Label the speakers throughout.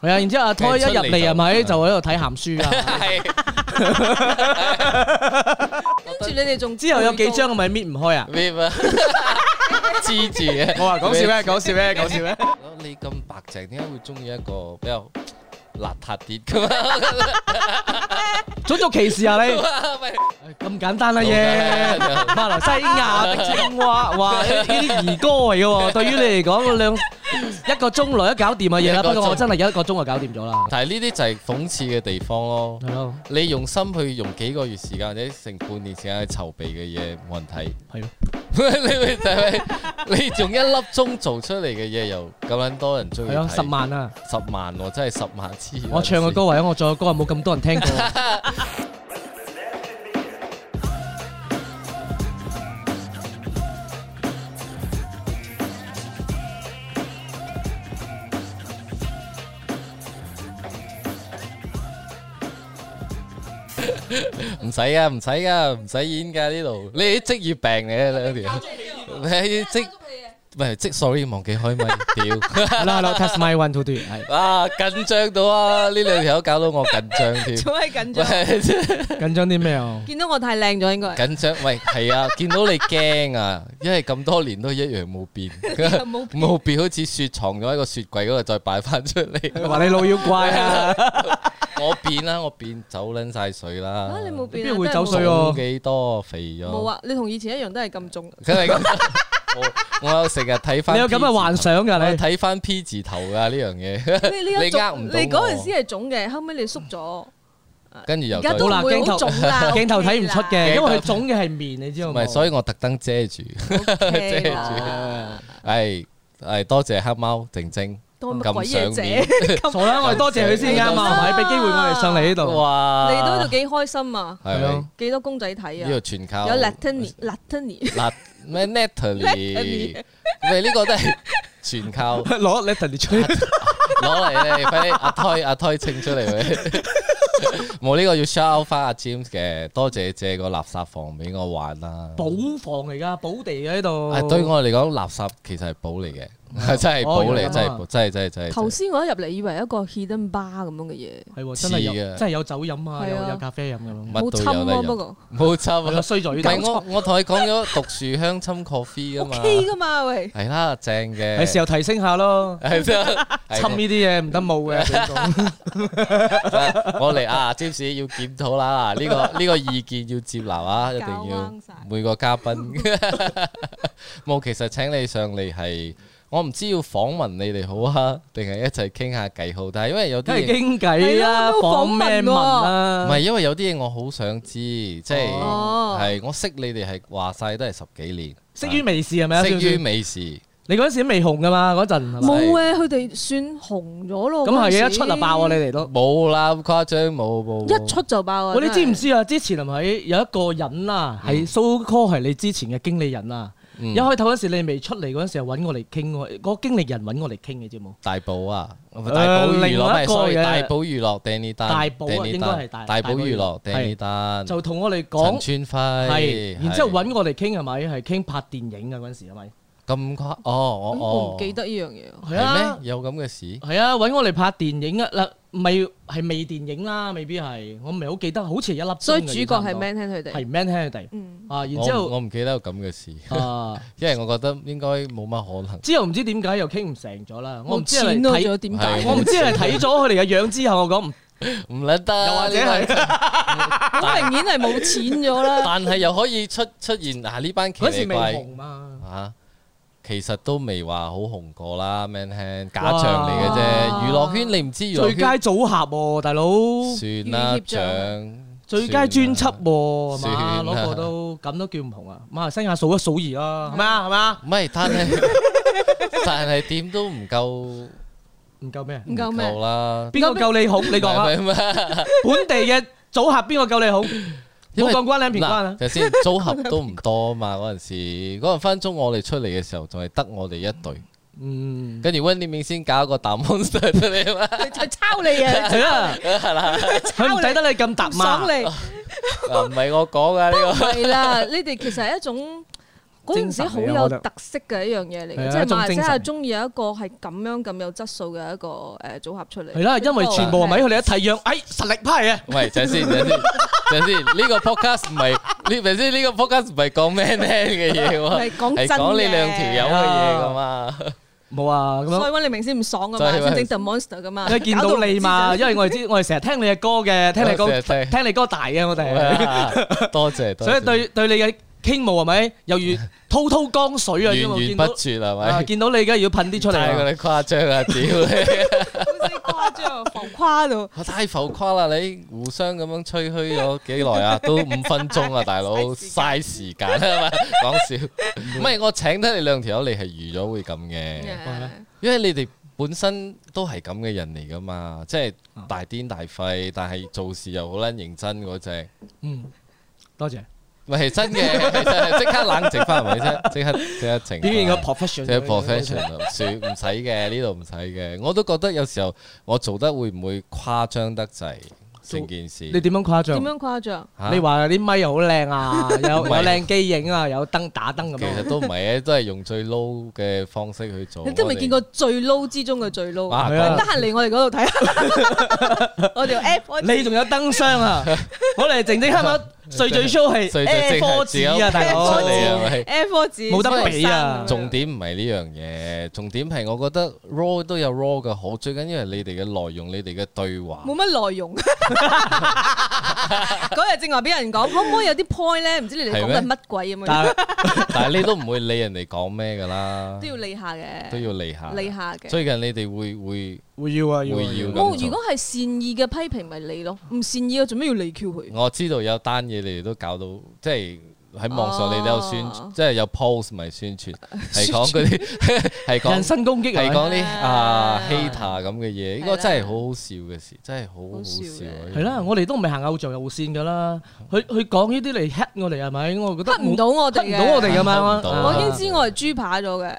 Speaker 1: 係啊，然之後阿胎一入嚟係咪就喺度睇鹹書啊？
Speaker 2: 跟住你哋仲
Speaker 1: 之後有幾張我咪搣唔開啊？
Speaker 3: 黐住嘅。
Speaker 1: 我話講笑咩？講笑咩？講笑咩？
Speaker 3: 你咁白淨，點解會中意一個比較邋遢啲咁
Speaker 1: 種族歧視 啊你！
Speaker 3: 啊？喂
Speaker 1: 咁簡單啦耶！馬來西亞的青蛙，哇！呢啲兒歌嚟嘅 喎，對於你嚟講，兩一個鐘內都搞掂嘅嘢啦。不過我真係有一個鐘就搞掂咗啦。
Speaker 3: 但係呢啲就係諷刺嘅地方咯。
Speaker 1: 係咯，
Speaker 3: 你用心去用幾個月時間或者成半年時間去籌備嘅嘢冇人睇，
Speaker 1: 係咯，
Speaker 3: 你咪就係你用一粒鐘做出嚟嘅嘢又咁撚多人中意
Speaker 1: 係咯，
Speaker 3: 睇，
Speaker 1: 十萬啊！
Speaker 3: 十萬喎，真係十萬黐線。
Speaker 1: 我唱嘅歌或者我作嘅歌有冇咁多人聽 過？
Speaker 3: 唔使噶，唔使噶，唔使演噶呢度，你啲職業病嚟嘅你條，你係 職唔係職，sorry 忘記開咪，屌
Speaker 1: 係啦係啦，Test my one two three 係
Speaker 3: 啊緊張到啊！呢兩條友搞到我緊張添，
Speaker 2: 仲係 緊張，
Speaker 3: 喂
Speaker 1: 緊張啲咩 啊？
Speaker 2: 見到我太靚咗應該，
Speaker 3: 緊張喂係啊，見到你驚啊，因為咁多年都一樣冇 變，
Speaker 2: 冇
Speaker 3: 冇變好似雪藏咗喺個雪櫃嗰度再擺翻出 嚟，
Speaker 1: 話你老妖怪啊！
Speaker 3: 我變啦，我變走撚晒水啦
Speaker 2: 啊，你冇變啊，
Speaker 1: 邊會走水
Speaker 2: 真係
Speaker 1: 喎
Speaker 3: 重幾多肥咗，
Speaker 2: 冇冇啊，你同以前一樣都係 咁重，
Speaker 3: 佢係咁，我我有成日睇翻，
Speaker 1: 你有咁嘅幻想
Speaker 3: 我
Speaker 1: 㗎
Speaker 3: 有
Speaker 1: 你？
Speaker 3: 睇翻 P 字頭噶呢樣
Speaker 2: 你
Speaker 3: 嘢，
Speaker 2: 你一
Speaker 3: 你呃
Speaker 2: 種
Speaker 3: 唔到
Speaker 2: 你嗰
Speaker 3: 我
Speaker 2: 陣時係腫嘅，後尾你 縮咗，
Speaker 3: 跟住又
Speaker 2: 啊而家
Speaker 3: 再
Speaker 2: 都
Speaker 1: 好啦
Speaker 2: 會
Speaker 1: 鏡
Speaker 2: 好
Speaker 1: 頭
Speaker 2: 腫啦，
Speaker 1: 鏡頭睇唔出嘅，因為佢
Speaker 3: 鏡頭
Speaker 1: 腫嘅係面，你知道
Speaker 3: 唔
Speaker 1: 冇？
Speaker 3: 係，所以我特登遮住。
Speaker 2: OK
Speaker 3: 遮住
Speaker 2: 啦
Speaker 3: 係係多謝黑貓靜靜
Speaker 2: 多乜
Speaker 3: 咁
Speaker 2: 鬼嘢
Speaker 3: 賞面
Speaker 2: 啫？，
Speaker 1: 傻啦，我哋多謝佢先啱啊，係咪？俾機會我哋上嚟呢度。
Speaker 3: 哇！
Speaker 2: 你都喺度幾開心啊！
Speaker 3: 係
Speaker 1: 係咯
Speaker 3: 咪
Speaker 2: 幾多公仔睇
Speaker 3: 呢度
Speaker 2: 啊？
Speaker 3: 全靠
Speaker 2: 有 Latini、Latini、
Speaker 3: 辣咩 Natalie，喂呢個都係全靠攞
Speaker 1: 攞 l e t t e r 出嚟，
Speaker 3: 嚟咧，快啲阿胎阿胎清出嚟 喂！冇呢個要 shout out 翻阿 James 嘅，多謝借個垃圾房俾我玩啦。
Speaker 1: 寶房嚟㗎，寶地嘅喺度。
Speaker 3: 係對我嚟講，垃圾其實係寶嚟嘅，係真係寶嚟
Speaker 1: 哦
Speaker 3: 嘅，真係寶真係真係真係。
Speaker 2: 頭先我一入嚟以為一個 hidden bar 咁樣嘅嘢，
Speaker 1: 係喎，真係有
Speaker 3: 似嘅
Speaker 1: 真係有酒飲啊，
Speaker 2: 係啊
Speaker 1: 有有咖啡飲咁樣。
Speaker 2: 好
Speaker 3: 乜都
Speaker 2: 侵
Speaker 3: 有得
Speaker 2: 咯，
Speaker 3: 飲
Speaker 2: 不過
Speaker 3: 冇差
Speaker 1: 係咯，
Speaker 3: 啊！
Speaker 1: 衰在
Speaker 3: 唔
Speaker 1: 呢
Speaker 3: 係
Speaker 1: 度。
Speaker 3: 我我同你講咗獨樹香侵 coffee 噶嘛，
Speaker 2: OK 噶嘛，喂，
Speaker 3: 係啦，正嘅。
Speaker 1: 係時候提升下咯，
Speaker 3: 係真 係
Speaker 1: 侵呢啲嘢唔得冇嘅。
Speaker 3: 我嚟啊，James 要檢討啦，呢 個呢個意見要接納啊，一定
Speaker 2: 搞
Speaker 3: 要
Speaker 2: 彎晒
Speaker 3: 每個嘉賓。 冇，其實請你上嚟係，我唔知要訪問你哋好啊，定係一齊傾下計好，但係因為有啲
Speaker 1: 梗係
Speaker 3: 嘢
Speaker 1: 傾偈啦，
Speaker 2: 係咯都
Speaker 1: 講
Speaker 2: 訪
Speaker 1: 咩
Speaker 2: 問喎
Speaker 1: 文啦？
Speaker 3: 唔係因為有啲嘢我好想知，即係
Speaker 2: 哦
Speaker 3: 係我識你哋係話晒都係十幾年，
Speaker 1: 識於微視係咪啊？
Speaker 3: 識於
Speaker 1: 少少
Speaker 3: 美事。
Speaker 1: 你嗰陣時都未紅㗎嘛？嗰陣係嘛
Speaker 2: 冇啊，佢哋算紅咗咯。
Speaker 1: 咁係
Speaker 2: 嗰
Speaker 1: 嘅，
Speaker 2: 陣
Speaker 1: 一
Speaker 2: 時
Speaker 1: 出就爆啊！你哋都。
Speaker 3: 冇啦，咁誇張冇冇。冇
Speaker 2: 一出就爆啊！
Speaker 1: 喂，你知
Speaker 2: 真係
Speaker 1: 唔？知啊？之前係咪有一個人啊，係 so call 係你之前嘅經理人啊？
Speaker 3: 嗯
Speaker 1: 一開頭嗰時你未出嚟嗰陣時，揾我嚟傾喎，嗰個經理人揾我嚟傾嘅啫冇。
Speaker 3: 大寶啊，大寶娛
Speaker 1: 另
Speaker 3: 樂
Speaker 1: 外
Speaker 3: 咪
Speaker 1: 一個
Speaker 3: ，sorry，
Speaker 1: 嘅
Speaker 3: 大寶娛樂 Danny 丹，
Speaker 1: 大寶啊
Speaker 3: Danny
Speaker 1: 應該係大
Speaker 3: 丹大寶娛樂
Speaker 1: 大寶
Speaker 3: Danny 丹，
Speaker 1: 就同我哋講
Speaker 3: 嗯陳川輝，
Speaker 1: 係，然之後
Speaker 3: 係
Speaker 1: 揾我嚟傾係咪？係傾拍電影啊嗰陣時係咪？
Speaker 3: 咁誇，哦我哦
Speaker 2: 咁我，唔記得呢樣嘢喎。
Speaker 1: 係
Speaker 3: 係
Speaker 1: 啊，
Speaker 3: 咩？有咁嘅事？
Speaker 1: 係啊，揾我嚟拍電影啊嗱，未係未電影啦，未必係，我唔係好記得，好似係一粒鐘嘅。
Speaker 2: 所以主角係
Speaker 1: 差唔多
Speaker 2: man 聽佢哋。
Speaker 1: 係 man 聽佢哋
Speaker 2: 嗯，
Speaker 1: 啊，然
Speaker 3: 我
Speaker 1: 之
Speaker 3: 唔我
Speaker 1: 後
Speaker 3: 唔記得有咁嘅事，
Speaker 1: 啊，
Speaker 3: 因為我覺得應該冇乜可能。
Speaker 1: 之後唔知點解又傾唔成咗啦，我唔
Speaker 2: 冇
Speaker 1: 知係
Speaker 2: 錢咯，仲有
Speaker 1: 睇，
Speaker 2: 點
Speaker 3: 係
Speaker 2: 解？
Speaker 1: 我唔知係睇咗佢哋嘅樣之後，我講唔
Speaker 3: 唔撚得 啊，
Speaker 1: 又或者係
Speaker 3: 呢班
Speaker 2: 好明顯係冇錢咗啦。
Speaker 3: 但係又可以出出現啊呢班奇
Speaker 1: 嗰時
Speaker 3: 離
Speaker 1: 未
Speaker 3: 怪
Speaker 1: 紅嘛，
Speaker 3: 啊，其實都未話好紅過啦，Man Hand 假象嚟嘅啫。
Speaker 2: 哇
Speaker 3: 娛樂圈你唔知娛樂
Speaker 1: 最
Speaker 3: 圈
Speaker 1: 佳組合喎，大佬，
Speaker 3: 算啦
Speaker 2: 娛協
Speaker 3: 獎，
Speaker 1: 最佳專輯喎，係
Speaker 3: 算
Speaker 1: 嘛？
Speaker 3: 啦
Speaker 1: 攞個都咁都叫唔紅啊！馬來西亞數一數二啦，係咪啊？係咪啊？
Speaker 3: 唔係， 但係但係點都唔夠
Speaker 1: 唔夠咩？
Speaker 2: 唔夠咩
Speaker 3: 夠啦，
Speaker 1: 邊個夠你好？你講啊！
Speaker 3: 係咪
Speaker 1: 本地嘅組合邊個夠你好？
Speaker 3: 因
Speaker 1: 冇
Speaker 3: 為
Speaker 1: 講關兩片關
Speaker 3: 嗱，
Speaker 1: 啊！
Speaker 3: 就先組合都唔多嘛，嗰陣時嗰陣分鐘我哋出嚟嘅時候，仲係得我哋一隊，
Speaker 1: 嗯，
Speaker 3: 跟住 Wendy 面先搞一個大 monster 出嚟 嘛，
Speaker 2: 佢抄你啊！
Speaker 1: 係啦，
Speaker 3: 係啦，
Speaker 1: 佢唔抵得你咁搭
Speaker 2: 爽
Speaker 1: 嘛？
Speaker 2: 你
Speaker 3: 嗱唔係我講噶呢個，
Speaker 2: 係啦，你哋其實係一種嗰陣時好有特色嘅一樣嘢嚟
Speaker 1: 係啊
Speaker 2: 嘅，即係馬來
Speaker 1: 一種
Speaker 2: 西
Speaker 1: 精
Speaker 2: 亞
Speaker 1: 神
Speaker 2: 中意有一個係咁樣咁有質素嘅一個誒組合出嚟。
Speaker 1: 係啦，因為全部係咪佢哋一睇樣，哎，實力派啊！
Speaker 3: 喂，等先，等先，等先，呢個 podcast 唔係呢，咪先呢個 podcast 唔係講咩咩嘅嘢喎，
Speaker 2: 係
Speaker 3: 係
Speaker 2: 講真
Speaker 3: 講你
Speaker 2: 嘅
Speaker 3: 兩條友嘅嘢噶嘛。
Speaker 1: 冇啊，咁
Speaker 2: 所以
Speaker 1: 樣
Speaker 2: 温利明先唔爽噶
Speaker 3: 所
Speaker 2: 嘛，
Speaker 3: 以
Speaker 2: 先整 The Monster 噶嘛，
Speaker 1: 你見到你嘛？因為我哋知，我哋成日聽你嘅歌嘅，聽你
Speaker 3: 我
Speaker 1: 歌，
Speaker 3: 成日聽
Speaker 1: 聽你歌大嘅，我哋，
Speaker 3: 哇多謝，多謝
Speaker 1: 啊所以對對你嘅傾慕係咪有如滔滔江水啊？因為我見
Speaker 3: 源源
Speaker 1: 到
Speaker 3: 不絕係
Speaker 1: 啊，
Speaker 3: 咪？
Speaker 1: 見到你而家要噴啲出嚟
Speaker 3: 太過
Speaker 1: 啊。
Speaker 3: 你誇張啊！屌你，
Speaker 2: 好似誇張浮 誇到。
Speaker 3: 我太浮誇啦！你互相咁樣吹噓咗幾耐啊？都五分鐘啊，大 佬嘥時間啊嘛， 講笑。唔係我請得你兩條友，你係預咗會咁嘅，因為你哋本身都係咁嘅人嚟噶嘛，即係
Speaker 1: 啊
Speaker 3: 大癲大廢，但係做事又好撚認真嗰只。
Speaker 1: 嗯，多謝
Speaker 3: 喂，係真嘅，係真係即刻冷靜翻，係咪先？即刻即刻靜。
Speaker 1: 表現個
Speaker 3: 即係
Speaker 1: profession。
Speaker 3: professional，算啊唔使嘅，呢度唔使嘅。我都覺得有時候我做得會唔會誇張得滯成件事？
Speaker 1: 你點樣誇
Speaker 2: 點
Speaker 1: 張？
Speaker 2: 樣誇張？
Speaker 3: 嚇
Speaker 1: 你話啲咪又好靚 啊，有有
Speaker 3: 唔係
Speaker 1: 靚機影啊，有燈打燈咁
Speaker 3: 其
Speaker 1: 樣
Speaker 3: 實。都唔係嘅，啊都係用最 low 嘅方式去做。
Speaker 2: 你都未見過最 low 之中嘅最 low。
Speaker 3: 哇
Speaker 1: 係啊
Speaker 2: 得閒嚟我哋嗰 度睇下，我哋 app 開始
Speaker 1: 你仲有燈箱啊！ 我哋靜靜黑黑碎嘴 show 係
Speaker 3: 碎嘴
Speaker 1: Air
Speaker 3: 即係
Speaker 1: Force
Speaker 3: 自己出
Speaker 1: 紙啊，大佬
Speaker 2: 出嚟
Speaker 3: 嚟啊！咪
Speaker 2: air 科字
Speaker 1: 冇得比啊
Speaker 3: 重點唔係呢樣嘢，重點係我覺得 raw 都有 raw 嘅好，最緊要係你哋嘅內容、你哋嘅對話。
Speaker 2: 冇乜內容。 嗰日正話俾人講，可唔可以有啲 point 咧？唔知你哋
Speaker 3: 係
Speaker 2: 講緊
Speaker 3: 咩
Speaker 2: 乜鬼咁樣，
Speaker 1: 但係
Speaker 3: 但係你都唔會理人哋講咩㗎 啦
Speaker 2: 都，要理下
Speaker 3: 都
Speaker 2: 嘅，
Speaker 3: 要理下。
Speaker 2: 理下嘅。
Speaker 3: 最近你哋會會，
Speaker 1: 會要啊，要啊
Speaker 3: 會要
Speaker 1: 要啊
Speaker 3: 㗎
Speaker 2: 冇，如果係善意嘅批評，咪理咯；唔善意嘅，做咩要理 Q 佢？
Speaker 3: 我知道有單嘢你哋都搞到，即係喺網上
Speaker 2: 哦
Speaker 3: 你都有宣，即係有 post 咪宣 傳，係講嗰啲係
Speaker 1: 人
Speaker 3: 講
Speaker 1: 身攻擊
Speaker 3: 係
Speaker 1: 啊！
Speaker 3: 講啲啊 hater 咁嘅嘢，呢
Speaker 2: 係
Speaker 3: 個
Speaker 2: 啦
Speaker 3: 真係好好笑嘅事，真係好好笑啊。
Speaker 1: 係啦，我哋都唔係行偶像路線㗎啦。佢佢講呢啲嚟 hit 我哋係咪？我覺 得
Speaker 2: 得唔到我哋
Speaker 1: 黑唔到我哋
Speaker 2: 嘅。
Speaker 1: 㗎嘛
Speaker 3: 黑唔到。
Speaker 2: 我
Speaker 3: 啊
Speaker 2: 已經知我係豬扒咗嘅，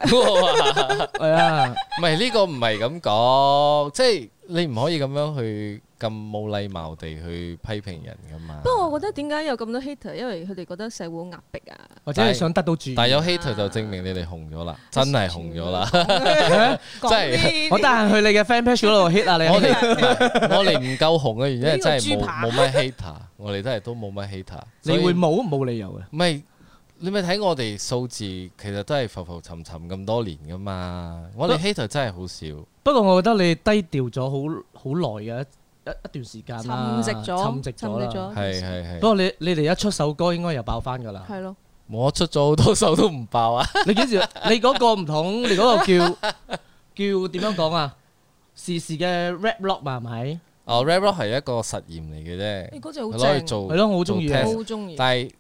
Speaker 1: 係啊，
Speaker 3: 唔係呢個唔係咁講，即係你唔可以咁樣去咁冇禮貌地去批評人噶嘛
Speaker 2: 不。過我覺得點解有咁多 hater，因為佢哋覺得社會好壓迫啊。
Speaker 1: 或者係想得到注意。
Speaker 3: 但有 hater 就證明你哋紅咗啦，真係紅咗啦。 真係
Speaker 2: 講呢啲
Speaker 1: 我得閒去你嘅 fan page 嗰度 hit 啊你。
Speaker 3: 我哋我哋唔夠紅嘅原因係真係
Speaker 2: 呢個豬
Speaker 3: 冇
Speaker 2: 扒
Speaker 3: 冇乜 hater，我哋真係都冇乜 hater。
Speaker 1: 你會
Speaker 3: 所以
Speaker 1: 冇冇理由嘅。
Speaker 3: 唔係你咪睇我哋數字，其實都係浮浮沉沉咁多年噶嘛。我哋 hater 真係好少，
Speaker 1: 不過我覺得你低調咗好好耐嘅一一段時間
Speaker 2: 沉
Speaker 1: 啦，
Speaker 2: 寂咗，
Speaker 1: 沉寂
Speaker 2: 沉
Speaker 1: 咗
Speaker 2: 寂
Speaker 1: 啦。
Speaker 2: 咗，
Speaker 3: 係係
Speaker 1: 不
Speaker 3: 係。
Speaker 1: 過你你哋一出首歌應該又爆翻㗎啦。
Speaker 2: 係咯。
Speaker 3: 我出咗好多首都唔爆啊！
Speaker 1: 你幾時？你嗰個唔同，你嗰個叫叫點樣講啊？時時嘅 rap rock 嘛，係咪？
Speaker 3: 哦，rap rock 係一個實驗嚟嘅啫，
Speaker 2: 誒嗰隻好
Speaker 3: 攞去
Speaker 2: 正，啊
Speaker 3: 做
Speaker 1: 係咯，我好中意啊
Speaker 3: 做 test
Speaker 2: 我好中意。
Speaker 3: 但係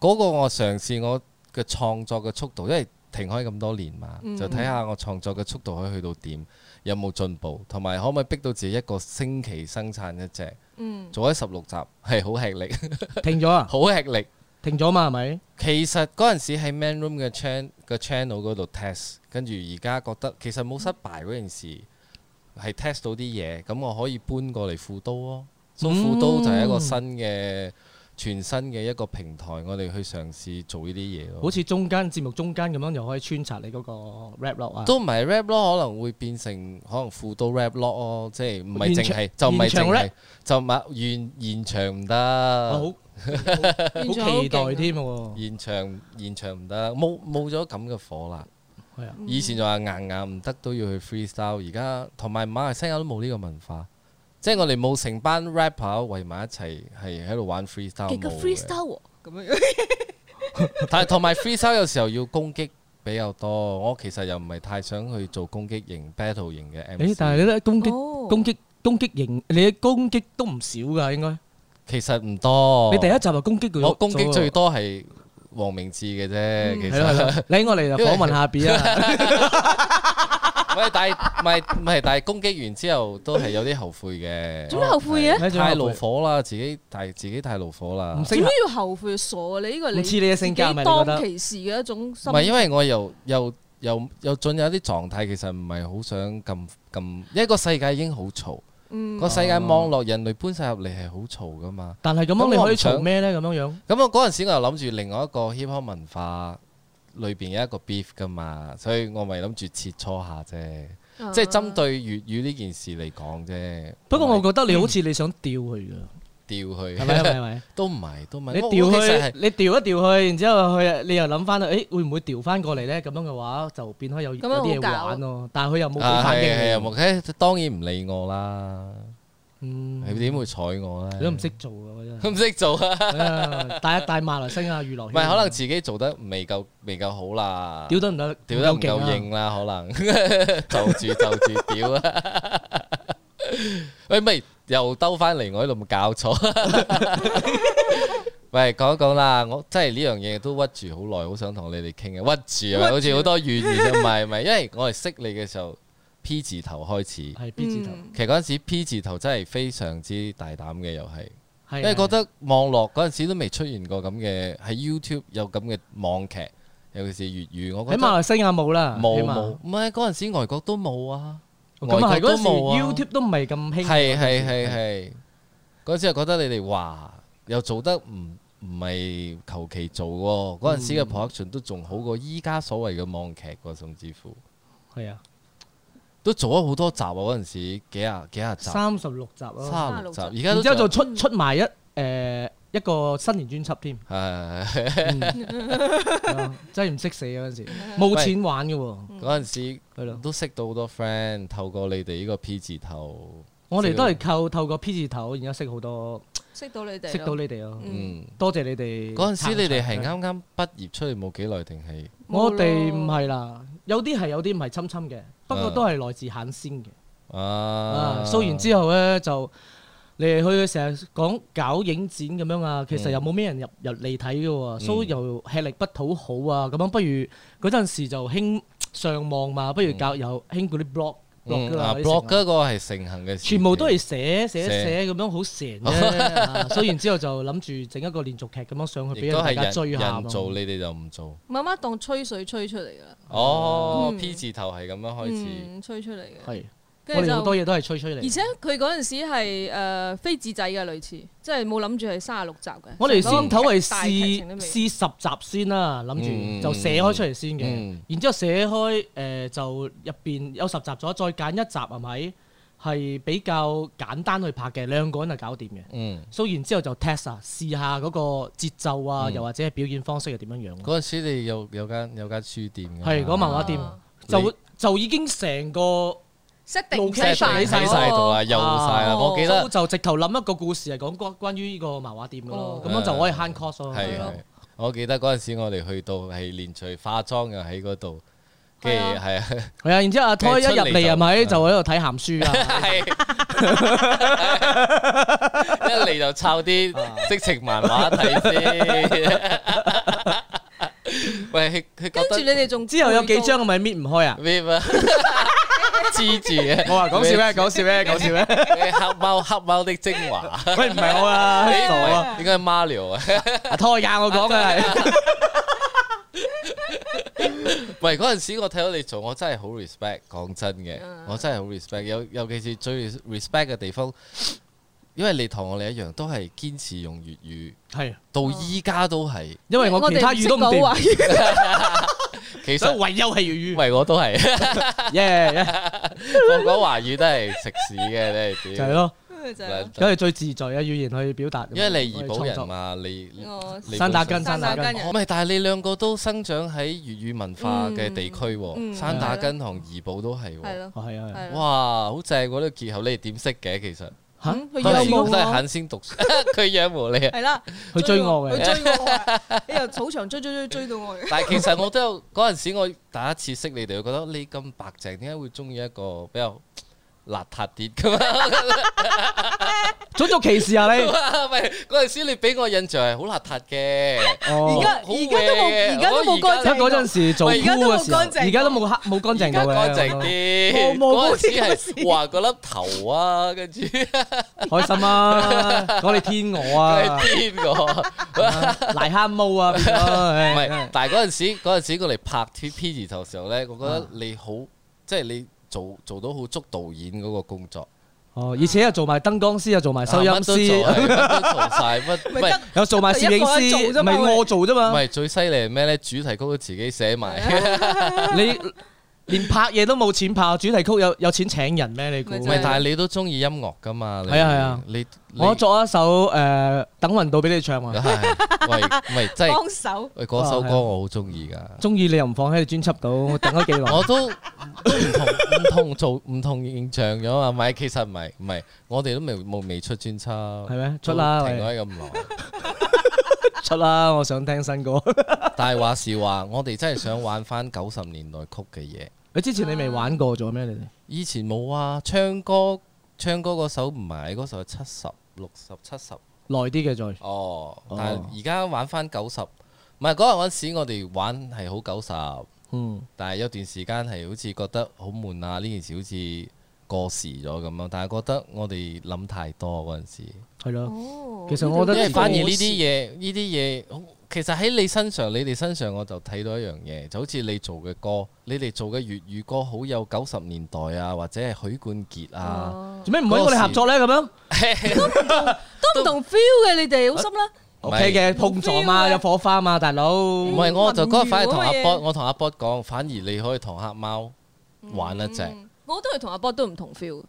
Speaker 3: 嗰個我嘗試我嘅創作嘅速度，因為停開咁多年嘛，
Speaker 2: 嗯
Speaker 3: 就睇下我創作嘅速度可以去到點，有冇進步，同埋可唔可以逼到自己一個星期生產一隻，
Speaker 2: 嗯，
Speaker 3: 做咗十六集係好吃力，
Speaker 1: 停咗啊，
Speaker 3: 好吃力。
Speaker 1: 停咗嘛，係咪？
Speaker 3: 其實嗰陣時喺 Man Room 嘅 chan 個 channel 嗰度 test，跟住而家覺得其實
Speaker 1: 嗯
Speaker 3: 冇失敗嗰件事，係 test 到啲嘢，咁我可以搬過嚟副刀咯。所
Speaker 1: 嗯
Speaker 3: 以副刀就係一個新嘅全新嘅一個平台，我哋去嘗試做呢啲嘢咯。
Speaker 1: 好似中間節目中間咁樣，又可以穿插你嗰個 rap rock 啊。
Speaker 3: 都唔係 rap 咯，可能會變成可能副刀 rap 咯，即係唔係淨係
Speaker 1: 現
Speaker 3: 就
Speaker 1: 場
Speaker 3: 唔係淨
Speaker 1: 現場
Speaker 3: 係
Speaker 1: rap
Speaker 3: 就唔係現現場唔
Speaker 1: 啊好
Speaker 3: 得，
Speaker 1: 好
Speaker 2: 現場好
Speaker 1: 期待
Speaker 2: 勁啊。
Speaker 1: 添喎。
Speaker 3: 現場現場唔得，冇冇咗咁嘅火啦。
Speaker 1: 係啊，
Speaker 3: 以前就話硬硬唔得都要去 freestyle，而家同埋馬來西亞都冇呢個文化，即係我哋冇成班 rapper 圍埋一齊係喺度玩 freestyle
Speaker 2: 幾個
Speaker 3: 冇嘅
Speaker 2: freestyle 喎咁樣，
Speaker 3: 但係同埋 freestyle 有時候要攻擊比較多，我其實又唔係太想去做攻擊型 battle 型嘅 MC。
Speaker 1: 誒，但係你咧攻擊
Speaker 2: 哦
Speaker 1: 攻擊攻擊型，你嘅攻擊都唔少㗎，應該。
Speaker 3: 其實唔多。
Speaker 1: 你第一集就攻擊佢，
Speaker 3: 哦我攻擊最多係黃明志嘅啫，其
Speaker 1: 嗯係咯係
Speaker 3: 實。
Speaker 1: 咯。你我嚟就訪問下 B 啊，
Speaker 3: 喂，但係唔係唔係，但係攻擊完之後都係有啲後悔嘅。
Speaker 2: 做咩後悔嘅？
Speaker 1: 你仲有
Speaker 3: 太
Speaker 1: 後
Speaker 3: 怒
Speaker 1: 悔
Speaker 3: 火啦，自己太自己太怒火啦
Speaker 1: 唔。識啊
Speaker 2: 點解要後悔傻啊？你呢個
Speaker 1: 唔似你嘅性格係咪啊你覺
Speaker 2: 自己
Speaker 1: 得
Speaker 2: 當其時嘅一種
Speaker 3: 唔
Speaker 2: 心
Speaker 3: 係因為我又又又又進入一啲狀態，其實唔係好想咁咁，因為個世界已經好嘈，
Speaker 2: 嗯
Speaker 3: 個世界網絡人類搬晒入嚟係好嘈噶嘛。
Speaker 1: 但係咁
Speaker 3: 咁
Speaker 1: 樣你
Speaker 3: 我
Speaker 1: 可以
Speaker 3: 唔想
Speaker 1: 嘈咩咧？咁樣樣。
Speaker 3: 咁我嗰陣時我又諗住另外一個 hip hop 文化裏邊有一個 beef 噶嘛，所以我咪諗住切磋下啫，
Speaker 2: 啊
Speaker 3: 即係針對粵語呢件事嚟講啫。
Speaker 1: 不過我覺得你好似你想吊佢㗎，
Speaker 3: 掉佢
Speaker 1: 係咪係咪係咪？
Speaker 3: 都唔係，都唔係。
Speaker 1: 你
Speaker 3: 我
Speaker 1: 調
Speaker 3: 我其實
Speaker 1: 佢
Speaker 3: 係，
Speaker 1: 你調一調佢，然之後佢你又諗翻啦，誒會唔會調翻過嚟咧？咁樣嘅話就變開有有
Speaker 2: 咁樣好
Speaker 1: 啲嘢
Speaker 2: 搞
Speaker 1: 玩咯，但係佢又冇俾
Speaker 3: 啊
Speaker 1: 反
Speaker 3: 係
Speaker 1: 應
Speaker 3: 係啊，
Speaker 1: 你，
Speaker 3: 冇誒當然唔理我啦，
Speaker 1: 嗯，
Speaker 3: 佢點會睬我咧？
Speaker 1: 你都唔識做啊！我真係
Speaker 3: 唔識做啊！
Speaker 1: 啊大大馬來西亞娛樂
Speaker 3: 唔
Speaker 1: 圈，
Speaker 3: 係可能自己做得未夠未夠好啦，
Speaker 1: 屌得唔得？
Speaker 3: 屌得唔
Speaker 1: 夠
Speaker 3: 夠
Speaker 1: 勁啊
Speaker 3: 硬啦，可能 就住就住屌啊！ 喂，咪又兜翻嚟我呢度咪搞錯？ 喂，講一講啦，我真係呢樣嘢都屈住好耐，好想同你哋傾嘅，屈住啊，好似好多怨言啫，唔係唔係，因為我係識你嘅時候 P 字頭開始，其
Speaker 1: 係 B 字頭，
Speaker 3: 實嗰陣時 P 字頭真係非常之大膽嘅，又係。
Speaker 1: 係啊
Speaker 3: 因為覺得網絡嗰陣時都未出現過咁嘅，喺 YouTube 有咁嘅網劇，尤其是粵語，我
Speaker 1: 喺
Speaker 3: 覺
Speaker 1: 馬
Speaker 3: 得
Speaker 1: 來西亞冇啦，
Speaker 3: 冇
Speaker 1: 起碼
Speaker 3: 冇，唔係嗰陣時外國都冇啊，
Speaker 1: 咁啊
Speaker 3: 外
Speaker 1: 係嗰
Speaker 3: 國都
Speaker 1: 時
Speaker 3: 冇啊
Speaker 1: YouTube 都唔係咁興，
Speaker 3: 係係係係，嗰陣時又覺得你哋哇，又做得唔唔係求其做喎，嗰陣時嘅
Speaker 1: 嗯
Speaker 3: production 都仲好過依家所謂嘅網劇喎，甚至乎
Speaker 1: 係啊，
Speaker 3: 都做咗好多集啊，嗰陣時幾廿幾廿集，
Speaker 1: 三十六集咯，
Speaker 3: 三十六集，而家
Speaker 1: 然
Speaker 3: 都
Speaker 1: 之後就
Speaker 3: 仲
Speaker 1: 出出埋一誒一個新年專輯添。
Speaker 3: 有係係係
Speaker 1: 啊真係唔識死嗰陣時，冇錢玩嘅喎，
Speaker 3: 嗰陣
Speaker 1: 嗯係
Speaker 3: 時
Speaker 1: 咯。
Speaker 3: 都識到好多 friend，透過你哋呢個 P 字頭。
Speaker 1: 我哋都係靠透過 P 字頭，然之後識好多，
Speaker 2: 識到你哋，啊
Speaker 1: 識到你哋咯。
Speaker 3: 嗯，
Speaker 1: 多謝你哋。
Speaker 3: 嗰陣時你哋係，啱啱畢業出嚟冇幾耐定係
Speaker 1: 我哋唔係啦，有啲係有啲唔係侵侵嘅，不過都係來自限先嘅。
Speaker 3: 啊
Speaker 1: 啊，？蘇完之後咧就。你哋去成日講搞影展咁樣啊，
Speaker 3: 嗯
Speaker 1: 其實又冇咩人入入嚟睇嘅喎，蘇又吃力不討好啊，咁樣不如嗰陣時就興上網嘛，不如教又興嗰啲 blog
Speaker 3: 嗯
Speaker 1: blog
Speaker 3: 啊
Speaker 1: 啦，
Speaker 3: ，blog 嗰個係盛行嘅時期，
Speaker 1: 全部都係寫寫
Speaker 3: 寫哦
Speaker 1: 寫咁樣好成啫啊，所以然之後就諗住整一個連續劇咁樣上去俾
Speaker 3: 亦都
Speaker 1: 人大
Speaker 3: 係
Speaker 1: 家追
Speaker 3: 人
Speaker 1: 下
Speaker 3: 人
Speaker 1: 啊嘛。
Speaker 3: 做，你哋就唔做。
Speaker 2: 媽媽當吹水吹出嚟㗎啦，
Speaker 3: 哦
Speaker 2: 嗯
Speaker 3: ，P 字頭係咁樣開始，
Speaker 2: 嗯，吹出嚟嘅，
Speaker 1: 係我
Speaker 2: 跟住
Speaker 1: 哋好
Speaker 2: 就
Speaker 1: 多。嘢都係吹吹
Speaker 2: 而
Speaker 1: 嚟。
Speaker 2: 且佢嗰陣時係誒非紙仔嘅類似，即係冇諗住係三十六集嘅。
Speaker 1: 我哋先頭係
Speaker 2: 大劇
Speaker 1: 試
Speaker 2: 情都未
Speaker 1: 試十集先啦，諗
Speaker 3: 嗯
Speaker 1: 住就寫開出嚟先嘅
Speaker 3: 嗯。
Speaker 1: 然之後寫開誒就入邊有十集咗，再揀一集係咪係比較簡單去拍嘅，兩個人就搞掂嘅。
Speaker 3: 嗯，
Speaker 1: 所以然之後就 test 啊，試下嗰個節奏啊，
Speaker 3: 嗯
Speaker 1: 又或者係表演方式係點樣樣。
Speaker 3: 嗰陣時你有有間有間書店㗎嘛
Speaker 1: 係嗰漫畫店
Speaker 2: 啊
Speaker 1: 就就已經成個。
Speaker 2: set
Speaker 1: 路
Speaker 2: 定哦
Speaker 1: 劇
Speaker 3: 即係
Speaker 1: 晒
Speaker 3: 睇
Speaker 1: 晒
Speaker 3: 晒度啦，有晒啦，
Speaker 1: 啊
Speaker 3: 我記
Speaker 1: 蘇
Speaker 3: 得
Speaker 1: 就直頭諗一個故事係講關關於呢個漫畫店嘅咯
Speaker 2: 哦，
Speaker 1: 咁樣就可以慳 cost 咯。
Speaker 3: 係
Speaker 2: 係咯
Speaker 3: 係，我記得嗰陣時我哋去到係連隨化妝又喺嗰度，跟住
Speaker 2: 係啊
Speaker 3: 係啊，
Speaker 1: 係啊，然之後阿胎一入嚟係咪
Speaker 3: 出嚟就
Speaker 1: 就喺度睇鹹書 啊？
Speaker 3: 係一嚟就抄啲色情漫畫睇先。喂，佢佢覺
Speaker 2: 跟住你
Speaker 3: 得
Speaker 2: 哋仲
Speaker 1: 之後有幾張我咪搣唔開啊？
Speaker 3: 咩啊？黐住嘅，
Speaker 1: 我話講笑咩？講笑 咩？講笑咩？
Speaker 3: 咩黑貓黑貓的精華，
Speaker 1: 喂，唔係我啊，傻啊！
Speaker 3: 應該係 Mario 啊。
Speaker 1: 阿胎㗎，我講啊嘅係。
Speaker 3: 喂，嗰陣時我睇到你做，我真係好 respect。講真嘅
Speaker 2: 嗯，
Speaker 3: 我真係好 respect。尤尤其是最 respect 嘅地方，因為你同我哋一樣，都係堅持用粵語，
Speaker 1: 係，
Speaker 3: 到依家都係。
Speaker 1: 因為我其他語都唔掂，
Speaker 2: 掂。
Speaker 3: 其
Speaker 1: 所
Speaker 3: 實
Speaker 1: 以唯有係粵語。
Speaker 3: 喂，我都係，
Speaker 1: 耶耶，
Speaker 3: 我講華語都係食屎嘅，你係
Speaker 1: 就係
Speaker 3: 屌。
Speaker 1: 咯，
Speaker 2: 就係咯
Speaker 1: 梗係最自在嘅啊語言去表達。
Speaker 3: 因為你怡保
Speaker 1: 去創
Speaker 3: 人
Speaker 1: 作，
Speaker 3: 嘛，你你
Speaker 2: 我
Speaker 3: 你
Speaker 1: 山打根，
Speaker 3: 本身
Speaker 1: 山打根
Speaker 2: 山打。根
Speaker 3: 唔係，但係你兩個都生長喺粵語文化嘅地區
Speaker 2: 嗯
Speaker 3: 喎，
Speaker 2: 嗯
Speaker 3: 山打根同怡保都係
Speaker 2: 係
Speaker 3: 喎。
Speaker 2: 咯，
Speaker 1: 哦係啊係啊。
Speaker 2: 係咯。
Speaker 3: 哇，好正喎！呢個結合，你哋點識嘅其實？
Speaker 1: 嚇，
Speaker 2: 嗯佢
Speaker 3: 都係
Speaker 2: 養
Speaker 3: 都
Speaker 2: 母
Speaker 3: 係
Speaker 2: 我，
Speaker 3: 肯先讀書， 佢養無你啊！
Speaker 2: 係啦，
Speaker 1: 佢追我嘅哦
Speaker 2: 佢。追我啊，你又草場追追追追到我嘅。
Speaker 3: 但係其實我都有嗰陣時，我第一次識你哋，我覺得你咁白淨，點解會中意一個比較邋遢啲咁
Speaker 1: 種族歧視啊你！
Speaker 3: 啊？喂，嗰陣時你俾我印象係好邋遢嘅，
Speaker 1: 哦
Speaker 2: 而家
Speaker 3: 好
Speaker 2: 而家都
Speaker 3: 嘅
Speaker 2: 冇，而家都冇
Speaker 3: 我
Speaker 1: 即係
Speaker 3: 而
Speaker 2: 乾淨。
Speaker 1: 嗰陣時做
Speaker 3: 喂
Speaker 1: cool
Speaker 3: 而
Speaker 2: 家都冇
Speaker 1: 嘅時候，而家都冇
Speaker 2: 乾淨
Speaker 1: 黑冇乾淨到
Speaker 3: 而
Speaker 1: 嘅，
Speaker 3: 家乾淨啲。
Speaker 2: 冇冇
Speaker 3: 嗰陣時係話嗰粒頭啊，跟住
Speaker 1: 開心啊！講你天鵝啊，
Speaker 3: 佢係邊個？
Speaker 1: 癞蝦毛啊，變咗
Speaker 3: 唔
Speaker 1: 唉
Speaker 3: 係，但係嗰陣時嗰陣時我哋拍 T P 字頭嘅時候咧，我覺得你好，即係你做做到好足導演嗰個工作。
Speaker 1: 哦，而且又做埋燈光師，又做埋收音
Speaker 3: 啊乜都做
Speaker 1: 師，
Speaker 3: 係乜都做晒，乜
Speaker 2: 咪
Speaker 3: 唔係
Speaker 2: 得
Speaker 1: 又做埋攝影
Speaker 2: 得一個人
Speaker 1: 師，
Speaker 2: 做啫嘛
Speaker 1: 咪我做啫
Speaker 3: 唔
Speaker 1: 嘛。
Speaker 3: 係最犀利係咩咧？主題曲都自己寫埋，
Speaker 1: 你連拍嘢都冇錢拍，主題曲有有錢請人咩？你估
Speaker 2: 咪？ 就
Speaker 3: 唔係但係你都中意音樂噶嘛？你
Speaker 1: 係啊係啊，
Speaker 3: 你
Speaker 1: 我
Speaker 3: 做
Speaker 1: 作一首誒等運到俾你唱
Speaker 3: Ờ,
Speaker 1: 啊！
Speaker 3: 係喂唔係真係
Speaker 2: 幫手，
Speaker 3: 喂嗰首
Speaker 1: 啊係啊
Speaker 3: 歌我好中意㗎。
Speaker 1: 中意你又唔放喺你專輯度，我等咗幾耐。
Speaker 3: 我都都唔同唔同做唔同形象咗啊！唔係，其實唔係唔係，我哋都未冇未出專輯，
Speaker 1: 係咩出啦
Speaker 3: 都停
Speaker 1: 喂
Speaker 3: 咗咁耐。
Speaker 1: 出啦，我想聽新歌。
Speaker 3: 但係話是話，我哋真係想玩翻九十年代曲嘅嘢。
Speaker 1: 你之前你未玩過咗咩？你哋
Speaker 3: 以前冇啊，唱歌唱歌嗰首唔係嗰首係七十六十七十
Speaker 1: 耐啲嘅再
Speaker 3: 哦，
Speaker 1: 哦
Speaker 3: 但係而家玩翻九十，唔係嗰陣時我哋玩係好九十，
Speaker 1: 嗯。
Speaker 3: 但係有段時間係好似覺得好悶啊，呢件事好似過時咗咁樣，但係覺得我哋諗太多嗰陣時，
Speaker 1: 係咯，
Speaker 2: 哦
Speaker 1: 其實我覺
Speaker 3: 因
Speaker 1: 得
Speaker 3: 為反而呢
Speaker 1: 過
Speaker 3: 啲
Speaker 1: 時
Speaker 3: 嘢呢啲嘢好，其實喺你身上你哋身上我就睇到一樣嘢，就好似你做嘅歌，你哋做嘅粵語歌好有九十年代啊，或者係許冠傑啊。
Speaker 2: 哦
Speaker 1: 做咩唔揾我哋合作咧？咁樣
Speaker 2: 都唔同 feel 嘅，你哋好心啦。
Speaker 3: 唔係
Speaker 1: OK 嘅碰撞嘛，
Speaker 2: feel 啊
Speaker 1: 有火花嘛，大佬。
Speaker 3: 唔
Speaker 1: 唔
Speaker 3: 係，我就嗰日
Speaker 2: 民
Speaker 3: 反而
Speaker 2: 謠
Speaker 3: 同阿
Speaker 2: 嗰個嘢
Speaker 3: b 我同阿 b 講，反而你可以同黑貓玩一隻，
Speaker 2: 嗯我都係同阿波都唔同 feel，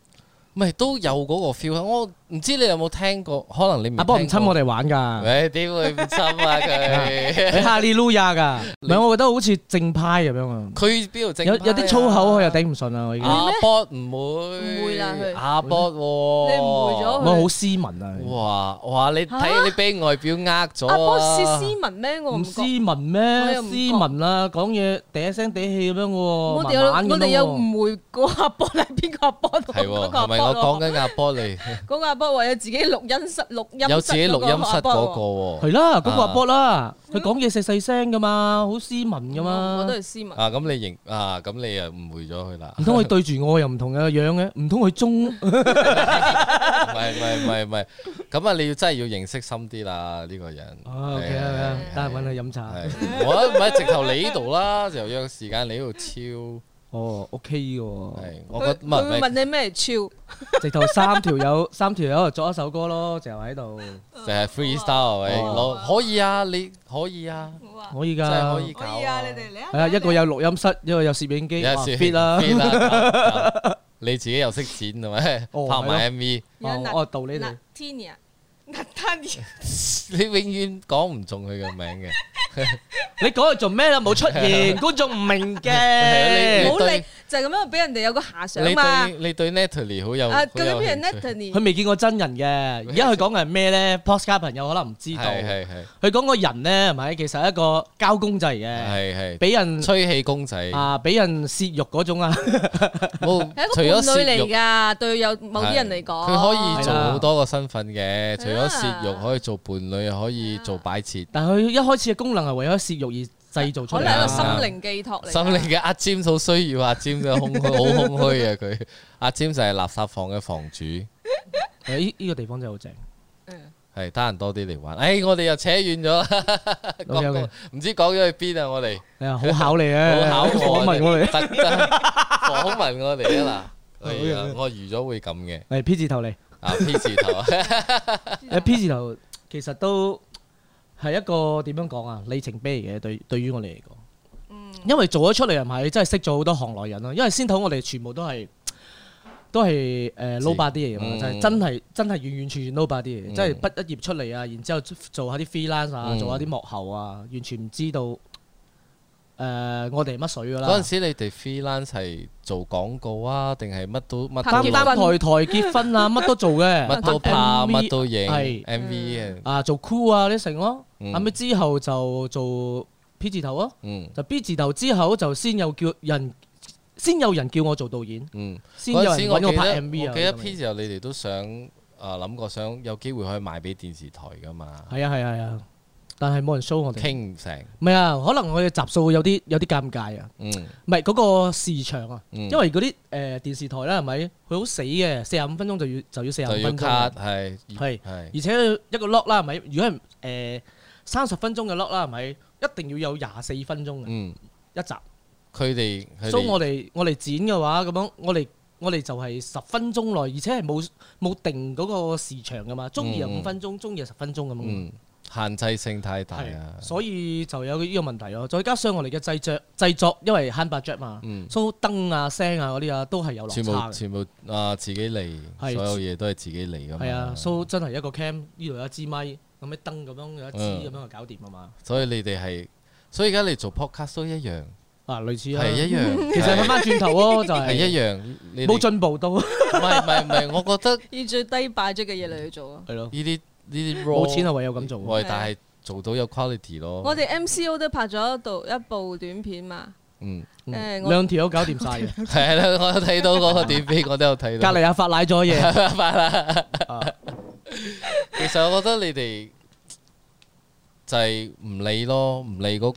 Speaker 3: 唔係都有嗰個 feel 啊！我唔知你有冇聽過，可能你未
Speaker 1: 阿波唔
Speaker 3: 聽
Speaker 1: 親
Speaker 3: 過
Speaker 1: 我，哋玩㗎，
Speaker 3: 喂點會唔親啊佢？
Speaker 1: 你哈利路亞㗎。唔
Speaker 3: 你
Speaker 1: 係，我覺得好似正派咁樣啊。
Speaker 3: 佢邊度整？
Speaker 1: 有有啲
Speaker 3: à?
Speaker 1: 粗口我又頂唔順啦，我已經。
Speaker 3: 阿波唔會，
Speaker 2: 唔會啦佢
Speaker 3: 阿波喎，
Speaker 2: 你誤會咗
Speaker 1: 我
Speaker 2: 佢
Speaker 1: 好斯文啊，
Speaker 3: 哇哇！你睇
Speaker 2: 嚇
Speaker 3: 你俾外表呃咗
Speaker 2: 阿波
Speaker 3: 啊
Speaker 2: 是斯文咩？我
Speaker 1: 唔
Speaker 2: 唔
Speaker 1: 斯
Speaker 2: 覺
Speaker 1: 文咩
Speaker 2: 我？又唔覺
Speaker 1: 斯文啦，講嘢嗲聲嗲氣咁樣
Speaker 2: 我
Speaker 1: 喎，
Speaker 2: 哋有
Speaker 1: 慢慢咁
Speaker 2: 我哋
Speaker 1: 樣
Speaker 2: 有
Speaker 1: 喎。
Speaker 2: 誤會過阿波係邊個阿波同
Speaker 3: 係喎，
Speaker 2: 嗰個阿
Speaker 3: 係
Speaker 2: 波
Speaker 3: 咪我講
Speaker 2: 喎？
Speaker 3: 緊阿 波你
Speaker 2: 嗰個阿波話有自己錄音室錄音室
Speaker 3: 有自己錄音室嗰
Speaker 2: 嗰個阿
Speaker 3: 個
Speaker 2: 波喎
Speaker 3: 喎？
Speaker 1: 係啦，嗰個阿
Speaker 3: 啊
Speaker 1: 波啦，佢講嘢細細聲㗎嘛，好斯文㗎嘛。
Speaker 2: 哦我都係斯文。
Speaker 3: 啊，咁你認啊，咁你又誤會咗佢啦
Speaker 1: 唔。通佢對住我又唔同嘅樣嘅，唔通佢中
Speaker 3: 唔係唔係唔係唔係，咁啊你要真係要認識深啲啦呢個人。
Speaker 1: 啊？OK Ờ, 啊，得閒揾佢飲茶。
Speaker 3: 係我唔係直頭你呢度啦，就約時間你呢度超
Speaker 1: 哦，OK 嘅喎，
Speaker 3: 係，我
Speaker 2: 佢
Speaker 3: 覺得唔係唔
Speaker 2: 佢會
Speaker 3: 係
Speaker 2: 問你咩超？
Speaker 1: 直頭三條友，三條友就作一首歌咯，就喺度
Speaker 3: 就係 freestyle 係咪？
Speaker 2: 哦
Speaker 3: 攞可以啊，你可以啊，
Speaker 2: 我話
Speaker 1: 可以
Speaker 3: 真係
Speaker 1: 㗎
Speaker 3: 可以。搞
Speaker 2: 可以啊，你哋嚟啊！
Speaker 1: 係啊，
Speaker 2: 嚟
Speaker 1: 一個有錄音室，一個有攝影機，
Speaker 3: 有
Speaker 1: 哇
Speaker 3: 時
Speaker 1: fit 啊 啦。
Speaker 3: fit 啦搞搞啊 你自己又識剪係咪？
Speaker 1: 哦
Speaker 3: 拍埋 MV，
Speaker 2: 有
Speaker 1: 哦
Speaker 2: 嗱
Speaker 1: 我道理你
Speaker 2: 嗱。Tina，嗱 Tanya，
Speaker 3: 你永遠講唔中佢個名嘅。
Speaker 1: 你講佢做咩啦？冇出現，觀眾唔明
Speaker 3: 係啊
Speaker 1: 嘅
Speaker 3: 你。
Speaker 2: 唔好理，就係咁樣俾人哋有個遐想
Speaker 3: 你
Speaker 2: 嘛。
Speaker 3: 對你對 Natalie 好有
Speaker 2: 啊，
Speaker 3: 好
Speaker 2: 究竟
Speaker 3: 有
Speaker 2: 邊
Speaker 3: 興
Speaker 2: 係
Speaker 3: 趣
Speaker 2: Natalie？
Speaker 1: 佢未見過真人嘅，而家佢講嘅係咩咧 p o s t c a r 朋友可能唔知道。
Speaker 3: 係係係
Speaker 1: 佢講個人咧，係咪其實係一個交公仔嚟嘅，
Speaker 3: 係
Speaker 1: 俾人
Speaker 3: 係吹氣公仔。
Speaker 1: 啊俾人泄欲嗰種啊。
Speaker 3: 冇除
Speaker 2: 係一個伴
Speaker 3: 咗
Speaker 2: 侶
Speaker 3: 泄
Speaker 2: 嚟
Speaker 3: 欲，
Speaker 2: 㗎，對有某啲人嚟講，
Speaker 3: 佢可以做
Speaker 1: 係啦
Speaker 3: 好多個身份嘅，除咗泄
Speaker 2: 係啊
Speaker 3: 欲
Speaker 2: 啦
Speaker 3: 可以做伴侶，可以做擺設。
Speaker 1: 但係佢一開始嘅功能係為咗泄欲而製造出
Speaker 2: 可
Speaker 1: 嚟
Speaker 2: 能係
Speaker 1: 啊
Speaker 2: 一個
Speaker 1: 嘛。
Speaker 2: 心靈寄託嚟㗎。
Speaker 3: 心靈嘅阿詹好需要阿詹嘅空虛，好空虛啊！佢阿詹就係垃圾房嘅房主，
Speaker 1: 誒呢呢個地方真係好正。
Speaker 2: 嗯
Speaker 3: 係得閒多啲嚟玩。誒，我哋又扯遠咗啦，
Speaker 1: OK，
Speaker 3: 講
Speaker 1: OK
Speaker 3: 唔知講咗去邊啊！我哋
Speaker 1: 你話哎好考你啊，
Speaker 3: 好考
Speaker 1: 訪
Speaker 3: 我
Speaker 1: 問我哋。
Speaker 3: 特登訪問我哋啊嗱，係啊
Speaker 1: OK，OK
Speaker 3: 我預咗會咁嘅
Speaker 1: 嚟 P 字頭嚟，
Speaker 3: 啊 P 字頭。
Speaker 1: 誒 P 字頭其實都係一個點樣講啊里程碑嚟嘅，對對於我哋嚟講。因為做咗出嚟係咪真係識咗好多行內人咯？因為先頭我哋全部都係都係誒 low 巴啲嚟㗎嘛，
Speaker 3: 嗯
Speaker 1: 就係真係真係完完全全 low 巴啲嚟，
Speaker 3: 嗯
Speaker 1: 即係畢一業出嚟啊，然之後做下啲 freelance 啊，
Speaker 3: 嗯
Speaker 1: 做下啲幕後啊，完全唔知道誒我哋係乜水㗎啦。
Speaker 3: 嗰陣時你哋 freelance 係做廣告啊，定係乜都乜
Speaker 1: 擔
Speaker 3: 都
Speaker 2: 結
Speaker 1: 擔
Speaker 2: 婚
Speaker 1: 抬抬結婚啊，乜都做嘅，
Speaker 3: 乜都拍，
Speaker 1: MV
Speaker 3: 乜都影
Speaker 1: 係
Speaker 3: MV 啊，
Speaker 1: 啊，做 cool 啊啲成咯，
Speaker 3: 嗯
Speaker 1: 後尾之後就做 P 字頭咯，
Speaker 3: 嗯
Speaker 1: 就 B 字頭之後就先有叫人，先有人叫我做導演，
Speaker 3: 嗯。
Speaker 1: 先有
Speaker 3: 嗰陣
Speaker 1: 人
Speaker 3: 時我
Speaker 1: 揾
Speaker 3: 記得
Speaker 1: 拍 MV 啊，
Speaker 3: 我記得
Speaker 1: 咁樣
Speaker 3: P 時候你哋都想啊諗過想有機會可以賣俾電視台噶嘛，
Speaker 1: 係啊係啊係啊，但係冇人 show 我哋，
Speaker 3: 傾唔成，
Speaker 1: 唔係啊，可能我嘅集數有啲有啲尷尬啊，
Speaker 3: 嗯，
Speaker 1: 唔係嗰個時長啊，
Speaker 3: 因
Speaker 1: 因為嗰啲誒電視台啦係咪，佢好死嘅，四十五分鐘就要就要四十
Speaker 3: 就
Speaker 1: 五
Speaker 3: 要
Speaker 1: 分
Speaker 3: cut
Speaker 1: 鐘。啊
Speaker 3: 係
Speaker 1: 係
Speaker 3: 係
Speaker 1: 而且一個 lock 啦，係咪？如果係誒三十分鐘嘅 lock 啦，係咪？一定要有廿四分鐘嘅
Speaker 3: 嗯，
Speaker 1: 一集，
Speaker 3: 佢哋佢
Speaker 1: 所以
Speaker 3: 哋
Speaker 1: 我哋我哋剪嘅話，咁樣我哋我哋就係十分鐘內，而且係冇冇定嗰個時長噶嘛，中意就
Speaker 3: 嗯
Speaker 1: 五分鐘，中意就十分鐘咁樣。
Speaker 3: 嗯，限制性太大啊
Speaker 1: 係，。所以就有呢個問題咯。再加上我哋嘅製作製作，因為慳 budget 嘛，
Speaker 3: 嗯，
Speaker 1: 所以燈啊、聲啊嗰啲啊都係有落
Speaker 3: 全
Speaker 1: 差
Speaker 3: 部
Speaker 1: 嘅。
Speaker 3: 全部啊自己嚟，所
Speaker 1: 係
Speaker 3: 有嘢都係自己嚟噶嘛。
Speaker 1: 係啊，所以真係一個 cam 呢度有一支咪，咁啲燈咁樣有一支
Speaker 3: 嗯
Speaker 1: 咁樣就搞掂啊嘛。
Speaker 3: 所以你哋係，所以而家你做 podcast 都一樣，
Speaker 1: 啊，類似啊。
Speaker 3: 係一樣，
Speaker 1: 其實翻翻轉頭咯，就
Speaker 3: 係
Speaker 1: 係
Speaker 3: 一樣。你哋
Speaker 1: 冇進步到。係
Speaker 3: 唔係唔係唔係，我覺得
Speaker 2: 以最低 budget 嘅嘢嚟去做啊！
Speaker 1: 咯，
Speaker 3: 呢啲呢啲 raw
Speaker 1: 冇錢啊，唯有咁做。
Speaker 3: 喂，但係做到有 quality 咯。
Speaker 2: 我哋 MCO 都拍咗一度一部短片嘛，
Speaker 3: 嗯
Speaker 1: 嗯
Speaker 2: 誒我
Speaker 1: 兩條都搞掂晒嘅，
Speaker 3: 係啦，我有睇到嗰個短片，我都有睇
Speaker 1: 隔
Speaker 3: 到。
Speaker 1: 離阿發奶咗嘢。 啊
Speaker 3: 其實我覺得你哋就係唔理咯，唔理嗰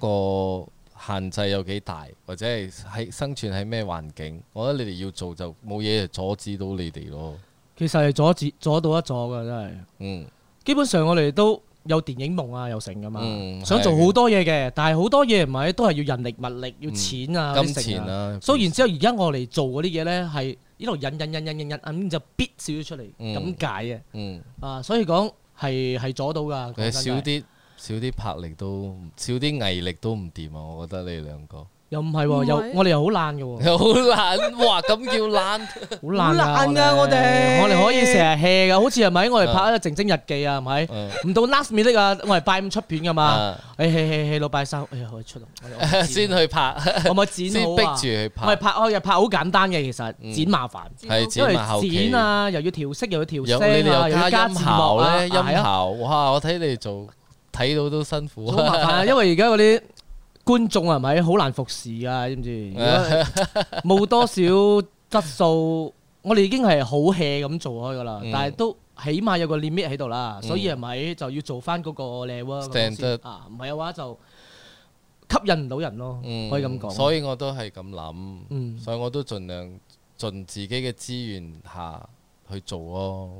Speaker 3: 個限制有幾大，或者係喺生存喺咩環境，我覺得你哋要做就冇嘢阻止到你哋咯。
Speaker 1: 其實係阻止阻到一阻㗎，真係。
Speaker 3: 嗯，
Speaker 1: 基本上我哋都有電影夢啊，有成噶嘛，
Speaker 3: 嗯
Speaker 1: 想做好多嘢嘅，但係好多嘢唔係都係要人力物力，要錢啊，嗰啲
Speaker 3: 嗯金
Speaker 1: 成
Speaker 3: 錢啦，
Speaker 1: 所以然之後，而家我哋做嗰啲嘢咧，係一路引引引引引引，咁就必少少出嚟
Speaker 3: 嗯
Speaker 1: 咁解嘅
Speaker 3: 嗯，
Speaker 1: 啊，所以講係係阻到噶，
Speaker 3: 佢
Speaker 1: 講真
Speaker 3: 少
Speaker 1: 係
Speaker 3: 啲少啲魄力都少啲毅力都唔掂啊！我覺得你哋兩個
Speaker 1: 又唔係喎，
Speaker 2: 唔係
Speaker 1: 又我哋又好懶嘅喎，
Speaker 3: 好懶，哇咁叫懶，
Speaker 1: 好懶
Speaker 2: 好懶㗎
Speaker 1: 㗎
Speaker 2: 我哋
Speaker 1: 我哋可以成日 hea 㗎，好似係咪？我哋拍一個《靜晶日記》啊，係咪？
Speaker 3: 嗯
Speaker 1: 唔到 last minute 啊，我係拜五出片㗎嘛，
Speaker 3: 啊
Speaker 1: 誒 hea hea hea 到拜三，哎呀，我出啊，我我
Speaker 3: 先去拍，
Speaker 1: 可唔可以
Speaker 3: 先
Speaker 1: 剪
Speaker 3: 逼
Speaker 1: 好啊
Speaker 3: 住？去
Speaker 1: 唔係
Speaker 3: 拍，
Speaker 1: 拍開嘅，拍好簡單嘅，其實
Speaker 3: 嗯
Speaker 1: 剪麻煩，
Speaker 3: 係
Speaker 1: 因
Speaker 3: 剪埋後
Speaker 1: 為
Speaker 3: 期
Speaker 1: 剪。啊，又要調色，又要調聲
Speaker 3: 有
Speaker 1: 啊，
Speaker 3: 你哋
Speaker 1: 又要
Speaker 3: 又加
Speaker 1: 加
Speaker 3: 音
Speaker 1: 字幕
Speaker 3: 效
Speaker 1: 啊，
Speaker 3: 咧，音
Speaker 1: 係啊
Speaker 3: 效，哇！我睇你哋做睇到都辛苦
Speaker 1: 好麻煩啊，因為而家嗰啲觀眾啊係咪好難服侍啊？知唔知？ 如果冇多少質素，我哋已經係好 hea 咁做開噶啦
Speaker 3: 嗯，
Speaker 1: 但係都起碼有個 limit 喺度啦，所以係咪就要做翻嗰個 level 咁樣先
Speaker 3: Standard
Speaker 1: 啊？唔係嘅話就吸引唔到人咯，
Speaker 3: 嗯
Speaker 1: 可以咁講。
Speaker 3: 所以我都係咁諗，
Speaker 1: 嗯
Speaker 3: 所以我都盡量盡自己嘅資源下去做咯。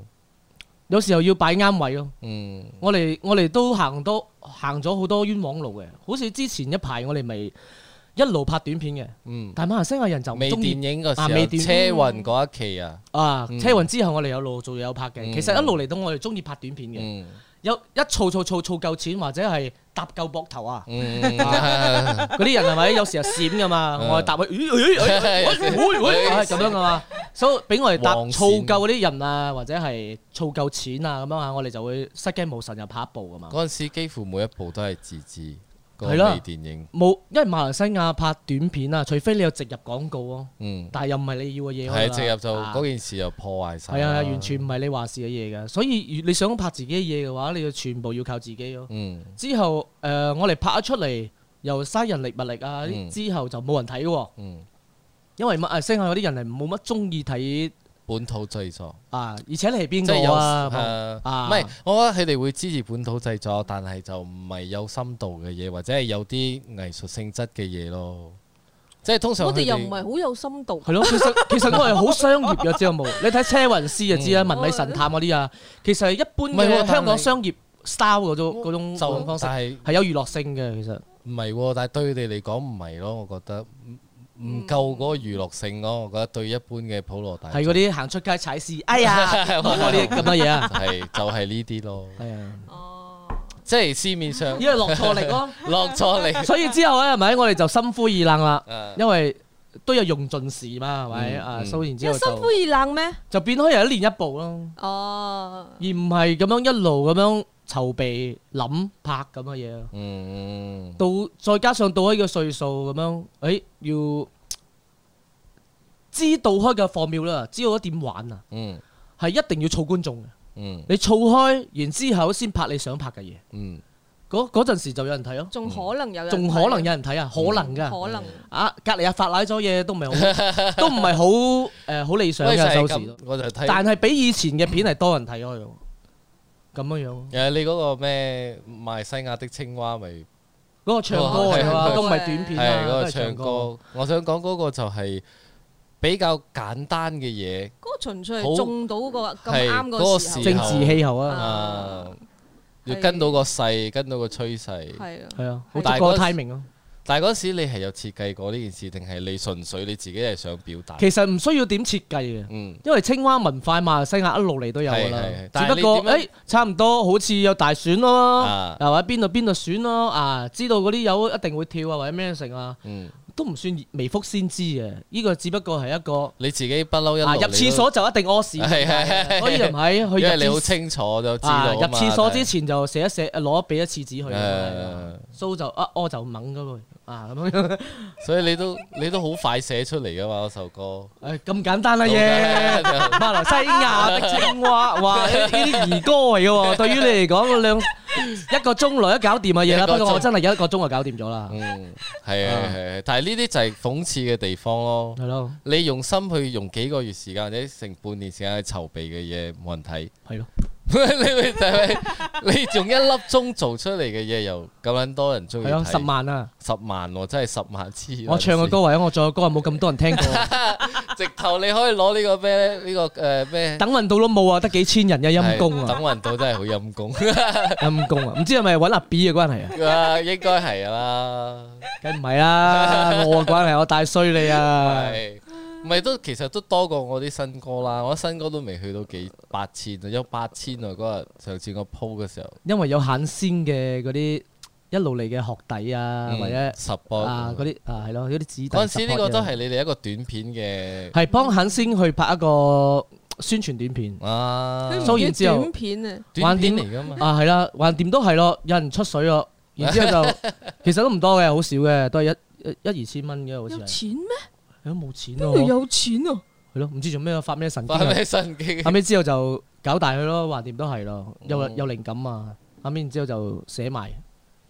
Speaker 1: 有時候要擺啱位咯。
Speaker 3: 嗯，
Speaker 1: 我哋我哋都行多行咗好多冤枉路嘅，好似之前一排我哋咪一路拍短片嘅，
Speaker 3: 嗯，
Speaker 1: 但係馬來西亞人就唔
Speaker 3: 未
Speaker 1: 中意
Speaker 3: 電影嗰時
Speaker 1: 啊
Speaker 3: 候，
Speaker 1: 微電
Speaker 3: 車雲嗰一期啊，
Speaker 1: 啊。
Speaker 3: 嗯
Speaker 1: 車雲之後我哋有路做嘢有拍嘅，
Speaker 3: 嗯
Speaker 1: 其實一路嚟到我哋中意拍短片嘅，
Speaker 3: 嗯。
Speaker 1: 有一儲儲儲儲夠錢或者係搭夠膊頭啊
Speaker 3: 嗯，
Speaker 1: 嗰啲人係咪有時候閃噶嘛？
Speaker 3: 嗯哎
Speaker 1: 我係搭佢，咦咦 咦咦咦咦咦咁樣噶嘛，所以俾我哋搭
Speaker 3: 黃線
Speaker 1: 儲夠嗰啲人啊，或者係儲夠錢啊咁樣啊，我哋就會失驚無神又拍一部噶嘛。
Speaker 3: 嗰陣時幾乎每一部都係自資個微
Speaker 1: 係啦
Speaker 3: 電影，
Speaker 1: 冇，因為馬來西亞拍短片啊，除非你有植入廣告咯，
Speaker 3: 嗯，
Speaker 1: 但係又唔係你要嘅嘢
Speaker 3: 係
Speaker 1: 㗎啦
Speaker 3: 直入就
Speaker 1: 啊
Speaker 3: 嗰件事又破壞晒，
Speaker 1: 係啊，完，全唔係你話事嘅嘢㗎。所以如你想拍自己嘅嘢嘅話，你就全部要靠自己咯。
Speaker 3: 嗯
Speaker 1: 之後誒、呃我哋拍咗出嚟又嘥人力物力啊，
Speaker 3: 嗯
Speaker 1: 之後就冇人睇喎，
Speaker 3: 嗯，
Speaker 1: 因為馬來西亞嗰啲人係冇乜中意睇
Speaker 3: 本土製作。
Speaker 1: 啊，而且你係邊
Speaker 3: 即係有
Speaker 1: 個啊？
Speaker 3: 誒，
Speaker 1: 啊
Speaker 3: 唔係，我覺得佢哋會支持本土製作，但係就唔係有深度嘅嘢，或者係有啲藝術性質嘅嘢咯。即係通常
Speaker 2: 我哋
Speaker 3: 佢
Speaker 2: 又唔係好有深度，
Speaker 1: 係咯，其 實其實我係好商業嘅，知有冇？你睇車雲師就知啦，啊文理神探嗰啲啊，其實係一般
Speaker 3: 嗯唔係喎但
Speaker 1: 嘅
Speaker 3: 係
Speaker 1: 香港商業 style 嗰種嗰種嗰
Speaker 3: 就
Speaker 1: 種方式。
Speaker 3: 但係
Speaker 1: 係有娛樂性嘅，其實
Speaker 3: 唔係喎，但係對佢哋嚟講唔係咯，我覺得唔嗯唔夠嗰個娛樂性咯。我覺得對一般嘅普羅大
Speaker 1: 係嗰啲行出街踩屎，哎 呀嗰啲咁嘅嘢啊，
Speaker 3: 係就係呢啲咯，
Speaker 1: 係啊，
Speaker 2: 哦，
Speaker 3: 即係市面上
Speaker 1: 因為落錯力 咯，
Speaker 3: 落 咗嚟
Speaker 1: 所以之後咧，係咪我哋就心灰意冷啦？
Speaker 3: 誒
Speaker 1: 因為都有用盡時嘛，係咪
Speaker 3: 啊嗯
Speaker 1: 啊？
Speaker 3: 嗯
Speaker 1: 收然
Speaker 2: 因
Speaker 1: 之
Speaker 2: 為
Speaker 1: 後
Speaker 2: 心
Speaker 1: 就
Speaker 2: 灰意冷咩？
Speaker 1: 就變開又一年一部咯，
Speaker 2: 哦，
Speaker 1: 而唔係咁樣一路咁樣哎籌備諗拍咁嘅嘢咯。
Speaker 3: 嗯
Speaker 1: 到再加上到呢個歲數咁樣，誒要知道開嘅貨妙啦，知道咗點玩啊，
Speaker 3: 嗯
Speaker 1: 係一定要儲觀眾嘅。
Speaker 3: 嗯
Speaker 1: 你儲開，然之後先拍你想拍嘅嘢。
Speaker 3: 嗯
Speaker 1: 嗰嗰陣時就有人睇咯，
Speaker 2: 仲可能有人睇，
Speaker 1: 仲可能有人睇啊，可能噶。
Speaker 2: 可能
Speaker 1: 啊，隔離阿發奶咗嘢都唔 係好，都唔係好誒好理想
Speaker 3: 喂就
Speaker 1: 嘅
Speaker 3: 係
Speaker 1: 收視
Speaker 3: 咁，，我就睇
Speaker 1: 但係比以前嘅片係多人睇開嘅喎，咁樣樣。
Speaker 3: 誒，你嗰個咩馬來西亞的青蛙咪
Speaker 1: 嗰個唱歌嚟㗎
Speaker 3: 哦
Speaker 1: 嘛，
Speaker 3: 係
Speaker 1: 都唔係短片
Speaker 3: 係
Speaker 1: 啊，
Speaker 3: 嗰
Speaker 1: 都
Speaker 3: 個
Speaker 1: 係
Speaker 3: 唱
Speaker 1: 唱歌。
Speaker 3: 歌。我想講嗰個就係比較簡單嘅嘢
Speaker 2: 嗰個純粹
Speaker 3: 好
Speaker 2: 係中到個咁
Speaker 3: 係
Speaker 2: 啱
Speaker 3: 嗰個
Speaker 2: 個時候
Speaker 3: 時
Speaker 1: 政治氣候啊，
Speaker 3: 啊
Speaker 2: 啊，
Speaker 3: 要
Speaker 2: 係
Speaker 3: 跟到個勢，跟到個趨勢。
Speaker 2: 係啊。
Speaker 1: 係啊，好足
Speaker 2: 係
Speaker 3: 但係嗰
Speaker 1: 個 timing 啊咯。
Speaker 3: 但係嗰時你係有設計過呢件事，定係你純粹你自己係想表達？
Speaker 1: 其實唔需要點設計嘅。
Speaker 3: 嗯，
Speaker 1: 因為青蛙文化喺馬來西亞一路嚟都有㗎啦
Speaker 3: 係係係，但係
Speaker 1: 只
Speaker 3: 你
Speaker 1: 不過
Speaker 3: 點樣
Speaker 1: 誒差唔多好似有大選咯
Speaker 3: 啊，
Speaker 1: 又或者邊度邊度選咯啊，知道嗰啲友一定會跳啊或者咩成啊，
Speaker 3: 嗯，
Speaker 1: 都唔算微福先知嘅，呢個只不過係一個
Speaker 3: 你自己不嬲一路
Speaker 1: 啊入
Speaker 3: 你都
Speaker 1: 廁，所就一定屙屎，
Speaker 3: 係係係
Speaker 1: 所以就唔係
Speaker 3: 因為
Speaker 1: 去
Speaker 3: 你
Speaker 1: 入
Speaker 3: 好
Speaker 1: 廁
Speaker 3: 清楚就知
Speaker 1: 啊
Speaker 3: 道
Speaker 1: 入廁所之前就寫一寫攞俾一次紙佢，
Speaker 3: 誒，
Speaker 1: 蘇就啊屙就掹咗佢啊咁樣，
Speaker 3: 所以你都你都好快寫出嚟噶嘛嗰首歌。
Speaker 1: 誒咁簡單啦
Speaker 3: 好
Speaker 1: 嘢。
Speaker 3: 嘅
Speaker 1: 馬來西亞的青蛙， 哇！呢啲兒歌嚟嘅喎，對於你嚟講，兩一個鐘內都搞掂嘅嘢啦。
Speaker 3: 一個鐘
Speaker 1: 不過我真係有一個鐘就搞掂咗啦，
Speaker 3: 嗯，係啊
Speaker 1: 啊
Speaker 3: 係啊，但係呢啲就係諷刺嘅地方咯。
Speaker 1: 係咯，
Speaker 3: 你用心去用幾個月時間或者成半年時間去籌備嘅嘢，冇人睇。
Speaker 1: 係咯，
Speaker 3: 你咪就係你用一粒鐘做出嚟嘅嘢，又咁撚多人中意
Speaker 1: 係咯，
Speaker 3: 睇。
Speaker 1: 十萬啊！
Speaker 3: 十萬喎，真係十萬次。
Speaker 1: 我唱嘅歌，或者我做嘅歌冇咁多人聽過，
Speaker 3: 直頭你可以攞呢個咩呢個誒咩？
Speaker 1: 等運到都冇啊，得幾千人嘅 陰公
Speaker 3: 係
Speaker 1: 啊
Speaker 3: 等，運到真係好陰公。
Speaker 1: 陰公啊！唔知係咪揾阿 B 嘅關係啊？
Speaker 3: 啊，應該係啦。
Speaker 1: 梗唔係啦，我嘅關係，我帶衰你啊！
Speaker 3: 係，唔係都其實都多過我啲新歌啦。我新歌都未去到幾八千啊，有八千啊嗰日上次我 po 嘅時候，
Speaker 1: 因為有限先嘅嗰啲一路嚟嘅學弟啊，或者
Speaker 3: 十波
Speaker 1: 啊嗰啲啊係咯，嗰啲子弟
Speaker 3: 嗯嗰陣時呢
Speaker 1: support
Speaker 3: 個都
Speaker 1: 啊
Speaker 3: 係你哋一個短片嘅
Speaker 1: 係幫肯先去拍一個宣傳短片
Speaker 3: 啊
Speaker 2: 佢
Speaker 1: 所
Speaker 2: 唔
Speaker 1: 以
Speaker 2: 叫
Speaker 1: 然之後
Speaker 2: 短片啊，
Speaker 3: 短片嚟㗎嘛。
Speaker 1: 啊，係啦，橫掂都係咯，有人出水 咯，然之後就其實都唔多嘅，好少嘅，都係一一一二千蚊嘅，好似
Speaker 2: 有
Speaker 1: 係
Speaker 2: 錢咩？
Speaker 1: 係咯冇錢
Speaker 2: 邊度
Speaker 1: 咯，
Speaker 2: 有錢啊？
Speaker 1: 係咯，唔知做咩啊發咩神經
Speaker 3: 發
Speaker 1: 啊，
Speaker 3: 咩神 經？
Speaker 1: 後尾之後就搞大佢咯，橫掂都係咯，有
Speaker 3: 嗯
Speaker 1: 有靈感啊，後尾然之後就寫埋，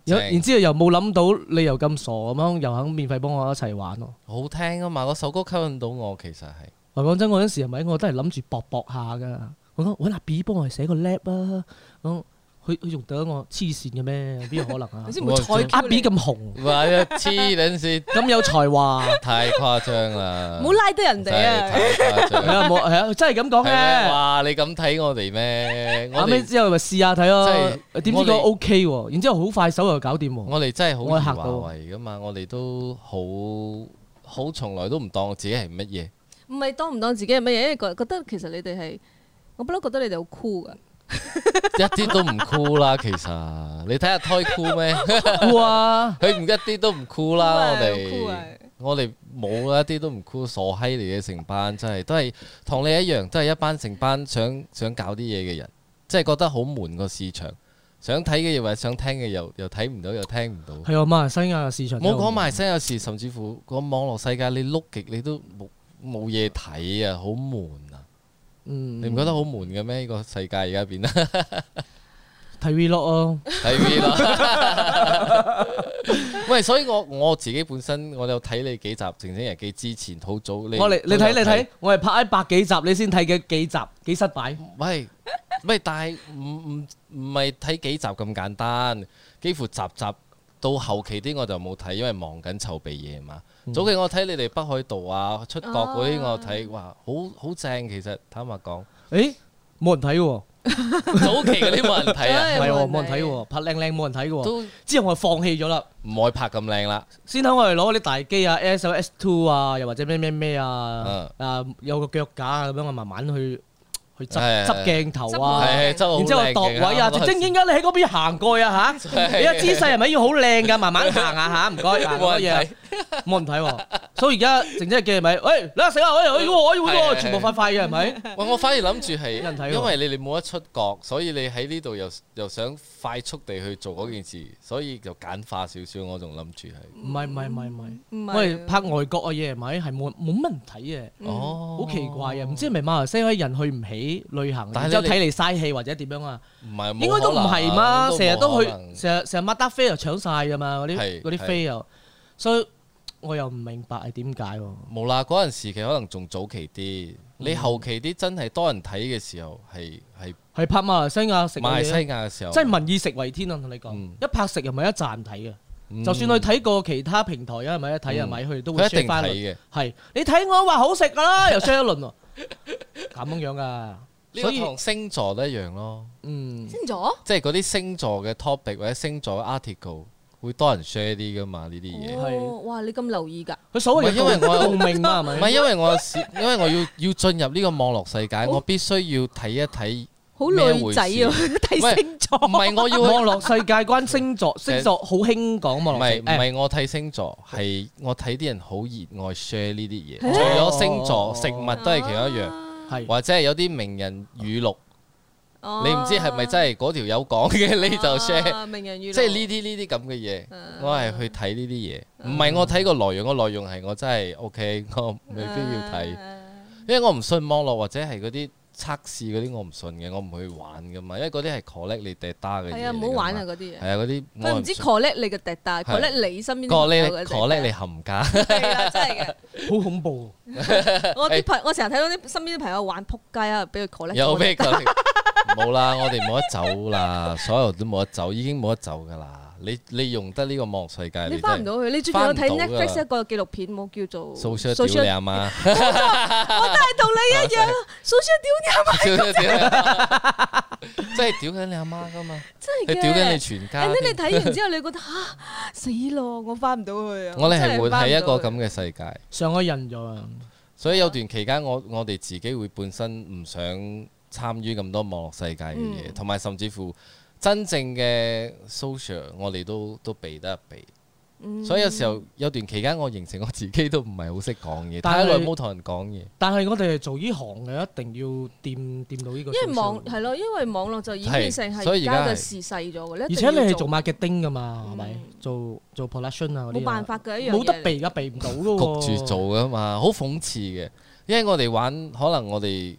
Speaker 1: 有
Speaker 3: 正
Speaker 1: 然之後又冇諗到你又咁傻咁樣，又肯免費幫我一齊玩咯。
Speaker 3: 好聽啊嘛，嗰首歌吸引到我，其實係。
Speaker 1: 我講真，我嗰陣時係咪我都係諗住搏搏下噶？我講揾阿 B 幫我寫個 lab 啊，咁佢佢仲得我黐線嘅咩？邊有可能 啊
Speaker 2: 你？先唔會採
Speaker 1: 阿
Speaker 2: 叫
Speaker 1: B
Speaker 2: 你，
Speaker 1: 咁紅，
Speaker 3: 哇！黐撚線，
Speaker 1: 咁有才華，
Speaker 3: 太誇張啦！
Speaker 2: 唔好拉低人
Speaker 3: 真
Speaker 2: 哋
Speaker 3: 係
Speaker 2: 啊！
Speaker 3: 太誇張
Speaker 1: 係啊冇係啊，真係咁講
Speaker 3: 係咩？
Speaker 1: 嘅。
Speaker 3: 哇！你咁睇我哋咩？
Speaker 1: 後
Speaker 3: 我
Speaker 1: 尾
Speaker 3: 哋
Speaker 1: 之後咪試下睇咯
Speaker 3: 真，係
Speaker 1: 點知
Speaker 3: 我
Speaker 1: 個
Speaker 3: 哋
Speaker 1: OK 喎，然之後好快手就搞掂喎。
Speaker 3: 我哋真係好
Speaker 1: 哦我係嚇
Speaker 3: 易
Speaker 1: 到
Speaker 3: 華為噶嘛，我哋都好好從來都唔當自己係乜嘢。
Speaker 2: 唔係當唔當自己係乜嘢？因為覺覺得其實你哋係，我不嬲覺得你哋好啊酷噶。
Speaker 3: 一啲都唔 cool 啦，其實你睇下胎 cool 咩？
Speaker 1: 哇！
Speaker 3: 佢唔一啲都唔 cool 啦，我
Speaker 2: 好酷啊
Speaker 3: 哋我哋冇啊，一啲都唔 cool，傻閪嚟嘅成班，真係都係同你一樣，都係一班成班想想搞啲嘢嘅人，即係覺得好悶個市場，想睇嘅嘢或者想聽嘅又又睇唔到又聽唔到。
Speaker 1: 係啊，馬來西亞嘅市場
Speaker 3: 冇講埋聲有時，甚至乎個網絡世界你碌極你都冇冇嘢睇啊，好悶啊！
Speaker 1: 嗯，
Speaker 3: 你唔覺得好悶嘅咩？呢個世界啊而家變得
Speaker 1: 睇 vlog 咯，
Speaker 3: 睇 V 啦。啊 喂，所以我我自己本身我有睇你幾集《晴晴日記》之前，好早你
Speaker 1: 我嚟你
Speaker 3: 都
Speaker 1: 睇
Speaker 3: 有
Speaker 1: 你睇，我係拍一百幾集，你先睇嘅幾集幾失敗。
Speaker 3: 喂喂，但係唔唔唔係睇幾集咁簡單，幾乎集集到後期啲我就冇睇，因為忙緊籌備嘢嘛。
Speaker 1: 嗯
Speaker 3: 早期我睇你哋北海道啊、出國嗰啲我睇，
Speaker 1: 啊
Speaker 3: 哇，好好正其實。坦白講，
Speaker 1: 誒，冇人睇喎。
Speaker 3: 早期嗰啲冇人 睇啊，
Speaker 1: 唔係
Speaker 2: 有
Speaker 1: 喎，
Speaker 2: 人
Speaker 1: 冇人睇喎，拍靚靚冇人睇嘅喎。
Speaker 3: 都
Speaker 1: 之後我放棄咗啦，
Speaker 3: 唔愛拍咁靚啦。
Speaker 1: 先等我哋攞嗰啲大機啊，S L S Two 啊，又或者咩咩咩啊
Speaker 3: 啊，
Speaker 1: 啊有個腳架啊咁樣，我慢慢去去執
Speaker 3: 係
Speaker 1: 執鏡頭
Speaker 2: 哇
Speaker 1: 啊
Speaker 2: 執。
Speaker 3: 係真係好
Speaker 1: 然之後
Speaker 3: 靚
Speaker 1: 度
Speaker 3: 嘅
Speaker 1: 位 啊，
Speaker 3: 啱啱
Speaker 1: 正正點解你喺嗰邊行過啊 嚇？
Speaker 3: 係
Speaker 1: 你嘅姿勢係咪要好靚㗎？慢慢行下嚇，唔該。行
Speaker 3: 冇
Speaker 1: 嗰
Speaker 3: 人
Speaker 1: 嘢
Speaker 3: 睇，
Speaker 1: 冇人睇喎。所以而家靜姐嘅係咪？喂，你死啦！喂，我要我要
Speaker 3: 係係
Speaker 1: 我
Speaker 3: 係
Speaker 1: 全部快快嘅係咪？
Speaker 3: 喂，我反而諗住係，
Speaker 1: 人睇喎
Speaker 3: 因為你哋冇得出國，所以你喺呢度又又想快速地去做嗰件事，所以就簡化少少。我仲諗住係，
Speaker 1: 唔係唔係唔係唔係，
Speaker 2: 唔係
Speaker 1: 我哋拍外國嘅嘢係咪係冇冇乜人睇嘅？
Speaker 3: 哦，
Speaker 1: 好奇怪啊！唔知係咪馬來西亞人去唔起旅行，
Speaker 3: 但係
Speaker 1: 然
Speaker 3: 你
Speaker 1: 之後睇你嘥氣或者點樣啊？
Speaker 3: 唔係，
Speaker 1: 應該都唔係嘛，
Speaker 3: 冇可能
Speaker 1: 成日都去
Speaker 3: 冇可能，
Speaker 1: 成日成日麥得飛又搶晒噶嘛，嗰啲
Speaker 3: 係
Speaker 1: 嗰啲飛又，所以我又唔明白係點解喎？
Speaker 3: 冇啦。嗰陣時期可能仲早期啲，
Speaker 1: 嗯
Speaker 3: 你後期啲真係多人睇嘅時候，係係
Speaker 1: 係拍馬來西亞食
Speaker 3: 馬來西
Speaker 1: 嘅嘢，
Speaker 3: 亞嘅時候，
Speaker 1: 即係民以食為天啊！同你講
Speaker 3: 嗯，
Speaker 1: 一拍食又咪一賺睇嘅，
Speaker 3: 嗯
Speaker 1: 就算去睇過其他平台啊，係咪睇啊咪佢哋都會
Speaker 3: 佢一
Speaker 1: share
Speaker 3: 定
Speaker 1: 翻
Speaker 3: 睇
Speaker 1: 嚟。
Speaker 3: 嘅。
Speaker 1: 係你睇我話好食㗎 啦，又 share 一輪喎，咁樣樣㗎，
Speaker 3: 呢
Speaker 1: 所
Speaker 3: 個
Speaker 1: 以
Speaker 3: 同星座都一樣咯，
Speaker 1: 嗯
Speaker 2: 先咗
Speaker 3: 即係嗰啲星座嘅 topic 或者星座嘅 article，會多人 share 啲噶嘛呢啲嘢。
Speaker 2: 哦，哇！你咁留意㗎，
Speaker 1: 佢所謂嘅
Speaker 3: 唔係因為我
Speaker 1: 共鳴 嘛，係
Speaker 3: 唔
Speaker 1: 咪
Speaker 3: 係？因為我有時 因為我要要進入呢個網絡世界，我必須要睇一睇，
Speaker 2: 好
Speaker 3: 咩
Speaker 2: 女仔啊， 睇
Speaker 3: 喂
Speaker 2: 星座。
Speaker 3: 唔係我要
Speaker 1: 網絡世界關星 座，星座好興講
Speaker 3: 唔
Speaker 1: 網絡
Speaker 3: 係
Speaker 1: 世
Speaker 3: 唔
Speaker 1: 界。
Speaker 3: 係我睇星座，係我睇啲人好熱愛 share 呢啲嘢。
Speaker 2: 係啊哦
Speaker 3: 除咗星座，
Speaker 1: 哦
Speaker 3: 食物都係其中一樣，
Speaker 2: 樣
Speaker 1: 係
Speaker 3: 或者係有啲名人語錄，
Speaker 2: 哦
Speaker 3: 你唔知係咪真係嗰條友講嘅，你就 share。
Speaker 2: 啊名人語錄，
Speaker 3: 即係呢啲呢啲咁嘅嘢，我係去睇呢啲嘢，唔
Speaker 2: 嗯
Speaker 3: 係我睇個內容，個內容係我真係 OK，我未必要睇，
Speaker 2: 啊
Speaker 3: 因為我唔信網絡或者係嗰啲測試嗰啲，我唔信嘅，我唔去玩噶嘛，因為嗰啲係 collect 你 data 嘅嘢嚟㗎嘛。
Speaker 2: 係啊，唔好玩啊嗰啲
Speaker 3: 係
Speaker 2: 嘢。
Speaker 3: 啊，嗰啲我
Speaker 2: 佢唔知 collect 你嘅敵，但係
Speaker 3: 係
Speaker 2: collect 你身邊啲朋友
Speaker 3: collect
Speaker 2: 嘅
Speaker 3: collect 你冚家，
Speaker 2: 敵係啦，真係嘅。
Speaker 1: 好恐怖。
Speaker 2: 我啲朋，我成日睇到啲身邊啲朋友玩撲街啊，俾佢 collect。
Speaker 3: 哎有咩 collect？冇啦，我哋冇得走啦，所有都冇得走，已經冇得走噶啦。你你用得呢個網絡世界，
Speaker 2: 你
Speaker 3: 啊你
Speaker 2: 翻唔
Speaker 3: 真係
Speaker 2: 到去，你最近有睇
Speaker 3: 翻唔到㗎
Speaker 2: Netflix 一個紀錄片冇叫做啊
Speaker 3: social 屌你阿媽。
Speaker 2: 我都係同 你一樣，social 屌你
Speaker 3: 屌屌屌，真係屌緊你阿媽噶 嘛？
Speaker 2: 真係哎
Speaker 3: 佢
Speaker 2: 嘅。
Speaker 3: 屌緊你全家
Speaker 2: And then 你
Speaker 3: 添。
Speaker 2: 睇完之後，你覺得吓死咯，我翻唔到去啊！
Speaker 3: 我哋係
Speaker 2: 真
Speaker 3: 活
Speaker 2: 返唔
Speaker 3: 喺一個
Speaker 2: 到去
Speaker 3: 咁嘅世界，
Speaker 1: 上海人就啊
Speaker 3: 所以有段期間，我我哋自己會本身唔想參與咁多網絡世界嘅嘢，
Speaker 2: 嗯
Speaker 3: 同埋甚至乎真正嘅 social，我哋都都避得一避。所以有時候有段期間，我形成我自己都唔係好識講嘢，
Speaker 1: 但係
Speaker 3: 太耐冇同人講嘢。
Speaker 1: 但係我哋係做呢行嘅，一定要掂掂到呢個。
Speaker 2: 因為網係咯，因為網絡就已經變成
Speaker 3: 係所
Speaker 2: 係
Speaker 3: 以而家
Speaker 2: 而家
Speaker 3: 係
Speaker 2: 嘅時勢咗嘅，你
Speaker 1: 而
Speaker 2: 一
Speaker 1: 且
Speaker 2: 定
Speaker 1: 你
Speaker 2: 要
Speaker 1: 係做 marketing 噶嘛，係咪
Speaker 2: 嗯？
Speaker 1: 做做 production 啊嗰啲。
Speaker 2: 冇辦。法嘅一樣嘢嚟
Speaker 1: 冇得避噶，避唔到噶喎。
Speaker 3: 焗住做噶嘛，好諷刺嘅。因為我哋玩，可能我哋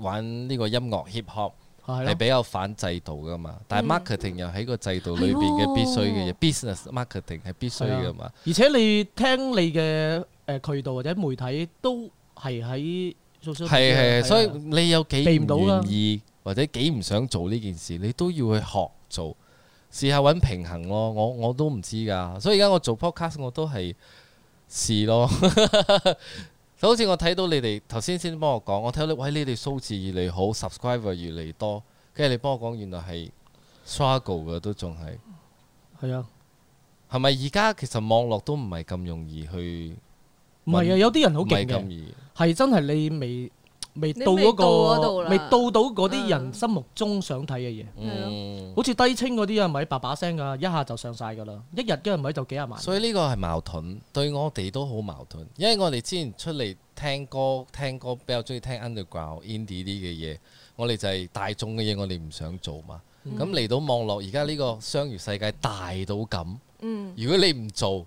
Speaker 3: 玩呢個音樂 hip hop。
Speaker 1: 係
Speaker 3: 係
Speaker 1: 咯。
Speaker 3: 比較反制度噶嘛，但係 marketing 又喺個制度裏邊
Speaker 2: 係喎
Speaker 3: 嘅必須嘅嘢，business marketing 係必須噶嘛。
Speaker 1: 而且你聽你嘅誒渠道或者媒體都係喺 social media，
Speaker 3: 係係，係
Speaker 1: 啊
Speaker 3: 所以你有幾
Speaker 1: 避唔到啊
Speaker 3: 唔
Speaker 1: 㗎
Speaker 3: 願意或者幾唔想做呢件事，你都要去學做，試下揾平衡咯。我我都唔知㗎，所以而家我做 podcast 我都係試咯。 就好似我睇到你哋頭先先幫我講，我睇到你喂你哋數字越嚟越好，subscriber 越嚟越多，跟住你幫我講原來係 struggle 嘅都仲係。
Speaker 1: 係啊，
Speaker 3: 係咪而家其實網絡都唔係咁容易去，
Speaker 1: 唔係啊，有啲人好
Speaker 3: 唔係
Speaker 1: 勁
Speaker 3: 咁
Speaker 1: 嘅，
Speaker 3: 易。
Speaker 1: 係真係你未未
Speaker 2: 你
Speaker 1: 到嗰
Speaker 2: 未到嗰度
Speaker 1: 個，
Speaker 2: 啦
Speaker 1: 未到到嗰啲人
Speaker 2: 嗯
Speaker 1: 心目中想睇嘅嘢。
Speaker 3: 嗯，
Speaker 1: 好似低清嗰啲啊，咪叭叭聲噶，一下就上晒噶啦，一日嘅咪就幾廿萬。
Speaker 3: 所以呢個係矛盾，對我哋都好矛盾，因為我哋之前出嚟聽歌，聽歌比較中意聽 underground、indie 啲嘅嘢，我哋就係大眾嘅嘢，我哋唔想做嘛。
Speaker 2: 嗯
Speaker 3: 咁嚟、到網絡，而家呢個商業世界大到咁，
Speaker 2: 嗯
Speaker 3: 如果你唔做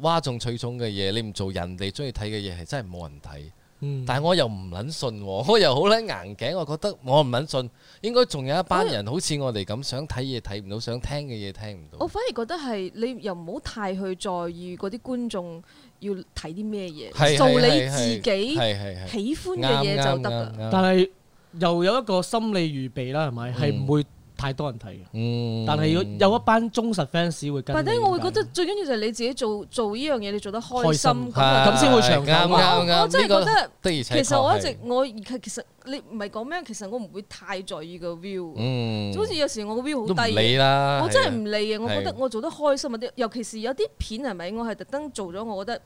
Speaker 3: 嘩眾取寵嘅嘢，你唔做人哋中意睇嘅嘢，係真係冇人睇。
Speaker 1: 嗯，
Speaker 3: 但係我又唔撚信喎， 我又好撚硬頸，我覺得我唔撚信，應該仲有一班人好似我哋咁想睇嘢睇唔到，想聽嘅嘢聽唔到。
Speaker 2: 我反而覺得係你又唔好太去在意嗰啲觀眾要睇啲咩嘢，
Speaker 3: 係
Speaker 2: 做
Speaker 3: 係
Speaker 2: 你
Speaker 3: 係
Speaker 2: 自己
Speaker 3: 係係係
Speaker 2: 喜歡嘅
Speaker 3: 啱
Speaker 2: 嘢就得㗎。
Speaker 3: 啱啱
Speaker 1: 但
Speaker 3: 啱。
Speaker 1: 係又有一個心理預備啦，係咪？係唔會太多人睇嘅，
Speaker 3: 嗯
Speaker 1: 但係要有一班忠實 fans 會跟你。
Speaker 2: 或者我會覺得最緊要就係你自己做做呢樣嘢，你做得開心
Speaker 1: 開心
Speaker 2: 咁啊
Speaker 1: 係咁先會長久
Speaker 3: 啱
Speaker 1: 嘛
Speaker 3: 啱
Speaker 2: 我
Speaker 3: 啱
Speaker 2: 我真係
Speaker 3: 呢個
Speaker 2: 覺得
Speaker 3: 的而且
Speaker 2: 其實我
Speaker 3: 確
Speaker 2: 一
Speaker 3: 係
Speaker 2: 直我而其實你唔係講咩，其實我唔會太在意個 view，
Speaker 3: 嗯
Speaker 2: 好似有時我個 view 好
Speaker 3: 都唔
Speaker 2: 低嘅
Speaker 3: 理啦，
Speaker 2: 我
Speaker 3: 係
Speaker 2: 真係
Speaker 3: 啊
Speaker 2: 唔理嘅，我覺得
Speaker 3: 係
Speaker 2: 我做得開心啲，尤其是有啲片係咪？我係特登做咗，我覺得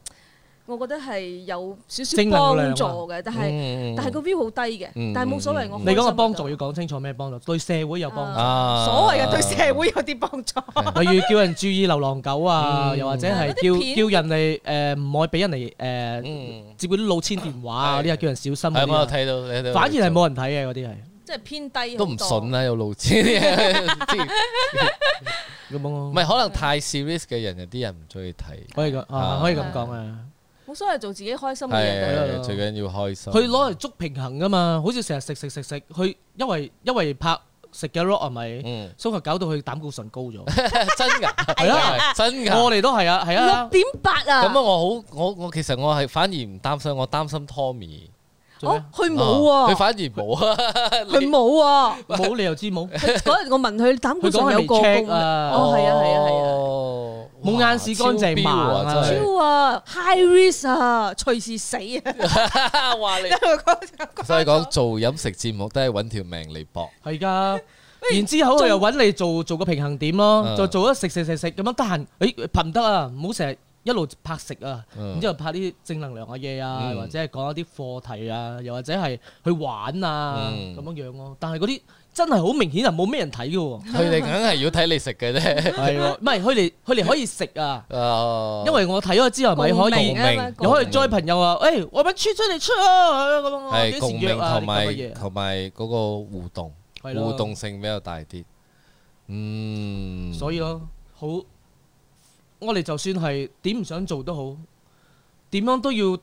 Speaker 2: 我覺得係有少少
Speaker 1: 正能量啊
Speaker 2: 幫助嘅，
Speaker 3: Ừ.
Speaker 2: 但係
Speaker 3: 嗯
Speaker 2: 但係個 view 好低嘅
Speaker 3: 嗯，
Speaker 2: 但係冇所謂。
Speaker 3: 嗯
Speaker 2: 我
Speaker 1: 你講
Speaker 2: 個
Speaker 1: 嘅幫助要講清楚咩幫助，對社會有幫助，
Speaker 3: 啊
Speaker 2: 所謂嘅對社會有啲幫 助，
Speaker 1: 例如叫人注意流浪狗啊，
Speaker 3: 嗯
Speaker 1: 又或者係
Speaker 2: 嗰啲片
Speaker 1: 叫叫人哋誒唔愛俾人哋
Speaker 3: Ừ.
Speaker 1: 誒
Speaker 3: 嗯
Speaker 1: 接嗰啲老千電話啊，嗰啲啊叫人小心嗰
Speaker 3: 係我有
Speaker 1: 啲啊。
Speaker 3: 睇到你睇到，
Speaker 1: 反而係冇人睇嘅嗰啲係，
Speaker 2: 即係偏低
Speaker 3: 都唔信啊
Speaker 2: 信
Speaker 3: 啦，有路痴啲嘢即係
Speaker 1: 咁樣咯
Speaker 3: 唔係可能太 serious 嘅人，有啲人唔中意睇。
Speaker 1: 可以咁啊
Speaker 3: 啊
Speaker 1: 可以咁講啊。
Speaker 2: 冇所謂做自己開心嘅
Speaker 1: 係
Speaker 2: 嘢
Speaker 1: 係
Speaker 2: 㗎。
Speaker 3: 係最緊要開心。
Speaker 1: 佢攞嚟捉平衡噶嘛，好似成日食食食食，佢因為因為拍食嘅 rock 係咪，
Speaker 3: 嗯，
Speaker 1: 所以佢搞到佢膽固醇高咗。
Speaker 3: 真㗎， 係
Speaker 1: 啊
Speaker 3: 啊，真㗎。
Speaker 1: 我哋都係啊， 係
Speaker 2: 六
Speaker 1: 啊，
Speaker 2: 點八
Speaker 3: 咁啊，
Speaker 2: 啊！
Speaker 3: 我好，我我其實我係反而唔擔心，我擔心 Tommy。
Speaker 1: 做
Speaker 2: 哦
Speaker 1: 咩，
Speaker 2: 佢
Speaker 3: 啊
Speaker 2: 冇
Speaker 3: 佢
Speaker 2: 喎，
Speaker 3: 反而冇啊。
Speaker 2: 佢冇 喎。
Speaker 1: 冇你又知冇，
Speaker 2: 佢嗰日我問佢膽
Speaker 1: 佢
Speaker 2: 固醇
Speaker 1: 講係
Speaker 2: 有
Speaker 1: 未
Speaker 2: 過
Speaker 1: check
Speaker 2: 高，
Speaker 1: 啊，
Speaker 2: 哦係啊係啊係啊
Speaker 3: 哦，
Speaker 1: 冇眼屎乾淨盲啊
Speaker 3: 超標
Speaker 2: 超啊 high risk 啊，隨時死啊！
Speaker 3: 真係 話你。所以講做飲食節目都係揾條命嚟搏。
Speaker 1: 係㗎。然之後佢又揾你做做個平衡點咯
Speaker 3: 嗯，
Speaker 1: 就做咗食食食食咁樣，得閒誒拍唔得啊，唔好成日一路拍食啊，
Speaker 3: 嗯
Speaker 1: 然之後拍啲正能量嘅嘢啊，
Speaker 3: 嗯
Speaker 1: 或者係講一啲課題啊，又或者係去玩啊
Speaker 3: 嗯
Speaker 1: 咁樣樣咯。但係嗰啲真係好明顯係冇咩人睇嘅喎，
Speaker 3: 佢哋梗係要睇你食嘅 啫。
Speaker 1: 係喎，唔係佢哋佢哋可以食啊，
Speaker 3: 哦，
Speaker 1: 因為我睇咗之後咪
Speaker 2: 共
Speaker 1: 可以
Speaker 2: 鳴。啊嘛
Speaker 3: 共鳴
Speaker 1: 又可以
Speaker 3: 共鳴
Speaker 1: join 朋友啊！誒，我咪出出嚟出啊！咁樣啊，
Speaker 3: 係
Speaker 1: 幾
Speaker 3: 共
Speaker 1: 時約
Speaker 3: 鳴
Speaker 1: 啊？
Speaker 3: 同
Speaker 1: 你講乜
Speaker 3: 埋
Speaker 1: 嘢？
Speaker 3: 同埋嗰個互動，
Speaker 1: 係咯
Speaker 3: 互動性比較大啲。嗯，
Speaker 1: 所以咯，好，我哋就算係點唔想做都好，點樣都要誒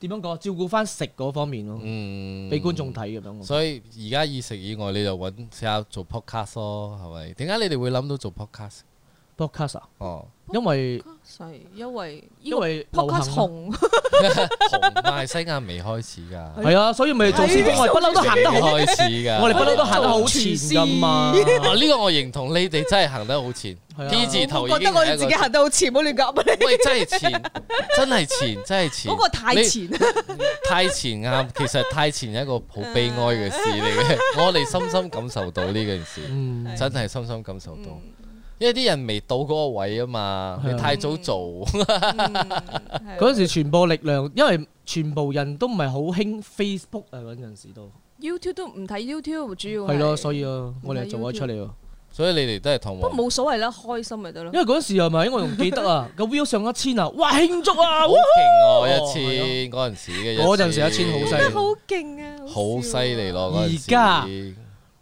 Speaker 1: 點樣講，照顧翻食嗰方面咯，
Speaker 3: 嗯，
Speaker 1: 俾觀眾睇咁樣咯。
Speaker 3: 所以而家以食以外，你就揾試下做 podcast 咯，係咪？點解你哋會諗到做 podcast？
Speaker 1: Podcast 啊
Speaker 3: 哦，
Speaker 1: 因為
Speaker 2: 係因為
Speaker 1: 因為流
Speaker 2: podcast
Speaker 1: 行啊
Speaker 2: 紅，
Speaker 3: 紅馬來西亞未開始㗎，
Speaker 1: 係啊，所以咪做師傅，我哋不嬲都行
Speaker 3: 未
Speaker 1: 得好，
Speaker 3: 開始㗎。
Speaker 1: 我哋不嬲都行得好前㗎嘛。
Speaker 3: 啊呢個我認同，你哋真係行得好前
Speaker 1: 係啊
Speaker 3: ，T 字頭已
Speaker 2: 我覺
Speaker 3: 經
Speaker 2: 得
Speaker 3: 係
Speaker 2: 我哋
Speaker 3: 一個
Speaker 2: 自己行得好前，唔好亂噏啊！
Speaker 3: 喂，真係前，真係前，真係
Speaker 2: 你
Speaker 3: 前。
Speaker 2: 嗰個太
Speaker 3: 你
Speaker 2: 前，啊
Speaker 3: 太前啱，其實太前係一個好悲哀嘅事嚟 嘅，我哋深深感受到呢件事，
Speaker 1: 嗯，
Speaker 3: 真係深深感受到，
Speaker 2: 嗯
Speaker 3: 因為啲人未到嗰個位啊嘛，
Speaker 1: 係啊
Speaker 3: 你太早做，
Speaker 2: 嗯啊
Speaker 1: 嗰陣時傳播力量，因為全部人都唔係好興 Facebook 啊，嗰陣時都
Speaker 2: YouTube 都唔睇 YouTube，主要
Speaker 1: 係咯，
Speaker 2: 係
Speaker 1: 所以啊，我哋就做咗出嚟喎。
Speaker 3: 所以你哋都係同
Speaker 2: 不過
Speaker 3: 我
Speaker 2: 冇所謂啦，開心咪得咯
Speaker 1: 因。為嗰陣時係咪？我仲記得啊，個 view 上一千啊，哇慶祝啊！
Speaker 3: 好勁
Speaker 1: 哦
Speaker 3: 喎一千嗰陣時嘅，
Speaker 1: 嗰陣時一千好犀利
Speaker 2: 好勁啊！
Speaker 3: 好犀利咯，嗰陣時
Speaker 1: 而家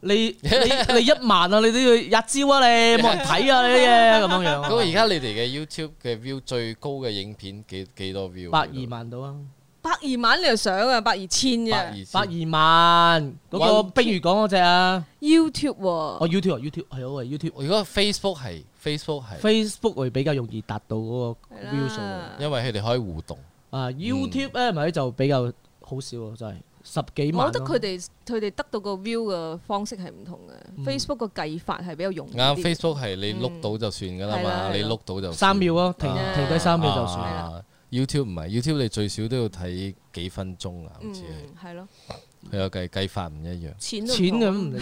Speaker 1: 你 你你一萬啊，你都要日招啊，你冇人睇啊，你啲嘢咁 樣樣啊。
Speaker 3: 咁而家你哋嘅 YouTube 嘅 view 最高嘅影片幾幾多 view？
Speaker 1: 百二萬到啊，
Speaker 2: 百二萬你又想啊，百二千
Speaker 3: 百
Speaker 2: 啫
Speaker 3: 二
Speaker 1: 百
Speaker 3: 千。
Speaker 1: 二萬嗰個
Speaker 3: 哇
Speaker 1: 冰魚講嗰只啊，
Speaker 2: ，YouTube 喎
Speaker 1: 哦，YouTube 啊 YouTube 係啊喂 YouTube
Speaker 3: 如果 Facebook 係 Facebook 係，
Speaker 1: Facebook 會比較容易達到嗰個
Speaker 2: 係啦
Speaker 1: view 數啊
Speaker 3: 因為佢哋可以互動。
Speaker 1: 啊 YouTube 咧咪就比較好少啊，真係十幾萬咯。
Speaker 2: 我覺得佢哋佢哋得到個 view 嘅方式係唔同
Speaker 1: 嗯
Speaker 2: 嘅，Facebook 個計法係比較容易
Speaker 3: 啱
Speaker 2: 啲。
Speaker 3: Facebook 係你碌到就算㗎啦
Speaker 1: 嗯
Speaker 2: 係啦
Speaker 3: 嘛，
Speaker 2: 係
Speaker 3: 你
Speaker 2: 啦
Speaker 3: 碌到就
Speaker 1: 三秒啊，停
Speaker 2: 啊
Speaker 1: 停低三秒就算。
Speaker 3: 算。YouTube 唔係 YouTube，你最少都要睇幾分鐘啊，好似
Speaker 2: 嗯，係咯，，
Speaker 3: 係佢有計計法唔一樣
Speaker 2: 錢都唔
Speaker 1: 錢咁
Speaker 2: 同
Speaker 1: 唔理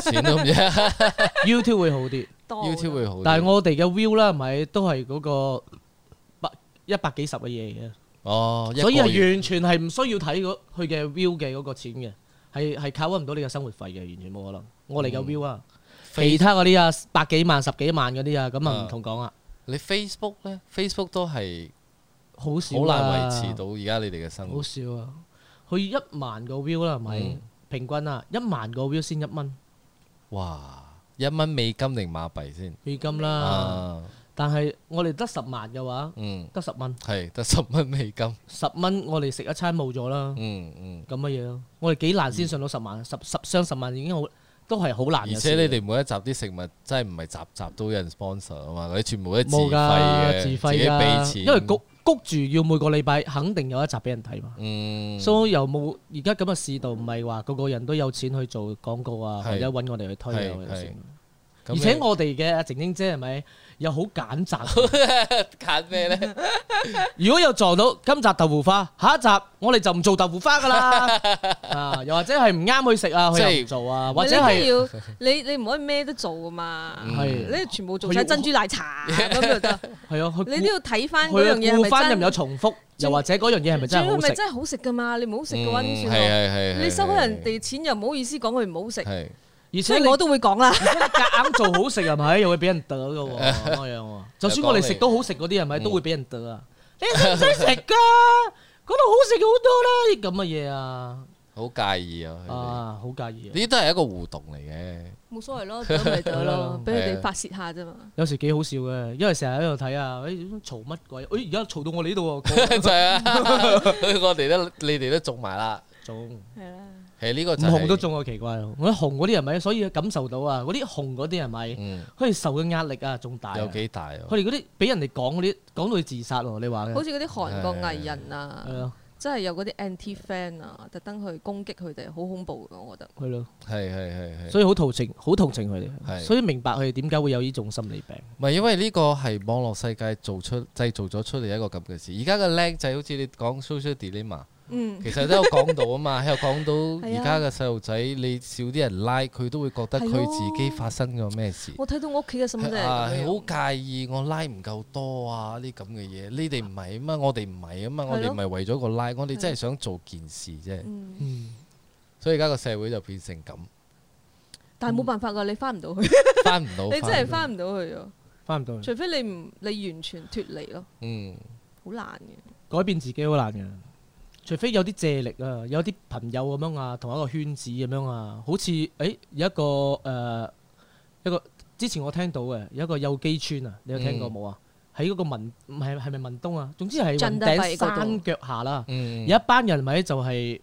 Speaker 3: 錢都唔一樣。
Speaker 1: YouTube 會好啲。
Speaker 2: 多㗎
Speaker 3: YouTube 會好啲，
Speaker 1: 但係我哋嘅 view 啦，咪都係嗰個百一百幾十嘅嘢嚟
Speaker 3: 哦，一
Speaker 1: 嘅，所以
Speaker 3: 個月
Speaker 1: 係完全係唔需要睇嗰佢嘅 view 嘅嗰個錢嘅，係係靠唔到你嘅生活費嘅，完全冇可能。我哋嘅
Speaker 3: 嗯
Speaker 1: view 啊，其他嗰啲啊百幾萬、十幾萬嗰啲啊，咁啊
Speaker 3: 啊
Speaker 1: 唔同講啊，
Speaker 3: 你 Facebook 咧，Facebook 都係
Speaker 1: 好少
Speaker 3: 好
Speaker 1: 啊
Speaker 3: 難維持，到而家你哋嘅生
Speaker 1: 好
Speaker 3: 活。
Speaker 1: 少啊！佢一萬個 view 啦，係咪
Speaker 3: 嗯
Speaker 1: 平均啊？一萬個 view 先一蚊
Speaker 3: 哇！一蚊美金定馬幣先
Speaker 1: 美金啦，
Speaker 3: 啊？
Speaker 1: 但係我哋得十萬嘅話，
Speaker 3: 嗯，
Speaker 1: 得十蚊，
Speaker 3: 係得十蚊美金。
Speaker 1: 十蚊我哋食一餐冇咗啦。
Speaker 3: 嗯嗯。
Speaker 1: 咁嘅嘢咯。我哋幾難先上到十萬，十十雙十萬已經好，都係好難嘅事
Speaker 3: 而且
Speaker 1: 嚟。
Speaker 3: 你哋每一集啲食物真係唔係集集都有人 sponsor 啊嘛，你全部都係自
Speaker 1: 冇
Speaker 3: 費嘅，
Speaker 1: 㗎，自
Speaker 3: 自己
Speaker 1: 費㗎，
Speaker 3: 俾錢。
Speaker 1: 因為谷谷住要每個禮拜肯定有一集俾人睇嘛。
Speaker 3: 嗯，
Speaker 1: 所以又冇而家咁嘅市道，唔係話個個人都有錢去做廣告啊，
Speaker 3: 係
Speaker 1: 或者揾我哋去推
Speaker 3: 係
Speaker 1: 啊嗰啲
Speaker 3: 係
Speaker 1: 先。
Speaker 3: 咁
Speaker 1: 而
Speaker 3: 你
Speaker 1: 且我哋嘅阿靜英姐係咪又好揀擇？
Speaker 3: 揀咩咧？
Speaker 1: 如果有撞到今集豆腐花，下一集我哋就唔做豆腐花㗎 啦。啊，又或者係唔啱去食啊，
Speaker 3: 即
Speaker 1: 佢
Speaker 3: 係
Speaker 1: 又唔做啊，
Speaker 2: 或
Speaker 1: 或
Speaker 2: 者
Speaker 1: 者係
Speaker 2: 要你你唔可以咩都做噶嘛，
Speaker 3: 嗯
Speaker 1: 係
Speaker 2: 你全部做晒珍珠奶茶咁就得，
Speaker 1: 係啊，佢
Speaker 2: 你都要睇翻嗰
Speaker 1: 佢
Speaker 2: 樣嘢係
Speaker 1: 嘅顧翻有唔
Speaker 2: 咪
Speaker 1: 有
Speaker 2: 真，
Speaker 1: 重複，又或者嗰樣嘢係咪
Speaker 2: 主
Speaker 1: 真係
Speaker 2: 要
Speaker 1: 好
Speaker 2: 係咪
Speaker 1: 食？嗯
Speaker 2: 真係好食噶嘛？你唔好 食嘅話點
Speaker 3: 係
Speaker 2: 算啊？
Speaker 3: 係係，
Speaker 2: 你收
Speaker 3: 係
Speaker 2: 開人哋錢又唔好意思講佢唔好食，
Speaker 1: 啊
Speaker 3: 係
Speaker 1: 而
Speaker 2: 所
Speaker 1: 且
Speaker 2: 以
Speaker 1: 你
Speaker 2: 我都會講啦。
Speaker 1: 夾硬做好食係咪？又會俾人啄 嘅喎，咁樣喎。就算我哋食到好食嗰啲係咪，都會俾人啄啊！你識唔識食㗎？嗰度好食好多啦，啲咁嘅嘢啊，
Speaker 3: 好介意啊！佢哋
Speaker 1: 啊，好介意啊！，
Speaker 3: 呢啲都係一個互動嚟嘅，
Speaker 2: 冇所謂咯，得咪得咯俾佢
Speaker 3: 係啊
Speaker 2: 哋發泄下啫嘛。
Speaker 1: 有時幾好笑嘅，因為成日喺度睇啊，誒嘈乜鬼？誒而家嘈到我哋呢 度喎，
Speaker 3: 就係啊！我哋都你哋都中埋啦，
Speaker 1: 中
Speaker 2: 係啊啦，
Speaker 3: 係呢個
Speaker 1: 唔
Speaker 3: 就係
Speaker 1: 紅都中我奇怪咯。我啲紅嗰啲係咪？所以感受到啊，嗰啲紅嗰啲係咪？
Speaker 3: 嗯，
Speaker 1: 佢哋受嘅壓力啊，仲大啊。
Speaker 3: 有幾大啊？
Speaker 1: 佢哋嗰啲俾人哋講嗰啲，講到佢自殺喎，你話嘅
Speaker 2: 好。似嗰啲韓國藝人
Speaker 1: 係
Speaker 2: 啊，
Speaker 1: 咯，
Speaker 2: 真係有嗰啲 anti fan 啊，特登去攻擊佢哋，好恐怖嘅，我覺得。
Speaker 1: 係咯，
Speaker 3: 係係係係。
Speaker 1: 所以好同情，好同情佢
Speaker 3: 係
Speaker 1: 哋，所以明白佢哋點解會有呢種心理病。
Speaker 3: 唔係因為呢個係網絡世界做出製造咗出嚟一個咁嘅事，而家嘅僆仔好似你講 social dilemma，
Speaker 2: 嗯，
Speaker 3: 其實都有講到啊 嘛，有講到
Speaker 2: 係啊
Speaker 3: 而家嘅細路仔，你少啲人拉，佢都會覺得佢自己發生咗咩事。
Speaker 2: 我睇到我屋企嘅新聞真係
Speaker 3: 啊，
Speaker 2: 咁樣
Speaker 3: 好介意我拉唔夠多啊！呢咁嘅嘢，你哋唔係啊嘛，我哋唔係啊嘛，我哋唔係為咗個拉，我哋真係想做件事啫。
Speaker 2: 嗯
Speaker 1: 嗯，
Speaker 3: 所以而家個社會就變成咁，
Speaker 2: 但係冇辦法㗎，你翻唔到去，
Speaker 3: 翻唔到。
Speaker 2: 你真係翻唔到去啊！
Speaker 1: 翻唔到去，
Speaker 2: 除非你唔你完全脱離咯，
Speaker 3: 嗯，
Speaker 2: 好難嘅。
Speaker 1: 改變自己好難嘅。除非有啲借力啊，有啲朋友咁樣啊，同一個圈子咁樣啊，好似誒、欸有一個誒、呃一個之前我聽到嘅有一個有機村啊，你有聽過冇啊？
Speaker 3: 嗯
Speaker 1: 喺嗰、個文唔係係咪文東啊？總之係雲
Speaker 2: 真得
Speaker 1: 頂
Speaker 2: 廢嗰度
Speaker 1: 山腳下啦。
Speaker 3: 嗯，
Speaker 1: 有一班人咪就係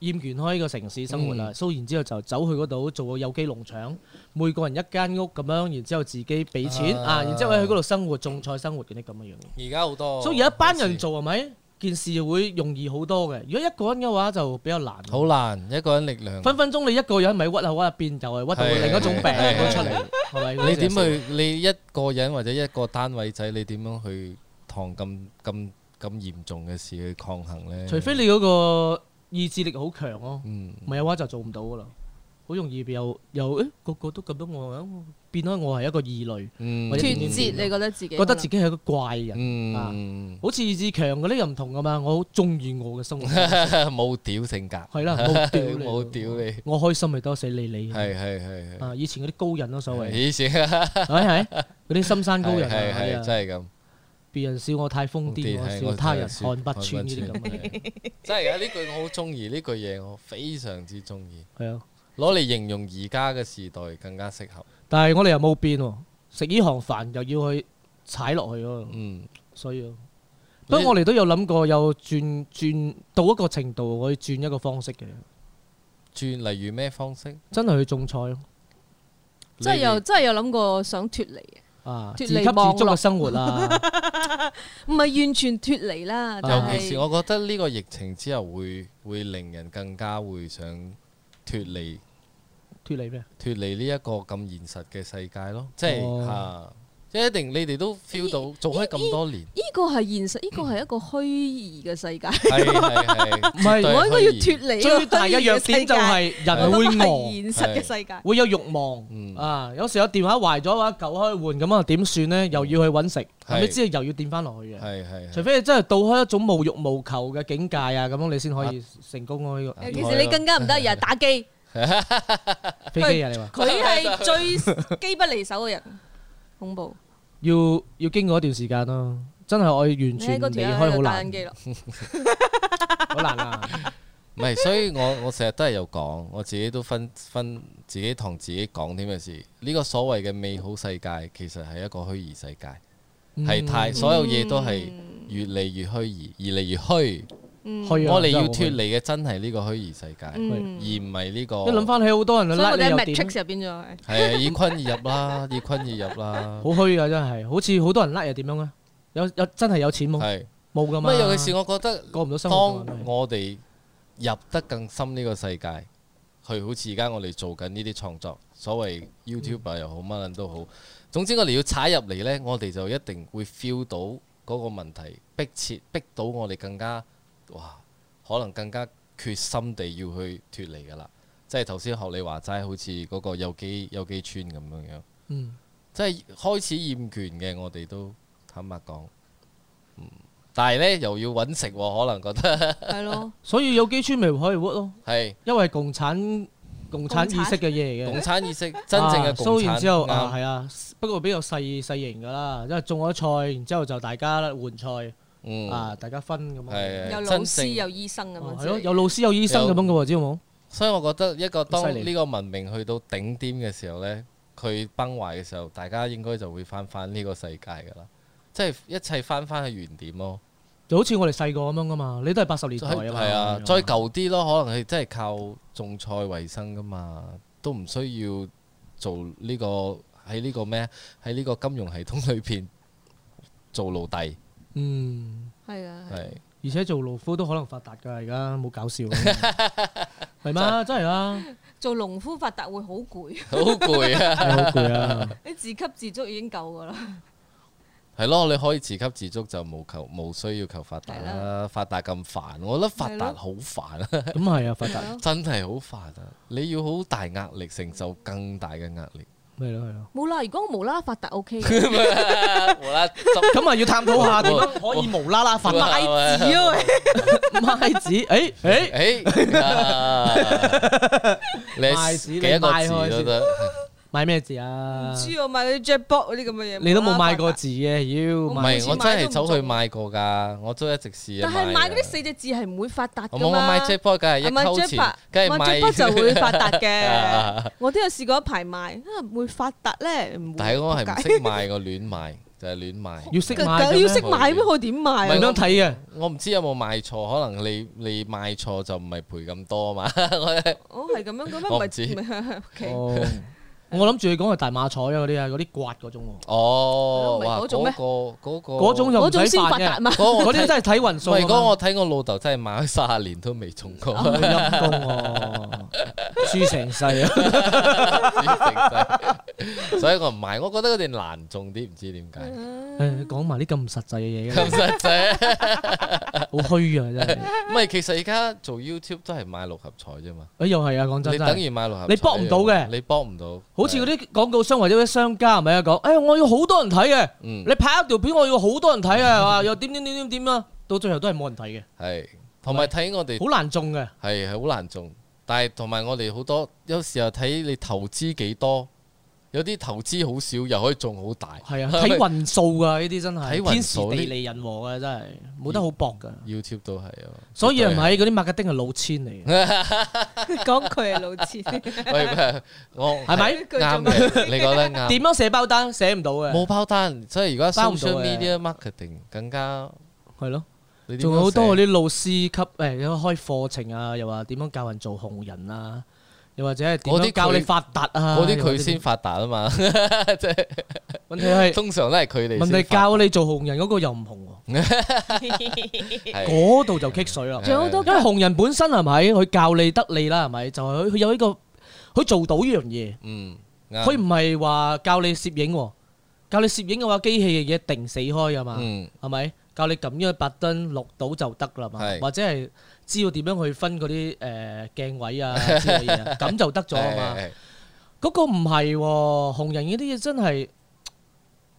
Speaker 1: 厭倦開呢個城市生活
Speaker 3: 嗯
Speaker 1: 啦，所以然之後就走去嗰度做個有機農場，每個人一間屋咁樣，然之後自己俾錢
Speaker 3: 啊
Speaker 1: 啊，然之後喺嗰度生活種菜生活嗰啲咁嘅樣。
Speaker 3: 而家好多，
Speaker 1: 所以有一班人做係咪件事會容易好多嘅？如果一個人嘅話就比較難。
Speaker 3: 好難，一個人力量。
Speaker 1: 分分鐘你一個人咪屈下屈啊入邊，就係屈到
Speaker 3: 係
Speaker 1: 另一種病
Speaker 3: 係
Speaker 1: 咁出嚟，係咪？
Speaker 3: 你點？去？你一個人或者一個單位仔，你點樣去同咁咁咁嚴重嘅事去抗衡呢？
Speaker 1: 除非你嗰個意志力好強咯。
Speaker 3: 嗯，
Speaker 1: 唔係嘅話就做唔到噶啦，好容易又又誒個個都咁樣我樣，變咗我係一個異類，
Speaker 3: 嗯
Speaker 1: 或者
Speaker 2: 脱
Speaker 1: 點點
Speaker 2: 節，你覺得自己
Speaker 1: 覺得自己係一個怪人。
Speaker 3: 嗯，
Speaker 1: 好似意志強嗰啲又唔同噶嘛，我好中意我嘅 生活，
Speaker 3: 冇屌性格，
Speaker 1: 係啦，冇屌你，
Speaker 3: 冇屌，你，
Speaker 1: 我開心咪多死你你。
Speaker 3: 係係係係，
Speaker 1: 啊，以前嗰啲高人咯，所謂
Speaker 3: 以前係
Speaker 1: 係係嗰啲深山高人
Speaker 3: 係
Speaker 1: 啊，
Speaker 3: 係
Speaker 1: 係啊，
Speaker 3: 真係咁，
Speaker 1: 別人笑我太瘋癲，
Speaker 3: 係
Speaker 1: 我笑
Speaker 3: 我
Speaker 1: 他人
Speaker 3: 真係
Speaker 1: 看不穿呢啲咁
Speaker 3: 看不
Speaker 1: 嘅
Speaker 3: 穿
Speaker 1: 嘢，
Speaker 3: 真係啊！呢句我好中意，呢句嘢我非常之中意，
Speaker 1: 係啊。
Speaker 3: 攞嚟形容而家嘅時代更加適合。
Speaker 1: 但係我哋又冇變喎，食呢行飯又要去踩落去咯。
Speaker 3: 嗯，
Speaker 1: 所以咯，不過我哋都有諗過，有轉轉到一個程度，可以轉一個方式嘅，
Speaker 3: 轉例如咩方式？
Speaker 1: 真係去種菜咯，
Speaker 2: 真係有真係有諗過想脱離嘅，
Speaker 1: 啊，自
Speaker 2: 脫
Speaker 1: 給
Speaker 2: 離
Speaker 1: 自足
Speaker 2: 網絡
Speaker 1: 嘅生活啊，
Speaker 2: 唔係完全脱離啦，但
Speaker 3: 尤其是
Speaker 2: 係
Speaker 3: 我覺得呢個疫情之後會會令人更加會想脱離
Speaker 1: 脱離咩？
Speaker 3: 脱離呢一個咁現實嘅世界咯，即係嚇、
Speaker 1: 哦
Speaker 3: 啊即係一定你哋都 feel 到做開咁多年，
Speaker 2: 呢個係現實，呢個係一個虛擬嘅世界。
Speaker 3: 係係係，
Speaker 1: 唔係
Speaker 2: 我應該要
Speaker 3: 脱
Speaker 2: 脱 離
Speaker 1: 最大嘅
Speaker 2: 嘅
Speaker 1: 弱點就係人
Speaker 2: 啊
Speaker 1: 會餓，
Speaker 2: 現實嘅世界。
Speaker 1: 會有慾望
Speaker 3: 嗯
Speaker 1: 啊！有時有電話壞咗嘅話，舊開換咁啊，點算呢？又要去揾食，咁你知道又要墊翻落去嘅。
Speaker 3: 嗯係係
Speaker 1: 除非你真係到開一種無欲無求嘅境界啊，咁樣你先可以成功咯。
Speaker 3: 啊
Speaker 1: 呢
Speaker 2: 尤其是你更加唔得，日日 打機，
Speaker 1: 個飛機啊，
Speaker 3: 嗯
Speaker 1: 你話
Speaker 2: 佢係最機不離手嘅人，恐怖。
Speaker 1: 要要經過一段時間咯，真係我完
Speaker 2: 你
Speaker 1: 全
Speaker 2: 喺嗰
Speaker 1: 離
Speaker 2: 條
Speaker 1: 開
Speaker 2: 喺
Speaker 1: 好
Speaker 2: 度打
Speaker 1: 難
Speaker 2: 緊。機咯，
Speaker 1: 好難啊！
Speaker 3: 唔係，所以我我成日都係有講，我自己都分分自己同自己講啲咩事。呢個所謂嘅美好世界，其實係一個虛擬世界，
Speaker 2: 嗯
Speaker 3: 係太所有嘢都係越嚟越虛擬，越嚟越虛。
Speaker 1: 去啊
Speaker 3: 我哋要脱
Speaker 1: 真係好
Speaker 3: 離嘅真係呢個虛擬世界，而
Speaker 2: 嗯，
Speaker 3: 唔係呢個。
Speaker 1: 去一諗翻起好多人
Speaker 2: 所以
Speaker 1: 拉
Speaker 2: 我
Speaker 1: 你
Speaker 2: 哋
Speaker 1: 又
Speaker 2: 喺
Speaker 1: 點，
Speaker 2: Matrix 入邊咗。
Speaker 3: 係啊，以坤而入啦，以坤而入啦
Speaker 1: 好。虛啊噶真係，好似好多人拉又點樣啊？有有真係有錢冇？
Speaker 3: 係
Speaker 1: 冇噶嘛？
Speaker 3: 乜？尤其是我覺得，
Speaker 1: 過唔到生
Speaker 3: 當
Speaker 1: 活㗎嘛。
Speaker 3: 我哋入得更深呢個世界，去好似而家我哋做緊呢啲創作，所謂
Speaker 1: 嗯
Speaker 3: YouTuber 又好，乜撚都好。總之我哋要踩入嚟呢，我哋就一定會 feel 到嗰個問題迫切，逼到我哋更加哇，可能更加決心地要去脱離㗎啦。即係頭先學你話齋，好似嗰個有機有機村咁樣樣。
Speaker 1: 嗯，
Speaker 3: 即係開始厭倦嘅，我哋都坦白講，嗯，但係呢，又要揾食喎，可能覺得
Speaker 2: 係咯，
Speaker 1: 所以有機村咪可以 work 咯，
Speaker 3: 係
Speaker 1: 因為共產共產意識嘅嘢嚟
Speaker 3: 共
Speaker 1: 嘅。
Speaker 3: 產意識，真正嘅
Speaker 1: 啊
Speaker 3: 共
Speaker 1: 所以然
Speaker 3: 產。
Speaker 1: 之後啊，
Speaker 3: 啱
Speaker 1: 係啊，不過比較細細型噶啦，因為種咗菜，然之後就大家換菜
Speaker 3: 嗯，
Speaker 1: 啊，大家分咁樣。
Speaker 3: 係啊
Speaker 2: 有
Speaker 3: 係
Speaker 2: 老
Speaker 3: 真
Speaker 2: 師
Speaker 3: 正。
Speaker 2: 有醫生咁
Speaker 1: 哦
Speaker 2: 樣。
Speaker 1: 係咯，有老師有醫生咁樣嘅喎，知道冇？
Speaker 3: 所以我覺得一個
Speaker 1: 好
Speaker 3: 當
Speaker 1: 犀利
Speaker 3: 呢個文明去到頂點嘅時候呢，佢崩壞嘅時候，大家應該就會翻返呢個世界㗎啦。即係一切翻返去原點咯，
Speaker 1: 就好似我哋細個咁樣噶嘛，你都係八十年代啊嘛。
Speaker 3: 係啊，再舊啲咯，可能係真係靠種菜為生噶嘛，都唔需要做呢、個喺呢個咩啊喺呢個金融系統裏邊做奴隸，
Speaker 1: 嗯。
Speaker 2: 係啊，係
Speaker 3: 係
Speaker 1: 而且做勞夫都可能發達㗎，而家冇搞笑，係嘛？真係啊，
Speaker 2: 做農夫發達會好攰，
Speaker 3: 好攰啊！
Speaker 1: 係好攰啊！
Speaker 2: 你自給自足已經夠㗎啦。
Speaker 3: 係咯，你可以自給自足就冇求冇需要求發達
Speaker 2: 係
Speaker 3: 啦。發達咁煩，我覺得發達好煩
Speaker 2: 哦
Speaker 3: 啊，
Speaker 1: 咁係啊，發達
Speaker 2: 係咯
Speaker 3: 真係好煩啊！你要好大壓力承受更大嘅壓力，
Speaker 1: 係咯係咯。
Speaker 2: 冇啦，如果我無啦啦發達 OK 嘅，
Speaker 3: 無啦 執
Speaker 1: 咁啊，要探討下點樣可以無啦啦發達
Speaker 3: 買紙
Speaker 2: 啊
Speaker 1: 賣紙？ 誒誒，
Speaker 3: 誒哎啊
Speaker 1: 賣紙
Speaker 3: 你
Speaker 1: 你
Speaker 3: 幾多個
Speaker 1: 賣開
Speaker 3: 字都
Speaker 1: 先
Speaker 3: 得。
Speaker 1: 買咩字啊
Speaker 2: 唔？知我買嗰啲 jackpot 嗰啲咁嘅嘢，
Speaker 1: 你都冇
Speaker 2: 無啦啦發
Speaker 1: 買
Speaker 2: 達
Speaker 1: 過字啊嘅，妖
Speaker 3: 唔
Speaker 2: 我
Speaker 1: 買
Speaker 3: 係，
Speaker 2: 次
Speaker 3: 我
Speaker 2: 買
Speaker 3: 真
Speaker 2: 都
Speaker 3: 係
Speaker 2: 唔
Speaker 3: 走去
Speaker 2: 中
Speaker 3: 買過㗎，我都一直試啊。
Speaker 2: 但係買嗰啲
Speaker 3: 㗎
Speaker 2: 四隻字係唔會發達
Speaker 3: 我
Speaker 2: 噶
Speaker 3: 冇我買
Speaker 2: 嘛。啊
Speaker 3: jackpot 梗係一
Speaker 2: 係咪
Speaker 3: 溝錢
Speaker 2: jackpot？，
Speaker 3: 梗係
Speaker 2: 買
Speaker 3: 買
Speaker 2: jackpot 就會發達
Speaker 3: 啊
Speaker 2: 嘅。 我都有試過一排賣，啊會發達咧，唔會
Speaker 3: 但係我係唔
Speaker 2: 仆街
Speaker 3: 識買，我亂買就係亂買。
Speaker 1: 要識買
Speaker 2: 梗
Speaker 1: 嘅
Speaker 2: 要
Speaker 1: 咩
Speaker 2: 識？買咩？我點買
Speaker 3: 唔係
Speaker 1: 點
Speaker 2: 啊
Speaker 3: 我？
Speaker 1: 樣睇嘅？
Speaker 3: 我唔知有冇買錯，可能你你買錯就唔係賠咁多啊嘛。 我
Speaker 2: 哦係咁樣嘅咩？
Speaker 3: 我
Speaker 2: 唔
Speaker 3: 唔
Speaker 2: 係
Speaker 3: 知
Speaker 2: 唔係 OK，
Speaker 1: 哦，我諗住你講係大馬彩啊嗰啲啊，嗰啲刮嗰種喎，
Speaker 3: 哦，
Speaker 2: 唔係
Speaker 3: 哇，
Speaker 2: 嗰
Speaker 3: 嗰
Speaker 2: 種咩
Speaker 3: 個嗰個
Speaker 1: 嗰種就唔
Speaker 2: 嗰種
Speaker 1: 使
Speaker 2: 先
Speaker 1: 發
Speaker 2: 發達
Speaker 1: 嘅，
Speaker 2: 嘛。
Speaker 3: 哦嗰個
Speaker 1: 嗰
Speaker 3: 我
Speaker 1: 啲
Speaker 3: 睇
Speaker 1: 真係睇運
Speaker 3: 唔
Speaker 1: 數
Speaker 3: 係
Speaker 1: 啊
Speaker 3: 嗰個，
Speaker 1: 嘛。
Speaker 3: 我睇我老豆真係買咗卅年都未中 過，
Speaker 1: 哦陰公喎，輸成世啊！
Speaker 3: 所以我唔買。我覺得嗰啲難中啲，唔知點解。
Speaker 2: 嗯
Speaker 1: 誒，講埋啲咁唔實際嘅嘢
Speaker 3: 咁
Speaker 1: 嘅，
Speaker 3: 實際，
Speaker 1: 好虛啊 真係。
Speaker 3: 唔係其實而家做 YouTube 都係買六合彩啫嘛。
Speaker 1: 誒又係啊，講真
Speaker 3: 你
Speaker 1: 真
Speaker 3: 等
Speaker 1: 係，
Speaker 3: 於買六合彩，
Speaker 1: 你搏唔到嘅
Speaker 3: 你搏唔到。
Speaker 1: 好似嗰啲廣告商或者啲商家係咪啊講，誒我要好多人睇嘅，
Speaker 3: 嗯
Speaker 1: 你拍一條片我要好多人睇 啊，話又點點點點點啦，到最後都係冇人睇
Speaker 3: 係，同埋睇我哋
Speaker 1: 嘅，好難中嘅。
Speaker 3: 係係好難中，但係同埋我哋好多有時候睇你投資幾多，有啲投資好少又可以中好大。
Speaker 1: 係 啊，睇運數噶呢啲真
Speaker 3: 睇運數
Speaker 1: 係天時
Speaker 3: 呢
Speaker 1: 地利人和啊嘅真係冇得好搏噶。
Speaker 3: YouTube 都係啊，
Speaker 1: 所以係
Speaker 3: 絕
Speaker 1: 咪嗰啲麥格丁係老千嚟
Speaker 3: 嗯
Speaker 1: 嘅？
Speaker 2: 講 佢係老錢，
Speaker 3: 對係？喂咩我
Speaker 1: 係咪？
Speaker 2: 佢
Speaker 3: 啱
Speaker 2: 仲
Speaker 3: 嘅，你覺得 啱？
Speaker 1: 點樣寫包單寫唔到嘅？
Speaker 3: 冇包單，所以而家
Speaker 1: 包唔到
Speaker 3: social
Speaker 1: 嘅
Speaker 3: media marketing 更加
Speaker 1: 係咯，
Speaker 3: 你點樣
Speaker 1: 仲有好多嗰
Speaker 3: 寫
Speaker 1: 啲老師級誒，有開課程啊，又話點樣教人做紅人啊，又或者係點
Speaker 3: 嗰啲
Speaker 1: 樣教
Speaker 3: 佢
Speaker 1: 你發達啊？
Speaker 3: 嗰啲
Speaker 1: 又或
Speaker 3: 佢
Speaker 1: 者
Speaker 3: 先發達 啊嘛，
Speaker 1: 問題係。
Speaker 3: 通常都係佢哋
Speaker 1: 問題
Speaker 3: 先發
Speaker 1: 教你做紅人嗰個又唔紅喎，
Speaker 3: 係
Speaker 1: 嗰度就棘水啦。
Speaker 2: 仲有好多
Speaker 1: 因為紅人本身係啊咪佢教你得你啦，係咪就係佢佢有呢個佢做到呢樣嘢，
Speaker 3: 嗯，
Speaker 1: 佢
Speaker 3: 啱
Speaker 1: 唔係話教你攝影喎，教你攝影嘅話機器嘅嘢定死開噶嘛，
Speaker 3: 嗯
Speaker 1: 係咪？教你咁樣白燈錄到就得啦嘛
Speaker 3: 係，
Speaker 1: 或者係知道點樣去分嗰啲誒鏡 位啊之類嘢啊，咁就得咗啊嘛
Speaker 3: 係。係
Speaker 1: 嗰個唔係喎，紅人嗰啲嘢真係〜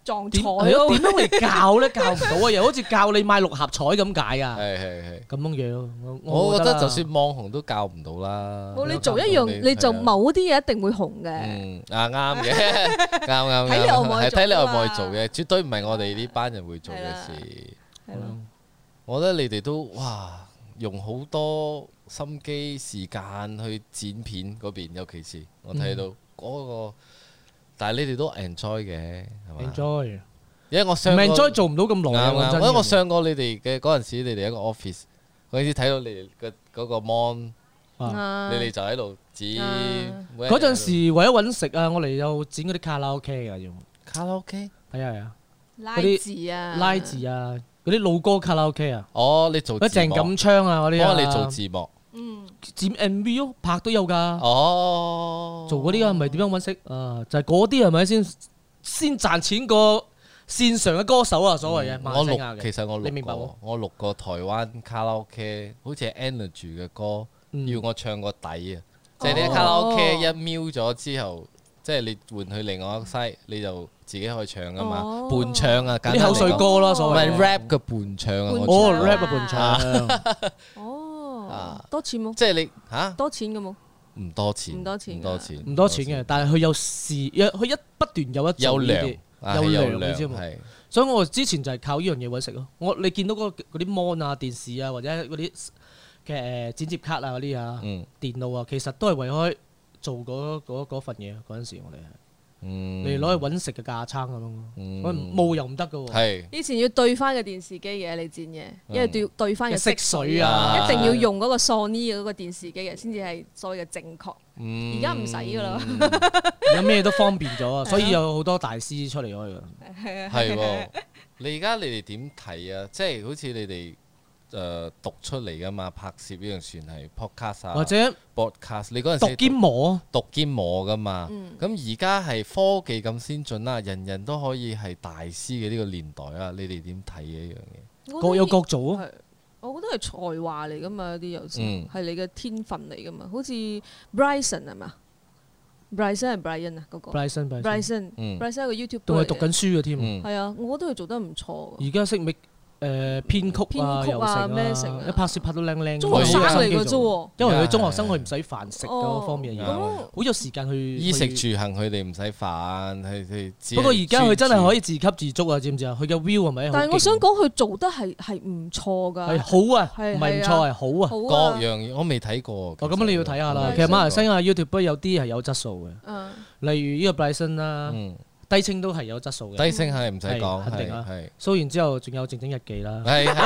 Speaker 2: 撞彩
Speaker 1: 點係咯？
Speaker 2: 咯
Speaker 1: 點。樣嚟教咧？教唔 到啊！又好似教你買六合彩咁解啊！
Speaker 3: 係係係。
Speaker 1: 咁樣樣，
Speaker 3: 我覺得
Speaker 1: 啦
Speaker 3: 就算網紅都教唔到啦。
Speaker 2: 哦冇你做一樣，你做
Speaker 3: 冇。
Speaker 2: 某啲嘢一定會紅嘅。
Speaker 3: 嗯啊啱 嘅，啱啱
Speaker 2: 睇你有冇
Speaker 3: 啱，
Speaker 2: 去
Speaker 3: 係睇你有冇
Speaker 2: 做㗎嘛
Speaker 3: 去做嘅，絕對唔係我哋呢班人會做嘅事。
Speaker 2: 係
Speaker 3: Ừ.
Speaker 2: 咯，
Speaker 3: 我覺得你哋都哇，用好多心機時間去剪片嗰邊，尤其是我睇到嗰個，但係你哋都 enjoy 嘅，係嘛？
Speaker 1: enjoy，
Speaker 3: 因為我上
Speaker 1: 唔
Speaker 3: 個
Speaker 1: enjoy 做唔到咁
Speaker 3: 啱
Speaker 1: 耐啊！講
Speaker 3: 啱，
Speaker 1: 真
Speaker 3: 因為我上過你哋嘅嗰陣時，你哋一個 office 嗰陣時睇到你哋嘅嗰個 mon。
Speaker 1: 啊
Speaker 2: 啊
Speaker 3: 你哋就喺度指
Speaker 2: 啊
Speaker 3: 每一日
Speaker 1: 嗰陣時為咗揾食啊，我哋又剪嗰啲卡拉 OK 啊，要
Speaker 3: 卡拉 OK，
Speaker 1: 係啊係啊，
Speaker 2: 拉
Speaker 1: 嗰啲
Speaker 2: 字啊，
Speaker 1: 拉字啊，嗰啲老歌卡拉 OK 啊，
Speaker 3: 哦，你做
Speaker 1: 嗰
Speaker 3: 字
Speaker 1: 鄭
Speaker 3: 幕，
Speaker 1: 錦昌啊嗰啲啊，
Speaker 3: 幫你做字幕，
Speaker 2: 嗯，
Speaker 1: 剪 MV 咯，拍都有㗎，
Speaker 3: 哦，
Speaker 1: 啊做嗰啲啊，咪點樣揾食啊？就係嗰啲係咪先先賺錢過線上嘅歌手啊？所謂嘅馬
Speaker 3: 嗯我
Speaker 1: 來西亞
Speaker 3: 錄，其
Speaker 1: 嘅，
Speaker 3: 實我
Speaker 1: 你
Speaker 3: 錄
Speaker 1: 明白冇
Speaker 3: 過，我錄過台灣卡拉 OK，好似係 Energy 嘅歌，
Speaker 1: 嗯哦
Speaker 3: 要我唱個底啊，即係你喺卡拉 OK 一瞄咗之後，即係你換去另外一個 side，你就自己可以唱噶嘛
Speaker 2: 哦，
Speaker 3: 伴唱啊，簡單
Speaker 1: 啲口水
Speaker 3: 嚟講
Speaker 1: 歌啦，所
Speaker 3: 唔
Speaker 1: 謂
Speaker 3: 係 rap 嘅伴唱啊，
Speaker 2: 伴
Speaker 3: 我
Speaker 1: 哦
Speaker 2: 唱
Speaker 1: rap 嘅伴唱，
Speaker 2: 哦
Speaker 3: 啊，
Speaker 2: 多錢冇？
Speaker 3: 即係你嚇
Speaker 2: 多錢嘅冇？
Speaker 3: 唔多錢，
Speaker 2: 唔多錢啊
Speaker 3: 唔多錢，
Speaker 1: 唔多錢 嘅，但係佢有時，佢一不斷有一
Speaker 3: 有
Speaker 1: 做呢
Speaker 3: 量
Speaker 1: 啲，，
Speaker 3: 啊
Speaker 1: 有
Speaker 3: 係
Speaker 1: 量
Speaker 3: 有
Speaker 1: 你知冇
Speaker 3: 係
Speaker 1: 所以我之前就係靠呢樣嘢揾食咯。我你見到嗰嗰啲 mon 啊、電視啊，或者嗰啲嘅誒剪接卡啊嗰啲啊、
Speaker 3: 嗯
Speaker 1: 電腦啊，其實都係為開做嗰嗰嗰份嘢。嗰陣時我哋係
Speaker 3: 嗯，
Speaker 1: 你攞去揾食嘅架撐咁樣咯。
Speaker 3: 嗯
Speaker 1: 我冇又唔得嘅喎，
Speaker 3: 係
Speaker 2: 以前要對翻個電視機嘅，你剪嘢，
Speaker 3: 嗯
Speaker 2: 因為對對翻嘅
Speaker 1: 色
Speaker 2: 色
Speaker 1: 水
Speaker 2: 水
Speaker 1: 啊
Speaker 2: 啊，一定要用嗰個 Sony 嗰個電視機嘅，先至係所謂嘅正確。而家唔使噶啦，
Speaker 1: 有咩都方便 咗啊，所以有好多大師出嚟可以㗎。
Speaker 3: 嗯啊係喎。你而家你哋點睇啊？即係好似你哋誒讀出嚟噶嘛，拍攝呢樣算係 podcast 啊，
Speaker 1: 或者
Speaker 3: broadcast。你嗰陣
Speaker 1: 讀啊
Speaker 3: 時
Speaker 1: 兼摸，
Speaker 3: 讀兼磨噶嘛
Speaker 2: 嗯，
Speaker 3: 咁而家係科技咁先進啦，人人都可以係大師嘅呢個年代啦，你哋點睇呢樣嘢？
Speaker 2: 我覺
Speaker 1: 各
Speaker 2: 得
Speaker 1: 有各做啊。
Speaker 2: 係，我覺得係才華嚟噶嘛，有啲有時
Speaker 3: 嗯
Speaker 2: 係你嘅天分嚟噶嘛，好似 Bryson 係嘛？Bryson 係 Brian 啊，嗰個
Speaker 1: Bryson Bryson
Speaker 2: Bryson
Speaker 3: 嗯
Speaker 2: Bryson 係個 YouTube，
Speaker 1: 仲係
Speaker 2: r
Speaker 1: 讀緊書嘅添，
Speaker 3: 嗯
Speaker 2: 係啊，我覺得佢做得唔錯㗎。
Speaker 1: 而家識咪誒編曲啊、
Speaker 2: 編曲
Speaker 1: 又
Speaker 2: 啊
Speaker 1: 成
Speaker 2: 咩成
Speaker 1: 啊
Speaker 2: 啊，
Speaker 1: 一拍攝拍到靚靚。
Speaker 2: 中學生嚟
Speaker 1: 嘅
Speaker 2: 嘅啫喎，
Speaker 1: 因為佢中學生佢唔使飯食嗰方面嘅嘢，
Speaker 3: 嗯
Speaker 2: 哦
Speaker 1: 好有時間去
Speaker 3: 衣食
Speaker 1: 去
Speaker 3: 住行佢哋唔使煩，佢佢啊只
Speaker 1: 不過而家佢真係可
Speaker 3: 以
Speaker 1: 以自給自足啊，知唔知啊？佢嘅 view 係咪？
Speaker 2: 但係我想講佢做得係係唔錯㗎，
Speaker 1: 係好啊，
Speaker 2: 係
Speaker 1: 唔係唔
Speaker 2: 係
Speaker 1: 錯係好啊。
Speaker 2: 好
Speaker 3: 各
Speaker 2: 啊，
Speaker 3: 樣嘢，我未睇過。哦
Speaker 1: 哦，咁你要睇下啦。
Speaker 2: 嗯
Speaker 1: 其實馬來西亞 YouTube 有啲係有質素嘅，
Speaker 2: 嗯
Speaker 1: 例如呢個 Bryson 啦，
Speaker 3: 嗯，
Speaker 1: 低清都係有質素嘅。
Speaker 3: 低聲係唔使講，
Speaker 1: 係肯定
Speaker 3: 係
Speaker 1: 啊
Speaker 3: 係
Speaker 1: 蘇然之後仲有靜靜日記啦。
Speaker 3: 係係。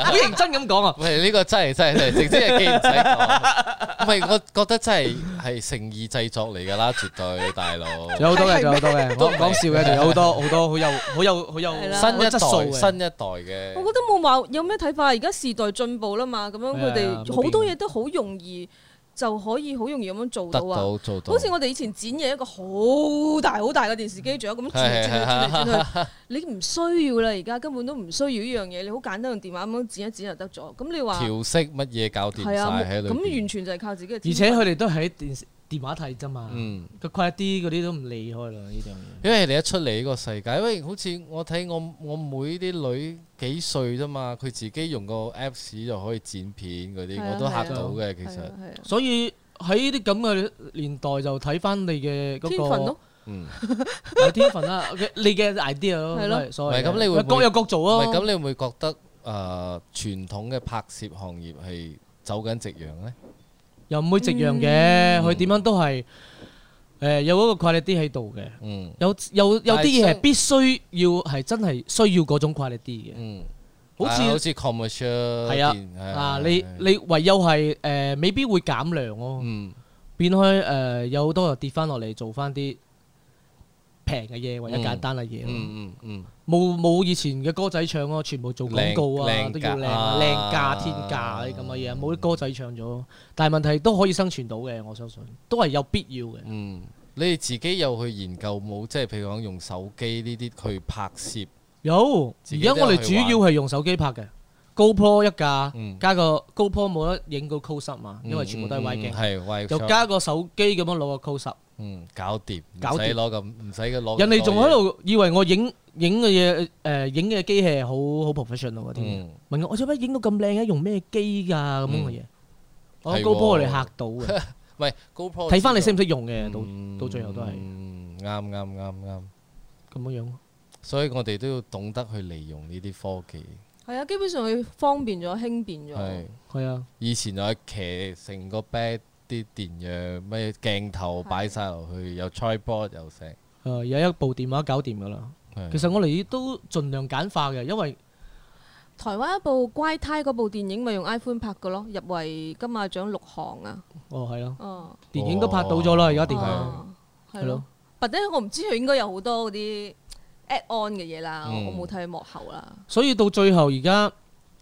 Speaker 1: 好認真咁講啊！
Speaker 3: 喂，呢個真係真係真係，直接係既唔使講。唔 係，我覺得真係係誠意製作嚟㗎啦，絕對大佬。
Speaker 1: 仲有好多嘅，仲有好 多嘅，我唔講笑嘅，仲有好多好多好有好有好有
Speaker 2: 係啦
Speaker 3: 新一
Speaker 1: 質素嘅
Speaker 3: 代，新一代嘅。
Speaker 2: 我覺得冇話有咩睇法，而家時代進步啦嘛，咁樣
Speaker 1: 係啊
Speaker 2: 佢
Speaker 1: 冇
Speaker 2: 哋
Speaker 1: 變
Speaker 2: 好多嘢都好容易就可以好容易咁樣做
Speaker 3: 得
Speaker 2: 到啊。
Speaker 3: 到做到，
Speaker 2: 好似我哋以前剪嘢一個好大好大嘅電視機，仲有咁樣轉嚟轉去轉嚟轉去，你唔需要啦，而家根本都唔需要呢樣嘢，你好簡單用電話咁樣剪一剪就得咗。咁你話
Speaker 3: 調色乜嘢搞掂
Speaker 2: 係啊，
Speaker 3: 晒喺
Speaker 2: 冇
Speaker 3: 裏
Speaker 2: 咁
Speaker 3: 邊
Speaker 2: 完全就係靠自己嘅
Speaker 1: 而
Speaker 2: 天
Speaker 1: 且
Speaker 2: 分。
Speaker 1: 佢哋都喺電視電話睇啫嘛。
Speaker 3: 嗯，
Speaker 1: 佢快啲嗰啲都唔離開啦，呢樣嘢。
Speaker 3: 因為你一出嚟呢個世界，喂，好似我睇我我妹啲女幾歲啫嘛，佢自己用個 Apps 就可以剪片嗰
Speaker 2: 係
Speaker 3: 啲，
Speaker 2: 啊
Speaker 3: 我都嚇
Speaker 2: 係啊
Speaker 3: 到嘅。其
Speaker 2: 係
Speaker 3: 實
Speaker 2: 啊，係啊
Speaker 1: 所以喺呢啲咁嘅年代就睇翻你嘅嗰、個
Speaker 2: 天分咯，
Speaker 3: 嗯，
Speaker 1: 有天分啦，你嘅 idea 咯，
Speaker 2: 係咯
Speaker 1: 係所謂嘅
Speaker 3: 唔係咁你會唔會
Speaker 1: 各有各
Speaker 3: 唔
Speaker 1: 做
Speaker 3: 係
Speaker 1: 咯。
Speaker 3: 咁，你會唔會覺得誒傳統嘅拍攝行業係走緊夕陽呢？
Speaker 1: 又唔會直樣
Speaker 3: 嗯
Speaker 1: 嘅，佢點樣都係誒、呃有嗰個 quality 喺度嘅，
Speaker 3: 嗯
Speaker 1: 有有有啲嘢
Speaker 3: 但係
Speaker 1: 係必須要係真係需要嗰種 quality 嘅，
Speaker 3: 嗯，
Speaker 1: 好
Speaker 3: 啊好
Speaker 1: 似。
Speaker 3: 似 commercial
Speaker 1: 係啊
Speaker 3: 電
Speaker 1: 啊！你你唯有係誒、呃未必會減量咯、
Speaker 3: 嗯
Speaker 1: 變開誒、呃有好多又跌翻落嚟，做翻啲平嘅嘢或者
Speaker 3: 嗯
Speaker 1: 簡單嘅嘢咯。
Speaker 3: 嗯嗯嗯。
Speaker 1: 冇冇以前嘅歌仔唱咯，全部做廣告啊，
Speaker 3: 靚
Speaker 1: 都要靚
Speaker 3: 靚價
Speaker 1: 啊
Speaker 3: 啊
Speaker 1: 靚價天價啊啲咁嘅嘢，冇啲歌仔唱咗。但係問題都可以生存到嘅，我相信都係有必要嘅。
Speaker 3: 嗯，你哋自己有去研究冇？即係譬如講用手機呢啲去拍攝，
Speaker 1: 有
Speaker 3: 自
Speaker 1: 而
Speaker 3: 己都
Speaker 1: 家
Speaker 3: 有
Speaker 1: 我哋主要係用手機拍嘅，GoPro 一架
Speaker 3: 嗯，
Speaker 1: 加個 GoPro 冇得影個 close up 嘛，因為全部都係歪
Speaker 3: 嗯嗯
Speaker 1: 鏡，
Speaker 3: 係歪
Speaker 1: 就
Speaker 3: 鏡
Speaker 1: 加個手機咁樣攞個 close up。
Speaker 3: 嗯搞掂，唔
Speaker 1: 搞掂
Speaker 3: 使攞咁，唔使嘅攞咁多嘢。
Speaker 1: 人哋仲喺度以為我影影嘅嘢誒影嘅機器係好好 professional 嗰啲嘅
Speaker 3: 嗯，
Speaker 1: 問我我做乜影到咁靚嘅，用咩機㗎咁樣嘅嘢。我
Speaker 3: 係喎
Speaker 1: GoPro 我哋嚇到 嘅。
Speaker 3: 喂 GoPro
Speaker 1: 睇翻你識唔識用嘅，到
Speaker 3: 嗯
Speaker 1: 到最後都係
Speaker 3: 嗯啱啱啱啱，
Speaker 1: 咁樣樣。
Speaker 3: 所以我哋都要懂得去利用呢啲科技。
Speaker 2: 係啊，基本上佢方便咗、輕便咗
Speaker 3: 係，
Speaker 1: 係啊，
Speaker 3: 以前我騎成個 bag 啲電藥咩鏡頭擺晒落去，有 tripod 又成。
Speaker 1: 誒有一部電話搞掂㗎啦。
Speaker 3: 係
Speaker 1: 其實我哋都盡量簡化嘅，因為
Speaker 2: 台灣一部乖胎嗰部電影咪用 iPhone 拍嘅咯，入圍金馬獎六項啊，
Speaker 1: 哦係啊，
Speaker 2: 哦，
Speaker 1: 電影都拍到咗啦，而家電話
Speaker 2: 哦
Speaker 1: 係咯。，
Speaker 2: 或者我唔知佢應該有好多嗰啲 add on 嘅嘢啦，
Speaker 3: 嗯
Speaker 2: 我冇睇佢幕後啦。
Speaker 1: 所以到最後而家，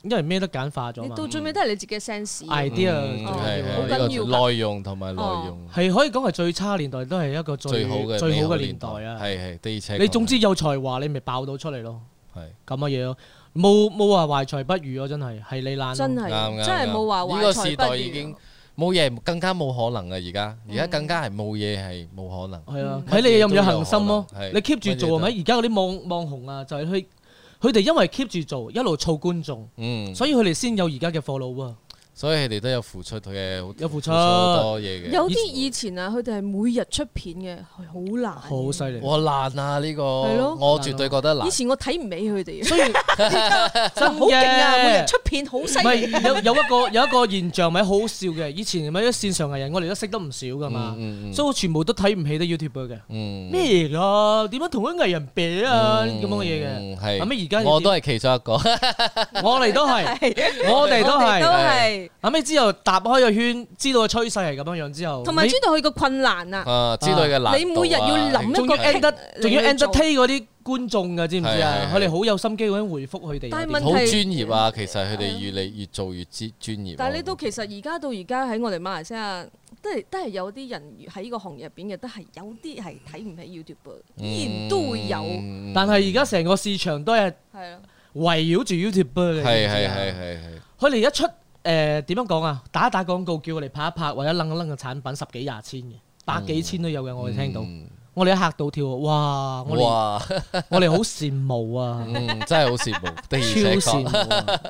Speaker 1: 因為咩都簡化咗
Speaker 2: 你
Speaker 1: 嘛
Speaker 2: 到最尾都係你自己嘅 sense。啊
Speaker 1: ，idea
Speaker 3: 嗯
Speaker 1: 最緊
Speaker 3: 係
Speaker 2: 好
Speaker 1: 要
Speaker 3: 係
Speaker 1: 啊
Speaker 2: 緊
Speaker 3: 呢
Speaker 2: 要
Speaker 3: 個內容同埋內
Speaker 2: 哦
Speaker 3: 容。
Speaker 1: 係可以講係最差年代，都係一個最
Speaker 3: 最好嘅
Speaker 1: 最好嘅
Speaker 3: 美
Speaker 1: 年代啊！
Speaker 3: 係係的而且確
Speaker 1: 你總之有才華，你咪爆到出嚟咯，
Speaker 3: 係
Speaker 1: 咁嘅嘢咯。冇冇話懷才不遇咯，真係係你爛咯。
Speaker 2: 真啊係
Speaker 3: 啱啱
Speaker 2: 真係冇話
Speaker 3: 啱呢
Speaker 2: 懷
Speaker 3: 個
Speaker 2: 才
Speaker 3: 時
Speaker 2: 不
Speaker 3: 代
Speaker 2: 遇
Speaker 3: 已經冇嘢，更加冇可能啊！而家而家
Speaker 2: 嗯
Speaker 3: 更加係冇嘢係冇可能。
Speaker 1: 係啊，
Speaker 3: 嗯
Speaker 1: 睇你有唔有恒心咯
Speaker 3: 乜嘢都有可能係。
Speaker 1: 你 keep 住做係咪？
Speaker 3: 乜
Speaker 1: 而家嗰啲網網紅啊，就係佢佢哋因為 keep 住做，一路儲觀眾，
Speaker 3: 嗯，
Speaker 1: 所以佢哋先有而家嘅 follow 啊。
Speaker 3: 所以佢哋都有付出嘅，好
Speaker 1: 有付出
Speaker 3: 好多嘢嘅。
Speaker 2: 有啲以前啊，佢哋係每日出片嘅，係好難。
Speaker 1: 好犀利。
Speaker 3: 哇爛啊！呢個
Speaker 2: 咯
Speaker 3: 我絕對覺得
Speaker 2: 以
Speaker 3: 爛。
Speaker 2: 前我睇唔起佢哋啊，
Speaker 1: 雖然真
Speaker 2: 好勁啊！
Speaker 1: 嘅
Speaker 2: 每日出片好犀
Speaker 1: 唔
Speaker 2: 利。
Speaker 1: 係有有一個有一個現象咪好好笑嘅，以前咪啲線上藝人，我哋都識得唔少噶啊嘛，
Speaker 3: 嗯嗯嗯
Speaker 1: 所以我全部都睇唔起啲 YouTuber 嘅。
Speaker 3: 嗯
Speaker 1: 咩嚟㗎？點樣同啲藝人比啊？咁樣嘅嘢嘅，
Speaker 3: 嗯係
Speaker 1: 咁而家要
Speaker 3: 我都係其中一個。
Speaker 1: 我哋都係，我哋都
Speaker 2: 我哋
Speaker 1: 係，
Speaker 2: 都係係。
Speaker 1: 後尾之後踏開個圈，知道個趨勢係咁樣樣之後，
Speaker 2: 同埋
Speaker 1: 你
Speaker 2: 知道佢個困難啊，
Speaker 3: 啊，知道嘅難度啊
Speaker 2: 你每日要諗一
Speaker 1: 仲要
Speaker 2: 個
Speaker 1: end 得，
Speaker 2: 你
Speaker 1: 仲要
Speaker 2: 去
Speaker 1: end 得
Speaker 2: 做
Speaker 1: t 嗰啲觀眾㗎，知唔知啊？
Speaker 3: 係係係
Speaker 1: 佢哋好有心機咁樣回覆佢哋嗰啲。
Speaker 2: 但係問
Speaker 3: 好專業啊！其實佢哋越嚟越做越專專業咯。啊
Speaker 2: 但係你都其實而家到而家喺我哋馬來西亞，都係都係有啲人喺呢個行業入邊嘅，都係有啲係睇唔起 YouTube，依然都會有，
Speaker 3: 嗯
Speaker 1: 但係而家成個市場都係
Speaker 2: 係啊，
Speaker 1: 圍繞住 YouTube 嘅。
Speaker 3: 係
Speaker 1: 你
Speaker 3: 係
Speaker 1: 知唔知啊
Speaker 3: 係係係
Speaker 1: 佢哋一出誒點樣講啊？打一打廣告叫我哋拍一拍或者楞一楞嘅產品，十幾廿千嘅，百幾千都有嘅。我哋聽到，
Speaker 3: 嗯
Speaker 1: 我哋一嚇到跳啊！哇！我哋
Speaker 3: 哇，
Speaker 1: 我哋好羨慕啊，
Speaker 3: 嗯，真係 好羨慕，
Speaker 1: 超
Speaker 3: 的而且
Speaker 1: 羨
Speaker 3: 確，
Speaker 1: 慕啊！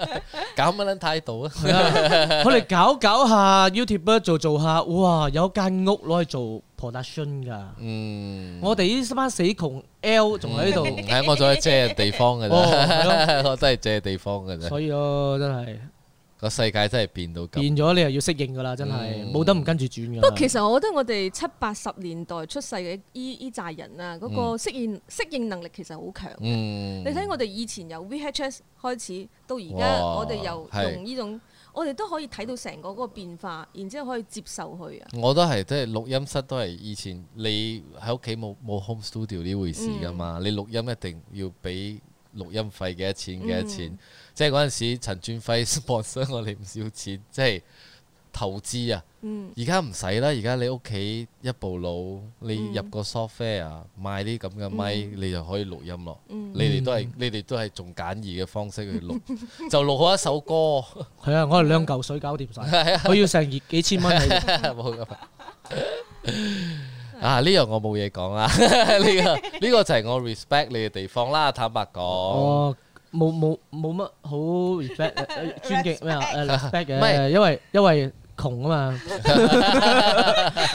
Speaker 3: 搞乜撚態度啊？
Speaker 1: 係 啊佢哋搞搞下 YouTube 做做下，哇！有間屋攞去做 production 㗎。
Speaker 3: 嗯，
Speaker 1: 我哋呢班死窮 L 仲喺度，
Speaker 3: 係啊我仲係借地方嘅
Speaker 1: 哦係
Speaker 3: 啫， 我真係借地方嘅 啫。
Speaker 1: 所以咯，真係
Speaker 3: 個世界真係變到咁。
Speaker 1: 變咗你又要適應㗎啦，真係
Speaker 3: 嗯
Speaker 1: 冇得唔跟住轉㗎
Speaker 2: 不
Speaker 1: 啦
Speaker 2: 過。其實我覺得我哋七八十年代出世嘅依依扎人啊，嗰、個適應適應能力其實好強。
Speaker 3: 嗯，
Speaker 2: 你睇我哋以前由 VHS 開始到而家，
Speaker 3: 哇
Speaker 2: 我哋又
Speaker 3: 係
Speaker 2: 用呢種，我哋都可以睇到成個嗰個變化，然之後可以接受佢啊。
Speaker 3: 我都係，即係錄音室都係以前你喺屋企冇冇 home studio 呢回事噶嘛，你錄音一定要俾錄音費幾多錢幾多錢，即係嗰陣時陳轉輝 sponsor 我哋唔少錢，即係投資啊。
Speaker 2: 嗯，
Speaker 3: 而家唔使啦，而家你屋企一部腦，你入個 software 啊，買啲咁嘅咪，你就可以錄音咯。你哋都係你哋都係仲簡易嘅方式去錄，就錄好一首歌。
Speaker 1: 係啊，我哋兩嚿水搞掂晒，佢要成二幾千蚊喺度。
Speaker 3: 冇咁啊！啊呢樣我冇嘢講啦， 呢個呢個就係我 respect 你嘅地方啦。坦白講，
Speaker 1: 哦，冇冇冇乜好 respect 誒誒尊敬咩啊誒 respect 嘅，
Speaker 3: 唔係
Speaker 1: 因為因為窮啊 嘛，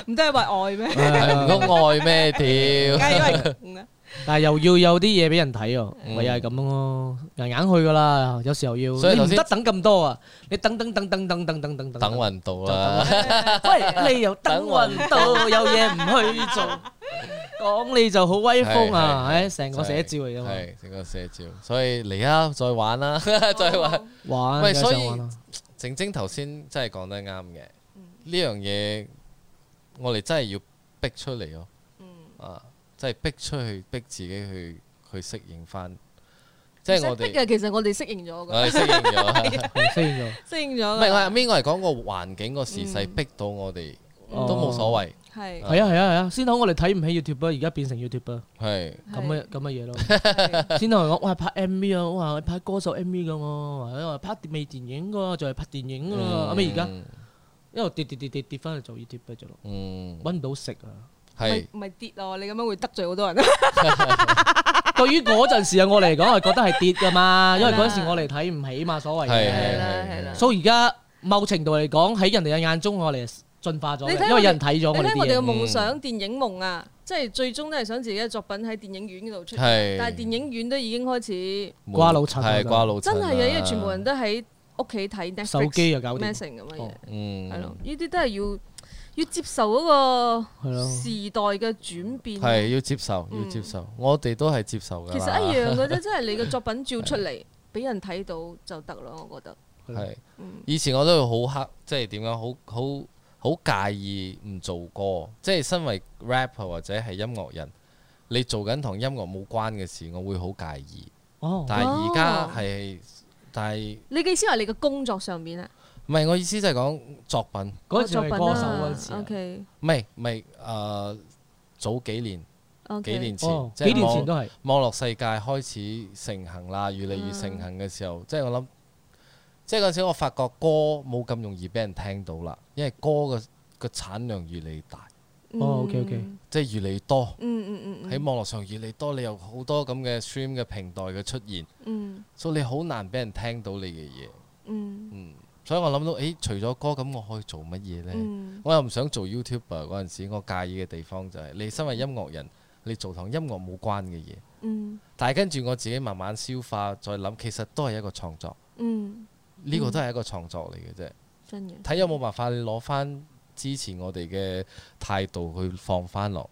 Speaker 2: 唔都係為愛咩？
Speaker 1: 係啊
Speaker 3: 唔通愛咩
Speaker 2: 梗
Speaker 3: 屌？
Speaker 2: 係因為愛
Speaker 1: 但係又要有啲嘢俾人睇喎，
Speaker 3: 嗯
Speaker 1: 咪又係咁咯，硬硬去㗎啦，有時候要
Speaker 3: 所以
Speaker 1: 你
Speaker 3: 頭
Speaker 1: 唔
Speaker 3: 先
Speaker 1: 得等咁多啊，你等等等等等等等等啊
Speaker 3: 等運啊到啦，
Speaker 1: 喂，你又等運到，有嘢唔去 做，講你就好威風啊！
Speaker 3: 係係
Speaker 1: 唉，成個寫照嚟㗎嘛，
Speaker 3: 係成個寫照。所以嚟啊，再玩啦， 再玩。
Speaker 1: 玩
Speaker 3: 喂
Speaker 1: 梗係
Speaker 3: 所以
Speaker 1: 想玩啦
Speaker 3: 靜晶頭先真係講得啱嘅，呢
Speaker 2: 嗯
Speaker 3: 樣嘢我哋真係要逼出嚟咯。
Speaker 2: 嗯
Speaker 3: 啊，真係逼出去，逼自己去去適應翻。 即係我
Speaker 2: 唔使逼
Speaker 3: 哋
Speaker 2: 嘅，其實我哋適應咗
Speaker 3: 我
Speaker 2: 噶，
Speaker 3: 哋適應 咗。
Speaker 1: 識咗，
Speaker 2: 適應咗
Speaker 3: 唔
Speaker 2: 㗎
Speaker 3: 係我係邊個嚟講個環境個時
Speaker 2: 嗯
Speaker 3: 勢逼到我哋
Speaker 1: 哦
Speaker 3: 都冇所謂，
Speaker 2: 係
Speaker 1: 係啊係啊係啊！先頭我哋睇唔起 YouTube，而家變成 YouTube
Speaker 3: 係
Speaker 1: 咁啊嘅咁嘅嘢咯。
Speaker 2: 嘅。
Speaker 1: 先頭我話拍 MV 啊，哇拍歌手 MV 咁喎，話拍微電影㗎，就係拍電影啊。咁咪而家一路跌跌跌跌跌翻去做 YouTube 啫咯，
Speaker 3: 嗯
Speaker 1: 揾唔到食啊！
Speaker 3: 係
Speaker 2: 唔係跌咯，你咁樣會得罪好多人。啊
Speaker 1: 對於嗰陣時嘅我嚟講，係覺得係跌㗎嘛，因為嗰陣時我哋睇唔起嘛，所謂
Speaker 3: 係
Speaker 1: 嘅。
Speaker 3: 係
Speaker 2: 啦係
Speaker 3: 係
Speaker 2: 啦
Speaker 3: 係，
Speaker 1: 所以而家某程度嚟講，喺人哋嘅眼中，我哋係進化咗
Speaker 2: 你
Speaker 1: 嘅，
Speaker 2: 睇
Speaker 1: 因為有人
Speaker 2: 哋
Speaker 1: 睇咗
Speaker 2: 你
Speaker 1: 我哋
Speaker 2: 睇我哋嘅
Speaker 1: 啲嘢。
Speaker 2: 夢想電影夢啊，即係最終都係想自己嘅作品喺電影院嗰度出現。
Speaker 3: 係
Speaker 2: 但係電影院都已經開始
Speaker 3: 冇
Speaker 1: 瓜老襯啊
Speaker 3: 係瓜老襯啊
Speaker 2: 真係嘅，因為全部人都喺屋企睇 Netflix、
Speaker 1: 手機又搞掂
Speaker 2: 咩成咁嘅嘢
Speaker 1: 哦，
Speaker 3: 嗯
Speaker 2: 係咯，呢啲都係要要接受嗰個
Speaker 1: 係咯
Speaker 2: 時代嘅轉變。啊
Speaker 3: 係要接受要接受，我哋都係接受㗎
Speaker 2: 嗯其實
Speaker 3: 啦
Speaker 2: 一樣嘅啫，即係你嘅作品照出嚟，俾人睇到就得咯。我覺得嗯
Speaker 3: 係以前我都會好黑，即係點講？好好好介意唔做歌，即係身為 rapper 或者係音樂人，你做緊同音樂冇關嘅事，我會好介意。
Speaker 1: 哦，
Speaker 3: 但係而家
Speaker 2: 哦
Speaker 3: 係，但係
Speaker 2: 你嘅意思係你嘅工作上面啊，
Speaker 3: 唔係我意思就係講作品。
Speaker 1: 嗰陣時
Speaker 2: 作
Speaker 1: 係
Speaker 2: 品
Speaker 1: 歌手嗰陣時
Speaker 2: 啦。
Speaker 1: 啊，
Speaker 2: OK
Speaker 3: 唔係唔係誒，早幾年
Speaker 2: OK，
Speaker 3: 幾年前，
Speaker 1: 哦，
Speaker 3: 即係
Speaker 1: 幾年前
Speaker 3: 網
Speaker 1: 都係
Speaker 3: 網絡世界開始盛行啦，越嚟越盛行嘅時候，即係我諗，即係嗰陣時我發覺歌冇咁容易俾人聽到啦，因為歌嘅個產量越嚟越大，
Speaker 1: 哦，OK，OK
Speaker 3: 即係越嚟越多
Speaker 2: 嗯嗯嗯
Speaker 3: 喺網絡上越嚟越多，你有好多咁嘅 stream 嘅平台嘅出現，
Speaker 2: 嗯
Speaker 3: 所以你好難俾人聽到你嘅嘢。
Speaker 2: 嗯
Speaker 3: 嗯，所以我諗到，誒，除咗歌咁，我可以做乜嘢呢？
Speaker 2: 嗯
Speaker 3: 我又唔想做 YouTuber 嗰陣時，我介意嘅地方就係、你身為音樂人，你做同音樂冇關嘅嘢，
Speaker 2: 嗯
Speaker 3: 但係跟住我自己慢慢消化，再諗，其實都係一個創作，
Speaker 2: 嗯，
Speaker 3: 呢、個都係一個創作嚟嘅啫。
Speaker 2: 真嘅。
Speaker 3: 睇有冇辦法你攞翻之前我哋嘅態度去放翻落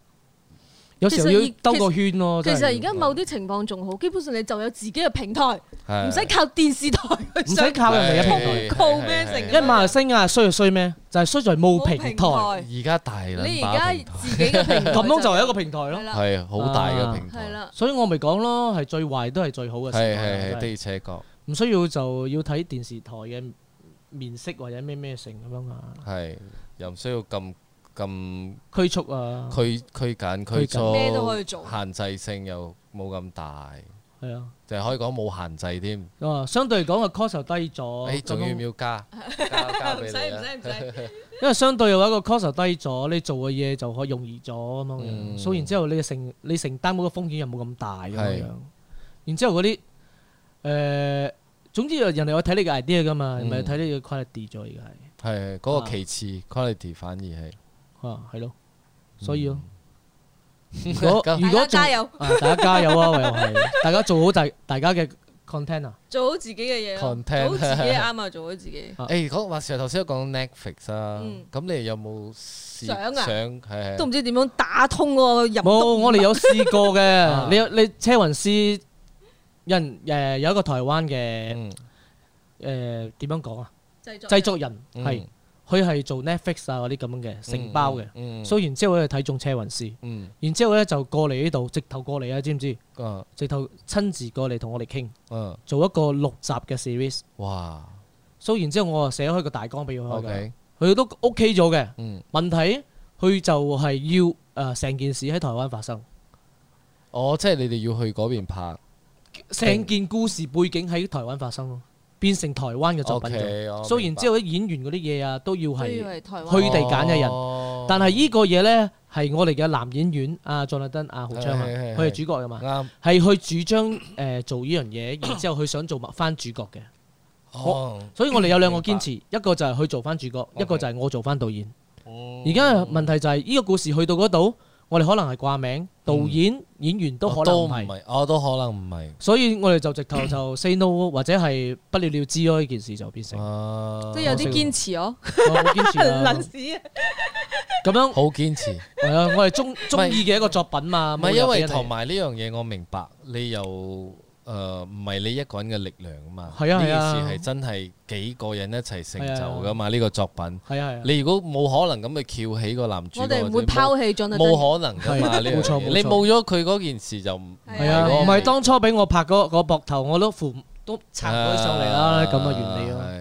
Speaker 1: 有時候
Speaker 2: 其實而
Speaker 1: 要兜個圈咯。
Speaker 2: 其
Speaker 1: 真係
Speaker 2: 實而家某啲情況仲好，基本上你就有自己嘅平台，唔
Speaker 3: 係
Speaker 2: 使靠電視台去
Speaker 1: 唔
Speaker 2: 上
Speaker 1: 使靠人哋嘅平台，
Speaker 3: 係
Speaker 2: 廣告咩成
Speaker 1: 因為馬來西亞衰就衰咩？就係衰在冇平台，咁
Speaker 2: 冇平台
Speaker 3: 而家大啦，
Speaker 2: 你而家自己嘅 平台
Speaker 1: 樣就係一個平台咯
Speaker 2: 係。啦，啊
Speaker 3: 係好大嘅平
Speaker 2: 係
Speaker 3: 台，
Speaker 2: 啦，
Speaker 1: 所以我咪講咯，係最壞都係最好嘅時
Speaker 3: 係
Speaker 1: 代
Speaker 3: 係係
Speaker 1: 啦真
Speaker 3: 的
Speaker 1: 係。
Speaker 3: 而且確
Speaker 1: 唔需要就要睇電視台嘅面色或者咩咩成咁樣啊，
Speaker 3: 係，又唔需要咁咁
Speaker 1: 拘束啊，
Speaker 3: 區區間區
Speaker 1: 拘謹
Speaker 3: 粗，
Speaker 2: 咩都可以做
Speaker 3: 限制性又冇咁大，
Speaker 1: 係啊。
Speaker 3: 就係可以講冇限制添。
Speaker 1: 咁啊，相對嚟講個 cost 就低咗，
Speaker 3: 誒，仲要
Speaker 1: 咁
Speaker 3: 唔要加？ 加加
Speaker 2: 唔
Speaker 3: 俾
Speaker 2: 使
Speaker 3: 你
Speaker 2: 唔
Speaker 3: 啊！
Speaker 2: 使唔使，
Speaker 1: 因為相對嘅話個 cost 低咗，你做嘅嘢就可以容易咗咁樣樣，
Speaker 3: 嗯
Speaker 1: 所以然之後你嘅承你承擔嗰個風險又冇咁大咁樣
Speaker 3: 係
Speaker 1: 樣，然之後嗰啲誒，總之人哋有睇你嘅 idea 噶嘛，唔
Speaker 3: 嗯
Speaker 1: 係睇你嘅 quality 咗而家係
Speaker 3: 係嗰
Speaker 1: 啊
Speaker 3: 個其次，quality 反而係。
Speaker 1: 啊係咯，所 以咯，如果
Speaker 3: 嗯咁
Speaker 1: 如果
Speaker 2: 大家
Speaker 1: 仲
Speaker 2: 加油，
Speaker 1: 啊大家加油啊，又係大家做好大大家嘅 content 啊，
Speaker 2: 做好自己嘅嘢咯，
Speaker 3: Content
Speaker 2: 做好自己啱啊，做好自己。
Speaker 3: 誒，講話時頭先都講 Netflix 啊
Speaker 2: 嗯，
Speaker 3: 咁你有冇試
Speaker 2: 想啊
Speaker 3: 想係
Speaker 2: 都
Speaker 3: 係
Speaker 2: 唔知點樣打通嗰個入
Speaker 1: 冇我哋有試過嘅
Speaker 3: 啊，
Speaker 1: 你有你車雲師人誒有一個台灣嘅
Speaker 3: 嗯
Speaker 1: 誒點樣講啊？
Speaker 2: 製作
Speaker 1: 製作人係
Speaker 3: 嗯
Speaker 1: 佢係做 Netflix 啊嗰啲咁樣嘅承包嘅，
Speaker 3: 嗯
Speaker 1: 所以然之後咧睇中車雲師，
Speaker 3: 嗯
Speaker 1: 然之後咧就過嚟呢度，直頭過嚟啊，知唔知？
Speaker 3: 啊
Speaker 1: 直頭親自過嚟同我哋傾，
Speaker 3: 嗯
Speaker 1: 做一個六集嘅 series。
Speaker 3: 哇
Speaker 1: 所以然之後我啊寫開個大綱俾佢開嘅，
Speaker 3: OK
Speaker 1: 佢都 OK 咗嘅。
Speaker 3: 嗯
Speaker 1: 問題佢就係要誒呃成件事喺台灣發生，
Speaker 3: 哦即係你哋要去嗰邊拍
Speaker 1: 成件故事背景喺台灣發生咯，變成台灣嘅作品咗。
Speaker 3: OK 我
Speaker 1: 所以然
Speaker 3: 明白
Speaker 1: 之後啲演員嗰啲嘢啊都要
Speaker 2: 所以
Speaker 1: 係。
Speaker 2: 係台
Speaker 1: 去
Speaker 2: 灣
Speaker 1: 佢哋揀嘅人
Speaker 3: 哦
Speaker 1: 但係依個嘢呢，係我哋嘅男演員阿 Jonathan 阿豪昌啊，
Speaker 3: 係係係
Speaker 1: 佢係主角噶嘛，
Speaker 3: 啱
Speaker 1: 係佢主張誒、呃做呢樣 嘢，然之後佢想做翻主角嘅，
Speaker 3: 哦
Speaker 1: 所以我哋有兩個堅持，一個就係佢做翻主角，一個就係我做翻導演。
Speaker 3: 嗯
Speaker 1: 而家問題就係呢個故事去到嗰度，我哋可能係掛名，導演、演員都可能
Speaker 3: 嗯哦都
Speaker 1: 唔
Speaker 3: 唔
Speaker 1: 係，
Speaker 3: 係我都可能唔係
Speaker 1: 所以我哋就直頭就 say no 或者係不了了之咯，呢件事就變成
Speaker 3: 啊
Speaker 2: 即係有啲堅持哦，
Speaker 1: 我好堅持 啦
Speaker 2: 撚屎啊！
Speaker 1: 咁樣
Speaker 3: 好堅 持
Speaker 1: 係啊，我係中中意嘅一個作品嘛，
Speaker 3: 唔
Speaker 1: 冇
Speaker 3: 係
Speaker 1: 理由俾
Speaker 3: 因為
Speaker 1: 人哋
Speaker 3: 同埋呢樣嘢，我明白你又誒呃唔係你一個人嘅力量啊嘛。
Speaker 1: 係啊
Speaker 3: 呢
Speaker 1: 係啊
Speaker 3: 件事係真係幾個人一齊成就
Speaker 1: 係啊
Speaker 3: 噶嘛。呢個作品，
Speaker 1: 係啊係啊。
Speaker 3: 你如果冇可能咁去翹起個男主角，
Speaker 2: 我哋唔會
Speaker 3: 或者冇
Speaker 2: 拋棄 Jonathan
Speaker 3: 冇可能噶嘛。
Speaker 1: 係
Speaker 3: 呢
Speaker 1: 冇
Speaker 3: 樣
Speaker 1: 錯
Speaker 3: 嘢
Speaker 1: 冇錯
Speaker 3: 你冇咗佢嗰件事就唔
Speaker 2: 係嗯
Speaker 1: 係啊，
Speaker 3: 嗰個
Speaker 1: 唔
Speaker 3: 味
Speaker 1: 係當初俾我拍嗰個膊頭，我都扶都撐咗上嚟啦，咁嘅原理咯。
Speaker 3: 啊係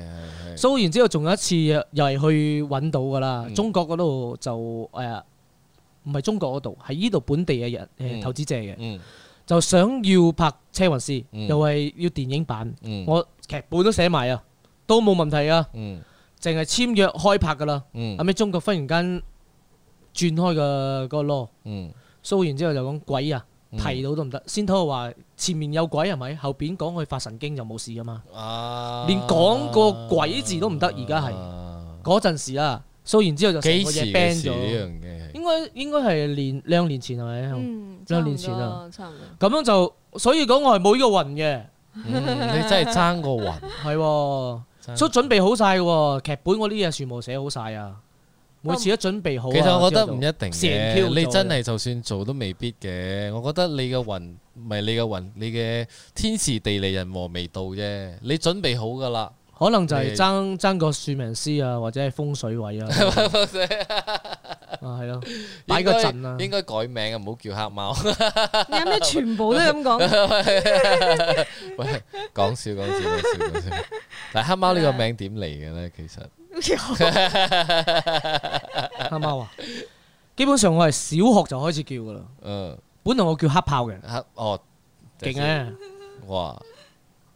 Speaker 3: 係係
Speaker 1: 所以然之後仲有一次又又係去揾到噶啦，
Speaker 3: 嗯
Speaker 1: 中國嗰度就誒唔係中國嗰度，係依度本地嘅人誒
Speaker 3: 嗯
Speaker 1: 投資者嘅，
Speaker 3: 嗯
Speaker 1: 就想要拍《車雲師》，
Speaker 3: 嗯
Speaker 1: 又係要電影版，
Speaker 3: 嗯
Speaker 1: 我劇本都寫埋啊，都冇問題啊，
Speaker 3: 嗯
Speaker 1: 淨係簽約開拍噶啦。
Speaker 3: 嗯
Speaker 1: 後尾中國忽然間轉開個個 law，
Speaker 3: 嗯
Speaker 1: 所以然之後就講鬼啊！
Speaker 3: 嗯
Speaker 1: 提到都唔得，先頭話前面有鬼係咪？後邊講佢發神經就冇事噶嘛。
Speaker 3: 啊
Speaker 1: 連講個鬼字都唔得而家係
Speaker 3: 係
Speaker 1: 嗰陣時啊，所以然之後就成
Speaker 3: 幾
Speaker 1: 個
Speaker 3: 時
Speaker 1: 嘢
Speaker 3: 嘅
Speaker 1: ban
Speaker 3: 事
Speaker 1: 咗。
Speaker 3: 呢樣嘢係？
Speaker 1: 應該應該係年兩年前係咪？
Speaker 2: 嗯，
Speaker 1: 兩年前啊
Speaker 2: 差唔多，
Speaker 1: 咁樣就所以講我係冇呢個運嘅，
Speaker 3: 嗯你真係爭個雲，
Speaker 1: 係喎，
Speaker 3: 爭
Speaker 1: 所以準備好晒嘅喎，劇本我啲嘢全部寫好晒啊，每次一準備好啊。
Speaker 3: 其實我覺得唔一
Speaker 1: 之後
Speaker 3: 定
Speaker 1: 成 Q
Speaker 3: 嘅，
Speaker 1: 咗
Speaker 3: 你真係就算做都未必嘅。我覺得你嘅運唔係你嘅運，你嘅天時地利人和未到啫。你準備好㗎啦，
Speaker 1: 就可能就係爭爭個算命師啊，或者係風水 位啊，啊係咯，擺個陣啊
Speaker 3: 應該，應該改名啊，唔好叫黑貓。
Speaker 2: 你有咩全部都咁講？
Speaker 3: 喂，講笑講笑講笑講笑。但係黑貓呢 個名點嚟嘅呢？其實
Speaker 2: 好似好
Speaker 1: 啱唔啱啊？基本上我係小學就開始叫噶啦，
Speaker 3: 嗯
Speaker 1: 本來我叫黑豹嘅。
Speaker 3: 黑哦
Speaker 1: 勁！啊！
Speaker 3: 哇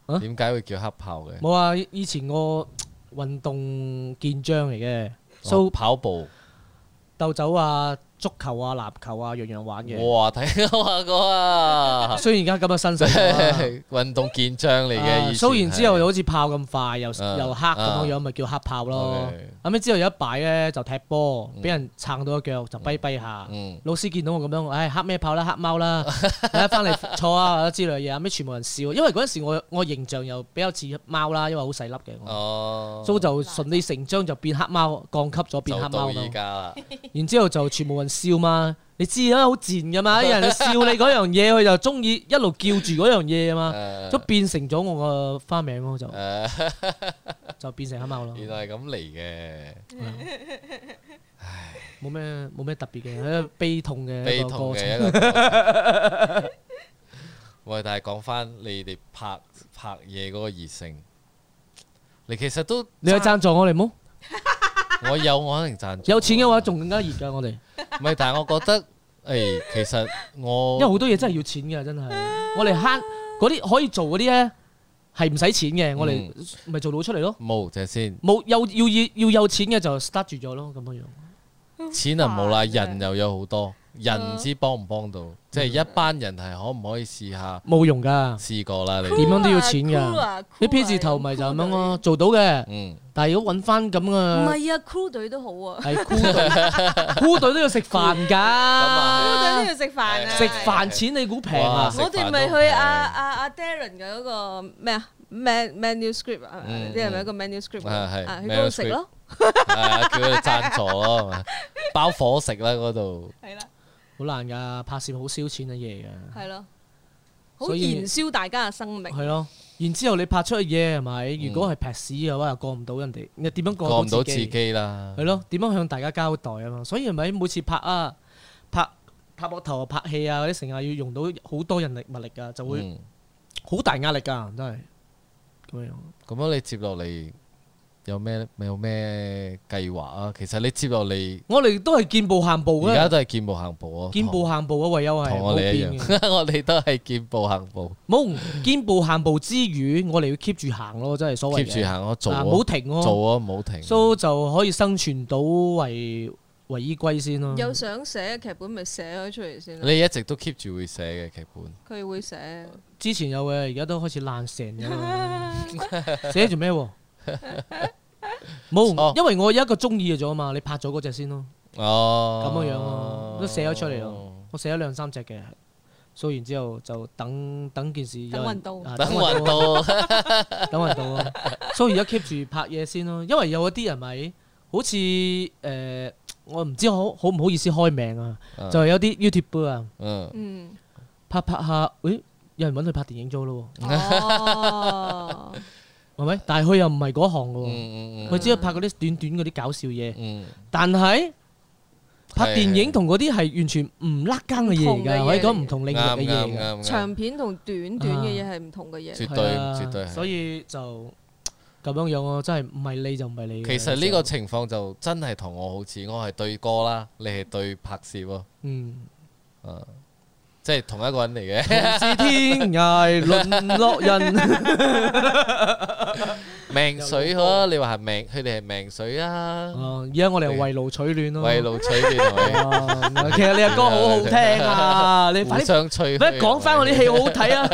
Speaker 1: 啊，
Speaker 3: 點解會叫黑豹嘅？
Speaker 1: 冇啊，以以前我運動健將嚟嘅，
Speaker 3: 哦
Speaker 1: 蘇
Speaker 3: 跑步。
Speaker 1: 鬥走啊、足球啊、籃球啊，樣樣玩嘅。
Speaker 3: 哇！睇我話 過啊，
Speaker 1: 雖然而家咁嘅身世啊，
Speaker 3: 運動健將 嚟
Speaker 1: 啊
Speaker 3: 嘅。以前
Speaker 1: 蘇然之後
Speaker 3: 係
Speaker 1: 又好似炮咁快，又
Speaker 3: 啊
Speaker 1: 又黑咁樣樣，咪叫黑炮咯
Speaker 3: OK。
Speaker 1: 後尾之後有一擺咧就踢波，俾人撐到一腳就跛跛下。
Speaker 3: 嗯
Speaker 1: 老師見到我咁樣，哎唉，黑咩炮啦，黑貓啦， 一翻嚟坐啊或者之類嘅嘢，後尾全部人笑，因為嗰陣時我我形象又比較似貓啦，因為好細粒嘅我。
Speaker 3: 哦，
Speaker 1: 所以就順理成章就變黑貓，降級咗變
Speaker 3: 就
Speaker 1: 黑
Speaker 3: 到
Speaker 1: 貓
Speaker 3: 依
Speaker 1: 咯。
Speaker 3: 家啦，
Speaker 1: 然之後就全部人笑嘛，你知啦，好賤噶 嘛，有人笑你嗰樣嘢，佢就中意一路叫住嗰樣嘢啊嘛，
Speaker 3: 誒
Speaker 1: 都變成咗我個花名咯，
Speaker 3: 啊
Speaker 1: 就
Speaker 3: 誒
Speaker 1: 就變成黑貓 啦，
Speaker 3: 原來係咁嚟嘅，
Speaker 1: 冇咩冇咩特別嘅，係一個悲痛嘅一
Speaker 3: 悲
Speaker 1: 個
Speaker 3: 痛
Speaker 1: 過
Speaker 3: 嘅
Speaker 1: 程。
Speaker 3: 一個過 程。喂，但係講翻你哋拍拍嘢嗰個熱誠，你其實都
Speaker 1: 你有贊助我哋冇？
Speaker 3: 我有我肯定賺，
Speaker 1: 有錢嘅話仲更加熱㗎，我 哋，
Speaker 3: 唔係，但係我覺得誒、其實我
Speaker 1: 因為好多嘢真係要錢嘅，真 係。我哋慳嗰啲可以做嗰啲咧係唔使錢嘅，我哋
Speaker 3: 嗯
Speaker 1: 咪做到出嚟咯。
Speaker 3: 冇就先，
Speaker 1: 冇有要要要有錢嘅就 start 住咗咯，咁樣樣。
Speaker 3: 錢啊冇啦，
Speaker 2: 哇真係嗯
Speaker 3: 人又有好多，人唔知幫唔幫到，即係一班人係可唔可以試下
Speaker 1: 冇用㗎。
Speaker 3: 試過啦？
Speaker 1: 點
Speaker 3: 你
Speaker 1: 樣都要錢
Speaker 2: Cool 啊，cool
Speaker 1: 㗎
Speaker 2: 啊
Speaker 1: 你 P 字頭咪就咁樣咯，。做到嘅。
Speaker 3: 嗯
Speaker 1: 但係如果揾翻咁嘅，
Speaker 2: cool 隊唔係啊，cool 隊都好啊
Speaker 1: 係箍隊，箍隊都要食飯
Speaker 2: ，cool 隊都
Speaker 1: 㗎。
Speaker 2: 要食飯啊，
Speaker 1: 食飯錢你估平啊？
Speaker 3: 食飯
Speaker 2: 我哋咪
Speaker 3: 都
Speaker 2: 去
Speaker 3: 平
Speaker 2: 阿阿阿啊 Darren 嘅嗰個咩啊 man manuscript 啊，
Speaker 3: 嗯
Speaker 2: 啲係咪一個 manuscript
Speaker 3: 啊係
Speaker 2: 啊？去嗰度食咯，
Speaker 3: 係啊，叫佢贊助咯，係咪包伙食啦嗰度。
Speaker 2: 係啦，
Speaker 1: 好難㗎，拍攝好燒錢嘅啊嘢㗎。
Speaker 2: 係咯，好
Speaker 1: 所以
Speaker 2: 燃燒大家嘅生命，
Speaker 1: 係咯，然之後你拍出嘅嘢係咪？如果係劈屎嘅話，又過唔到人哋，你點樣過
Speaker 3: 過唔到
Speaker 1: 到
Speaker 3: 自
Speaker 1: 自己？
Speaker 3: 己啦
Speaker 1: 係。咯，點樣向大家交代啊嘛？所以係咪每次拍啊拍拍膊頭啊、拍戲啊嗰啲，成日要用到好多人力物力㗎，就會
Speaker 3: 嗯，
Speaker 1: 好大壓力㗎，真係咁樣。
Speaker 3: 咁樣你接落嚟有咩有咩計劃啊？其實你接落嚟
Speaker 1: 我哋都係見步行步
Speaker 3: 而家
Speaker 1: 嘅，
Speaker 3: 都係見步行步啊，
Speaker 1: 見步行步啊，唯有係
Speaker 3: 同
Speaker 1: 冇
Speaker 3: 我哋一
Speaker 1: 變
Speaker 3: 樣
Speaker 1: 嘅。，
Speaker 3: 我哋都係見步行步
Speaker 1: 冇見步行步之餘，我哋要 keep 住行咯，真係所謂
Speaker 3: ，keep
Speaker 1: 嘅
Speaker 3: 住行我做
Speaker 1: 啊
Speaker 3: 啊，
Speaker 1: 冇停咯，
Speaker 3: 做啊，冇停。
Speaker 1: 所以就可以生存到為為依歸先咯。
Speaker 2: 有想寫嘅劇本咪寫咗出嚟先咯，
Speaker 3: 你一直都 keep 住會寫嘅劇本，
Speaker 2: 佢會寫，
Speaker 1: 之前有嘅，而家都開始爛成咗 啦。寫住咩喎？
Speaker 3: 哦
Speaker 1: 冇，因為我有一個中意嘅咗嘛，你拍咗嗰只先咯。
Speaker 3: 哦，
Speaker 1: 咁樣樣咯都寫咗出嚟咯。我寫咗兩三隻嘅，所以然之後就等等件事有人
Speaker 2: 等運到
Speaker 1: 啊
Speaker 3: 等運 到，
Speaker 1: 等運啊到咯。所以而家 keep 住拍嘢先咯，因為有一啲人咪好似誒、呃我唔知好好唔好意思開名啊，
Speaker 3: 嗯
Speaker 1: 就係有啲 YouTube 啊，
Speaker 3: 嗯，
Speaker 2: 嗯，
Speaker 1: 拍拍下，誒有人揾佢拍電影租咯
Speaker 2: 哦，
Speaker 1: 喎，係咪？但係佢又唔係嗰行
Speaker 3: 嗯
Speaker 1: 嘅
Speaker 3: 嗯
Speaker 1: 喎，
Speaker 3: 嗯
Speaker 1: 佢只係拍嗰啲短短嗰啲搞笑嘢，
Speaker 3: 嗯，
Speaker 1: 但係。拍
Speaker 3: 係
Speaker 1: 電影同嗰啲係完全唔甩更嘅嘢嚟
Speaker 2: 唔同嘅嘢
Speaker 1: 㗎，
Speaker 2: 嚟
Speaker 1: 可以講唔同領域嘅
Speaker 3: 啱
Speaker 1: 嘢
Speaker 3: 啱
Speaker 1: 㗎。
Speaker 3: 啱啱，
Speaker 2: 長片同短短嘅嘢係唔同嘅嘢，
Speaker 3: 絕對
Speaker 1: 係啊
Speaker 3: 絕對係
Speaker 1: 所以就咁樣樣咯，真係唔係你就唔係你嘅。
Speaker 3: 其實呢個情況就真係同我好似，我係對歌啦，你係對拍攝喎，
Speaker 1: 嗯，
Speaker 3: 嗯，即係同一個人嚟
Speaker 1: 同
Speaker 3: 嘅。
Speaker 1: 是天涯淪落 人，
Speaker 3: 命水呵，你話係命，佢哋係命水啊，
Speaker 1: 哦而家我哋係圍爐取暖咯。
Speaker 3: 為路取暖 係咪，
Speaker 1: 哦其實你嘅歌好好聽 啊！你快
Speaker 3: 互
Speaker 1: 啲，
Speaker 3: 相吹噓。
Speaker 1: 快啲講翻我啲戲好好睇 啊！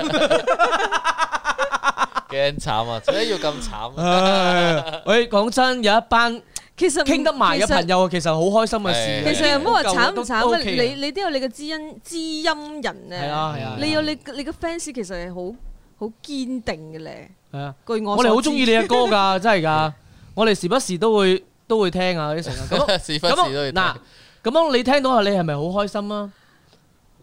Speaker 3: 幾撚慘啊！點解要咁 慘啊？
Speaker 1: 唉 喂，講真，有一班
Speaker 2: 其實唔
Speaker 1: 傾得埋嘅朋。友，其實好開心嘅
Speaker 3: 係
Speaker 1: 事。
Speaker 2: 其實其實又唔好話慘唔
Speaker 1: 都
Speaker 2: 慘啊！
Speaker 1: OK 嘅
Speaker 2: 你你都有你嘅知音知音人
Speaker 1: 係
Speaker 2: 啊！
Speaker 1: 啊係啊，
Speaker 2: 你有你你嘅 fans 其實係好好堅定嘅咧。
Speaker 1: 係啊。
Speaker 2: 據我
Speaker 1: 我哋好中意你
Speaker 2: 啊！
Speaker 1: 嘅 歌㗎，真係㗎。我哋時不時都會都會聽啊啲成 啊。咁
Speaker 3: 是不是都要
Speaker 1: 咁嗱，咁樣你聽到啊，你係咪好開 心啊？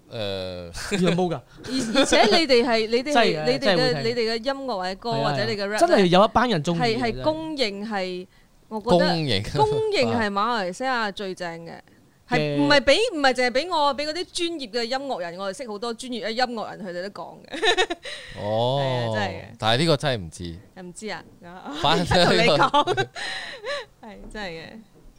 Speaker 3: 誒
Speaker 1: 有冇㗎？
Speaker 2: 而而且你哋係你哋
Speaker 1: 真係
Speaker 2: 係
Speaker 1: 嘅真
Speaker 2: 你哋
Speaker 1: 係會
Speaker 2: 嘅
Speaker 1: 聽
Speaker 2: 你哋嘅音樂或者歌
Speaker 1: 係啊
Speaker 2: 或者你嘅 rap
Speaker 1: 真係
Speaker 2: 咧
Speaker 1: 有一班人中意
Speaker 2: 係
Speaker 1: 嘅，
Speaker 2: 係公認係，我覺
Speaker 3: 公
Speaker 2: 得
Speaker 3: 營
Speaker 2: 公認係馬來西亞最正嘅。係
Speaker 1: 嘅
Speaker 2: 唔係俾唔係淨係俾我俾嗰啲專業嘅音樂人，我哋識好多專業嘅音樂人，佢哋都講嘅，
Speaker 3: 哦，
Speaker 2: 係啊真係嘅
Speaker 3: 但係呢個真係唔知，
Speaker 2: 唔知啊，
Speaker 3: 反
Speaker 2: 同
Speaker 3: 正
Speaker 2: 你
Speaker 3: 呢個
Speaker 2: 講 係真係嘅，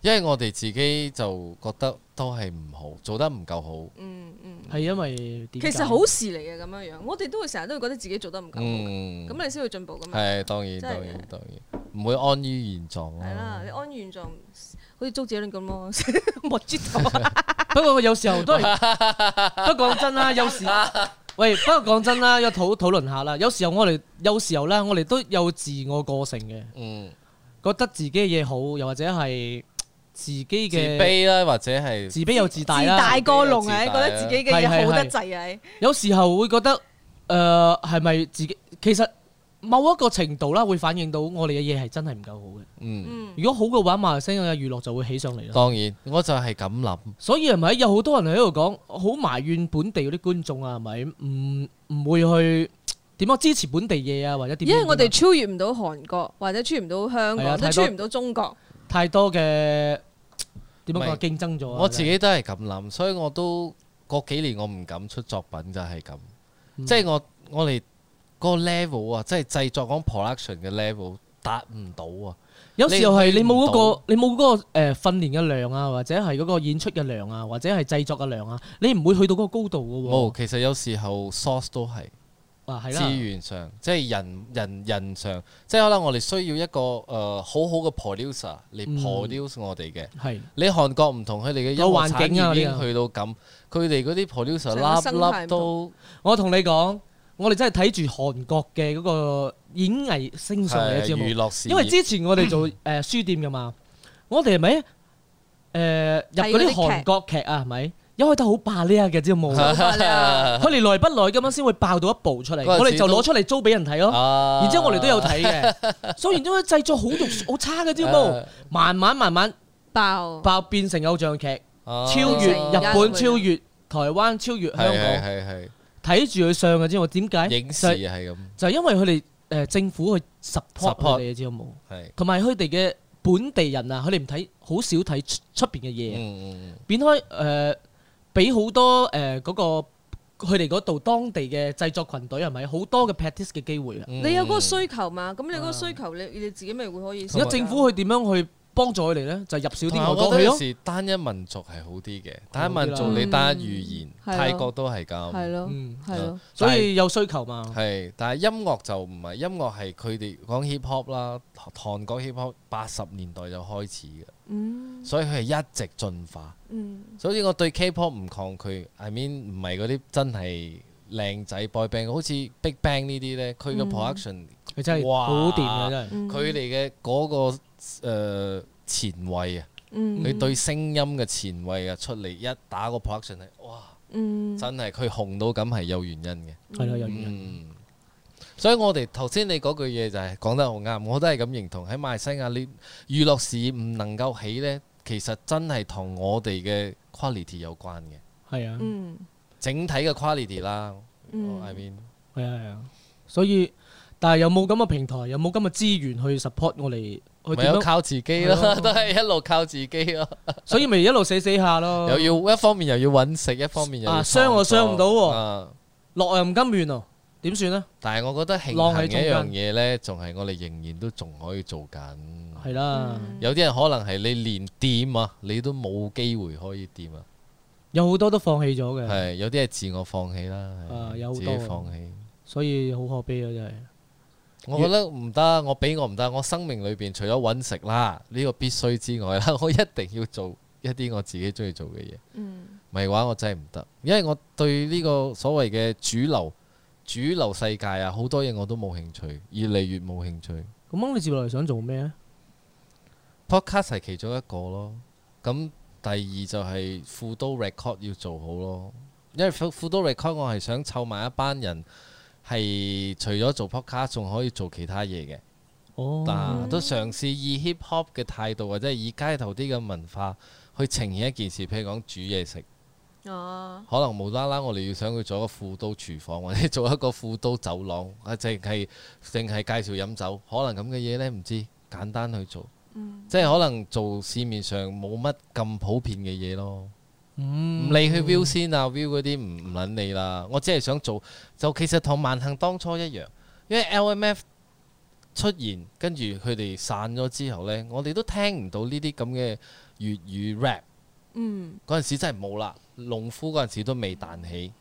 Speaker 3: 因為我哋自己就覺得都係唔好，做得唔夠好。
Speaker 2: 嗯嗯。
Speaker 1: 係因為點解
Speaker 2: 其實好事嚟嘅咁樣樣，我哋都會成日都會覺得自己做得唔夠好，
Speaker 3: 嗯，
Speaker 2: 咁你先會進步噶嘛。
Speaker 3: 係當然
Speaker 2: 真係
Speaker 3: 當
Speaker 2: 嘅
Speaker 3: 然當然，唔會安於現狀
Speaker 2: 係啦，
Speaker 3: 咯。
Speaker 2: 你安於現狀，好似周杰倫咁 咯，冇知道。啊
Speaker 1: 不過有時候都 係，不過講真啦，有時喂，不過講真啦，要討討論下啦。有時候我哋，有時候咧，我哋都有自我個性嘅，
Speaker 3: 嗯，
Speaker 1: 覺得自己嘅嘢好，又或者係自己嘅
Speaker 3: 自卑啦，或者係
Speaker 1: 自卑又自大
Speaker 2: 自
Speaker 1: 啦。
Speaker 2: 大過龍
Speaker 3: 自
Speaker 2: 啊，
Speaker 3: 大
Speaker 2: 覺
Speaker 3: 啊
Speaker 2: 得自己嘅嘢好得滯啊！
Speaker 1: 呃有時候會覺得誒係咪自己其實某一個程度啦，會反映到我哋嘅嘢係真係唔夠好嘅。
Speaker 3: 嗯，
Speaker 2: 嗯，
Speaker 1: 如果好嘅話，馬來西亞嘅娛樂就會起上嚟啦。
Speaker 3: 當然，我就係咁諗。
Speaker 1: 所以係咪有好多人喺度講，好埋怨本地嗰啲觀眾啊，係咪唔唔會去點樣支持本地嘢啊，或者點樣點
Speaker 2: 因
Speaker 1: 樣？
Speaker 2: 為我哋超越唔到韓國，或者超越唔到香
Speaker 1: 係啊太
Speaker 2: 港，都
Speaker 1: 多
Speaker 2: 超越唔到中國。
Speaker 1: 太多嘅點樣
Speaker 3: 唔
Speaker 1: 講
Speaker 3: 係
Speaker 1: 競爭咗啊。
Speaker 3: 我自己都係咁諗，所以我都嗰幾年我唔敢出作品就係咁，
Speaker 1: 嗯
Speaker 3: 即係我我哋嗰個 level 啊，即係製作講 production 嘅 level 達唔到啊。
Speaker 1: 有時候係你冇嗰個
Speaker 3: 你，
Speaker 1: 你冇嗰個誒訓練嘅量啊，或者係嗰個演出嘅量啊，或者係製作嘅量啊，你唔會去到嗰個高度
Speaker 3: 冇，哦其實有時候 source 都係。
Speaker 1: 嘅喎。啊，係
Speaker 3: 資
Speaker 1: 啦，
Speaker 3: 源上，即係人人人上，即係可能我哋需要一個誒、呃好好嘅 producer 嚟
Speaker 1: 嗯
Speaker 3: produce 我哋嘅。
Speaker 1: 係
Speaker 3: 你韓國唔同佢哋嘅音
Speaker 1: 有
Speaker 3: 樂
Speaker 1: 環
Speaker 3: 產
Speaker 1: 境啊
Speaker 3: 業已經
Speaker 1: 呢個
Speaker 3: 去到咁，佢哋嗰啲 producer
Speaker 2: 成個生態唔
Speaker 3: 粒粒都
Speaker 1: 我同你講，我哋真係睇住韓國嘅嗰個演藝升上嚟嘅
Speaker 3: 係
Speaker 1: 節目
Speaker 3: 娛。樂事業，
Speaker 1: 因為之前我哋 做誒書店噶嘛，我哋係咪誒入嗰啲韓國劇啊？係咪一開頭好霸呢嘅啫冇？
Speaker 2: 冇法啦
Speaker 1: 佢哋耐不耐咁樣先會爆到一部出嚟，
Speaker 3: 嗰陣時
Speaker 1: 我哋就
Speaker 3: 都
Speaker 1: 攞出嚟租俾人睇咯。
Speaker 3: 啊
Speaker 1: 然之後我哋都有睇嘅， 所以然之後製作好肉好差嘅啫冇
Speaker 3: 啊，
Speaker 1: 慢慢慢慢
Speaker 2: 爆
Speaker 1: 爆變成偶像劇，
Speaker 3: 啊
Speaker 1: 超越
Speaker 2: 成
Speaker 1: 日本，
Speaker 2: 一
Speaker 1: 超越台灣，超越香
Speaker 3: 係
Speaker 1: 港，哎
Speaker 3: 係係
Speaker 1: 睇住佢上嘅啫我點解？
Speaker 3: 係影視啊
Speaker 1: 就係
Speaker 3: 係咁
Speaker 1: 就係因為佢哋誒政府去 support
Speaker 3: Support
Speaker 1: 佢哋嘅啫冇。
Speaker 3: 係
Speaker 1: 同埋佢哋嘅本地人啊，佢哋唔睇，好少睇出出邊嘅嘢，
Speaker 3: 嗯嗯
Speaker 1: 變開誒，俾、好多誒嗰、個佢哋嗰度當地嘅製作群隊係咪好多嘅 practice 嘅機會啊？
Speaker 3: 嗯
Speaker 2: 你有嗰個需求嘛？咁你嗰個需求，你你自己咪會可以。
Speaker 1: 而家政府佢點樣去幫助佢哋咧？就入少
Speaker 3: 同
Speaker 1: 啲
Speaker 3: 埋
Speaker 1: 外
Speaker 3: 我
Speaker 1: 國
Speaker 3: 覺得
Speaker 1: 去
Speaker 3: 有
Speaker 1: 咯。
Speaker 3: 時單一民族係好啲嘅，單一民族
Speaker 1: 好啲啦
Speaker 3: 你單一語言，
Speaker 2: 嗯係啊
Speaker 3: 泰國都係咁。
Speaker 2: 係咯，
Speaker 1: 嗯，
Speaker 2: 係咯，
Speaker 1: 所以有需求嘛。
Speaker 3: 啊係，但係音樂就唔係，音樂係佢哋講 hip hop 啦，韓國 hip hop 八十年代就開始嘅，
Speaker 2: 嗯
Speaker 3: 所以佢係一直進化。
Speaker 2: 嗯，
Speaker 3: 所以我對 K-pop 唔抗拒，I mean 唔係嗰啲真係靚仔 boy band，好似 Big Bang 呢啲呢，佢嘅
Speaker 2: 嗯
Speaker 3: production，
Speaker 1: 佢真係
Speaker 3: 哇
Speaker 1: 好掂嘅真係。
Speaker 2: 嗯
Speaker 3: 佢哋嘅嗰個、呃、前衞啊，
Speaker 2: 嗯
Speaker 3: 佢對聲音嘅前衞啊出嚟一打個 production 係，哇！
Speaker 2: 嗯
Speaker 3: 真係佢紅到咁係有原因嘅。
Speaker 1: 係啊啦，有原因。
Speaker 3: 嗯，所以我哋頭先你嗰句嘢就係講得好啱，我都係咁認同。喺馬來西亞，你娛樂事業唔能夠起呢，其實真係同我哋嘅 quality 有關嘅，
Speaker 1: 係啊，
Speaker 2: 嗯
Speaker 3: 整體嘅 quality 啦。
Speaker 2: 嗯
Speaker 3: I mean，
Speaker 1: 係啊，係啊。所以，但係有冇咁嘅平台，有冇咁嘅資源去 support 我哋？去
Speaker 3: 唯
Speaker 1: 點
Speaker 3: 有
Speaker 1: 樣？
Speaker 3: 靠自己咯
Speaker 1: 係，咯
Speaker 3: 都係一路靠自己咯。
Speaker 1: 所以咪一路死死下咯。
Speaker 3: 又要一方面又要揾食，一方面又
Speaker 1: 哦啊
Speaker 3: 要
Speaker 1: 傷我
Speaker 3: 創作
Speaker 1: 傷唔到喎
Speaker 3: 啊
Speaker 1: 落又唔甘願喎，點算咧？
Speaker 3: 但係我覺得慶幸
Speaker 1: 浪喺中
Speaker 3: 嘅一
Speaker 1: 間
Speaker 3: 樣嘢呢，仲係我哋仍然都仲可以做緊。
Speaker 1: 係啦。
Speaker 3: 有啲人可能係你連掂啊，你都冇機會可以掂啊。
Speaker 1: 有好多都放棄咗嘅，
Speaker 3: 係有啲係自我放棄啦，係
Speaker 1: 啊有好
Speaker 3: 自己
Speaker 1: 多啊
Speaker 3: 放棄。
Speaker 1: 所以好可悲啊！真係。
Speaker 3: 我覺得唔得，我俾我唔得。我生命裏邊除咗揾食啦，呢、個必須之外啦， 我一定要做一啲我自己中意做嘅嘢。
Speaker 2: 嗯
Speaker 3: 唔係嘅話，我真係唔得，因為我對呢個所謂嘅主流主流世界啊，好多嘢我都冇興趣，越嚟越冇興趣。
Speaker 1: 咁你接落嚟想做咩啊？
Speaker 3: Podcast 係其中一個咯。咁第二就係副都 record 要做好咯，因為副副都 record 我係想湊埋一班人，係除咗做 podcast 仲可以做其他嘢嘅，但
Speaker 1: 哦，
Speaker 3: 都嘗試以 hip hop 嘅態度或者係以街頭啲嘅文化去呈現一件事，譬如講煮嘢食，
Speaker 2: 啊
Speaker 3: 可能無啦啦我哋要想佢做一個副都廚房或者做一個副都走廊，啊淨係淨係介紹飲酒，可能咁嘅嘢呢，唔知簡單去做。
Speaker 2: 嗯
Speaker 3: 即係可能做市面上冇乜咁普遍嘅嘢咯，唔
Speaker 1: 唔
Speaker 3: 理佢 view 先啊，view 嗰啲唔唔撚你啦。我只係想做，就其實同萬幸當初一樣，因為 LMF 出現，跟住佢哋散咗之後呢，我哋都聽唔到呢啲咁嘅粵語 rap
Speaker 2: 嗯
Speaker 3: 嗰陣時真係冇啦，農夫嗰陣時都未彈起，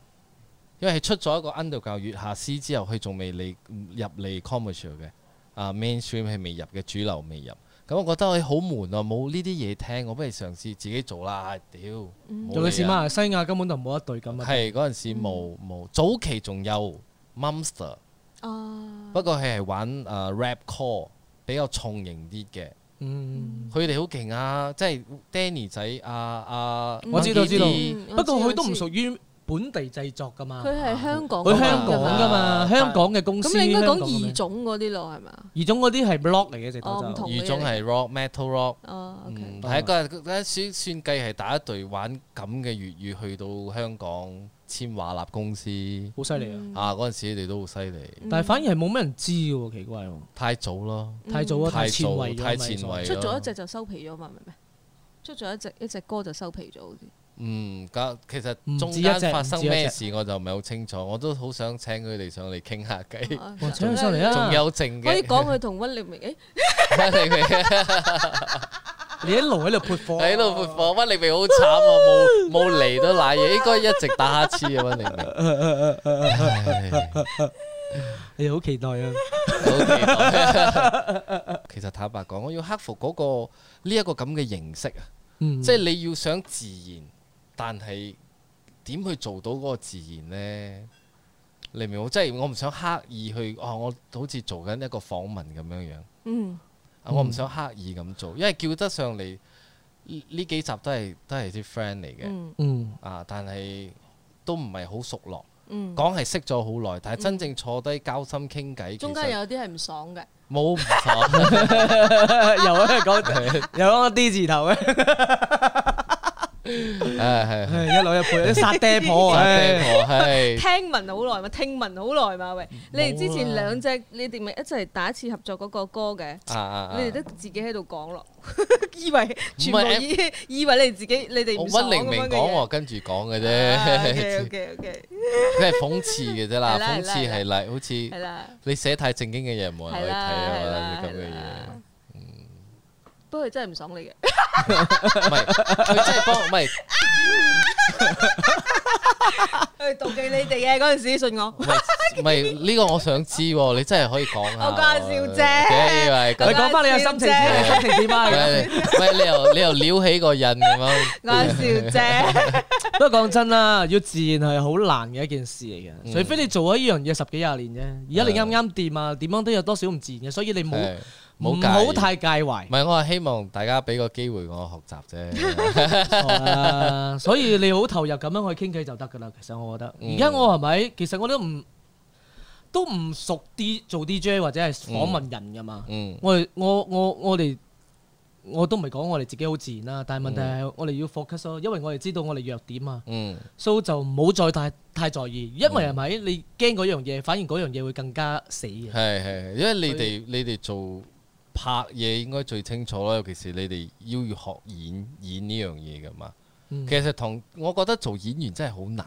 Speaker 3: 因為係出咗一個 underground 月下詩之後，佢仲未嚟嗯入嚟 commercial 嘅，啊 mainstream 係未入嘅，主流未入。咁我覺得佢好悶啊，冇呢啲嘢聽，我不如嘗試自己做啦。屌，
Speaker 2: 嗯
Speaker 3: 冇
Speaker 1: 尤其是
Speaker 3: 理啊
Speaker 1: 馬來西亞根本就冇一隊咁啊。
Speaker 3: 係嗰陣時冇冇，早期仲有 Monster，
Speaker 2: Ờ. 啊
Speaker 3: 不過佢係玩誒 rap core 比較重型啲嘅。
Speaker 1: 嗯，
Speaker 3: 佢哋好勁啊！即係 Danny 仔啊啊，
Speaker 1: 我知道知道
Speaker 3: Monkey D，
Speaker 1: 不過佢都唔屬於本地製作噶嘛，
Speaker 2: 佢係香港㗎嘛，
Speaker 1: 佢香港噶嘛，香港嘅公司。
Speaker 2: 咁你應該
Speaker 1: 香
Speaker 2: 講
Speaker 1: 港嘅
Speaker 2: 異
Speaker 1: 咩
Speaker 2: 種嗰啲咯，係咪啊？
Speaker 1: 二種嗰啲係 block 嚟嘅，直
Speaker 2: 哦
Speaker 1: 頭
Speaker 2: 唔
Speaker 1: 就
Speaker 2: 同
Speaker 3: 二種係 rock metal rock。
Speaker 2: 哦
Speaker 3: 嗯，
Speaker 2: Ờ, ，OK，
Speaker 3: 係嗰日算算計係打一隊玩咁嘅粵語去到香港簽華納公司
Speaker 2: 嗯
Speaker 1: 好犀利啊！
Speaker 3: 啊！嗰陣時你都好犀利，
Speaker 1: 但係反而係冇咩人知喎，奇怪喎，
Speaker 3: 太早咯，
Speaker 1: 太早啊，
Speaker 3: 太
Speaker 1: 前
Speaker 3: 早
Speaker 1: 衞咗，
Speaker 3: 太前
Speaker 1: 衞。
Speaker 3: 衞
Speaker 2: 出咗
Speaker 3: 咯
Speaker 2: 一隻就收皮咗嘛，明唔明？出咗一隻一隻歌就收皮咗，好似
Speaker 3: 嗯，咁其實
Speaker 1: 唔
Speaker 3: 中
Speaker 1: 止一隻
Speaker 3: 間發生
Speaker 1: 唔止一隻
Speaker 3: 咩事我就唔係好清楚，我都好想請佢哋上嚟傾下 偈，
Speaker 2: 啊
Speaker 1: 哇請佢上嚟啊
Speaker 3: 仲有剩
Speaker 2: 可以
Speaker 3: 嘅，
Speaker 2: 講佢同温力明，誒
Speaker 3: 你明
Speaker 1: 你一路喺度潑火，
Speaker 3: 喺度撥火，温你明好慘啊！冇冇嚟都賴嘢，應該一直打乞嗤啊！温你明，唉
Speaker 1: 你好期待啊！
Speaker 3: 好期待其實坦白講，我要克服嗰、個呢一、個咁嘅形式啊，
Speaker 1: 嗯，
Speaker 3: 即係你要想自然，但係點去做到嗰個自然呢？你明冇？即係我唔想刻意去哦，我好似做緊一個訪問咁樣樣。
Speaker 2: 嗯，
Speaker 3: 啊，我唔想刻意咁做，因為叫得上嚟呢呢幾集都係都係啲 friend 嚟嘅，
Speaker 2: 嗯
Speaker 1: 嗯
Speaker 3: 啊，但係都唔係好熟絡，
Speaker 2: 嗯，
Speaker 3: 講係識咗好耐，但係真正坐低交心傾偈，
Speaker 2: 中
Speaker 3: 其實
Speaker 2: 間有啲係唔爽嘅，
Speaker 3: 冇唔錯，
Speaker 1: 又喺度講，又講個 D 字 頭嘅，
Speaker 3: 係係。
Speaker 1: 唉一路一潑，殺爹婆啊！
Speaker 3: 殺
Speaker 1: 唉
Speaker 3: 爹婆 係
Speaker 2: 聽聞好耐嘛，聽聞好耐嘛，喂，你哋之前兩隻你哋咪一齊打一次合作嗰個歌嘅。
Speaker 3: 啊啊啊！
Speaker 2: 你哋都自己喺度講咯， 以為全部
Speaker 3: 唔係
Speaker 2: 以以為你哋自己你哋
Speaker 3: 我
Speaker 2: 唔爽
Speaker 3: 温
Speaker 2: 咁樣
Speaker 3: 玲
Speaker 2: 嘅
Speaker 3: 明
Speaker 2: 嘢。
Speaker 3: 講，我跟住講嘅
Speaker 2: ，OK
Speaker 3: 啫，
Speaker 2: OK OK，
Speaker 3: 佢係諷刺嘅啫啦，
Speaker 2: 係啦
Speaker 3: 諷刺係
Speaker 2: 係
Speaker 3: 嚟，好
Speaker 2: 係
Speaker 3: 似
Speaker 2: 啦。
Speaker 3: 你寫太正經嘅嘢冇人
Speaker 2: 係
Speaker 3: 去睇
Speaker 2: 啦，係
Speaker 3: 啊
Speaker 2: 啦，
Speaker 3: 嘛，你咁嘅
Speaker 2: 係
Speaker 3: 嘢。
Speaker 2: 啦。不過佢真係唔爽你嘅，
Speaker 3: 唔係，佢真係幫，唔係
Speaker 2: 佢妒忌你哋嘅嗰陣時，信我。
Speaker 3: 唔係呢個我想知喎，你真係可以講下。
Speaker 2: 我講下笑啫
Speaker 3: 嘅以為
Speaker 1: 你
Speaker 3: 咁，
Speaker 1: 講翻你嘅心情先，
Speaker 3: 笑啫
Speaker 1: 心情點 啊？
Speaker 3: 唔係你又你又撩起個印咁
Speaker 2: 我係
Speaker 3: 樣。
Speaker 2: 笑 姐，
Speaker 1: 不過講真啦，要自然係好難嘅一件事嚟嘅，
Speaker 3: 嗯
Speaker 1: 除非你做咗呢樣嘢十幾廿年啫。而家你啱啱掂啊，點樣都有多少唔自然嘅，所以你冇
Speaker 3: 嗯係
Speaker 1: 唔
Speaker 3: 介意
Speaker 1: 好太介懷
Speaker 3: 唔。係，我係希望大家俾個機會我學習 啫。
Speaker 1: 啊所以你好投入咁樣去傾偈就得㗎啦。其實我覺得，
Speaker 3: 嗯
Speaker 1: 而家我係咪？其實我都唔都唔熟啲做 DJ 或者係訪問人㗎嘛。
Speaker 3: 嗯，
Speaker 1: 我哋我我我哋我都唔係講我哋自己好自然啦，但係問題係我哋要 focus 咯，因為我哋知道我哋弱點啊，
Speaker 3: 嗯，
Speaker 1: 所以就唔好再太太在意，因為係咪你驚嗰樣嘢，反而嗰樣嘢會更加死嘅。
Speaker 3: 係係，因為你哋你哋做拍嘢應該最清楚啦，尤其是你哋要學演演呢樣嘢㗎嘛。
Speaker 1: 嗯
Speaker 3: 其實同我覺得做演員真係好難，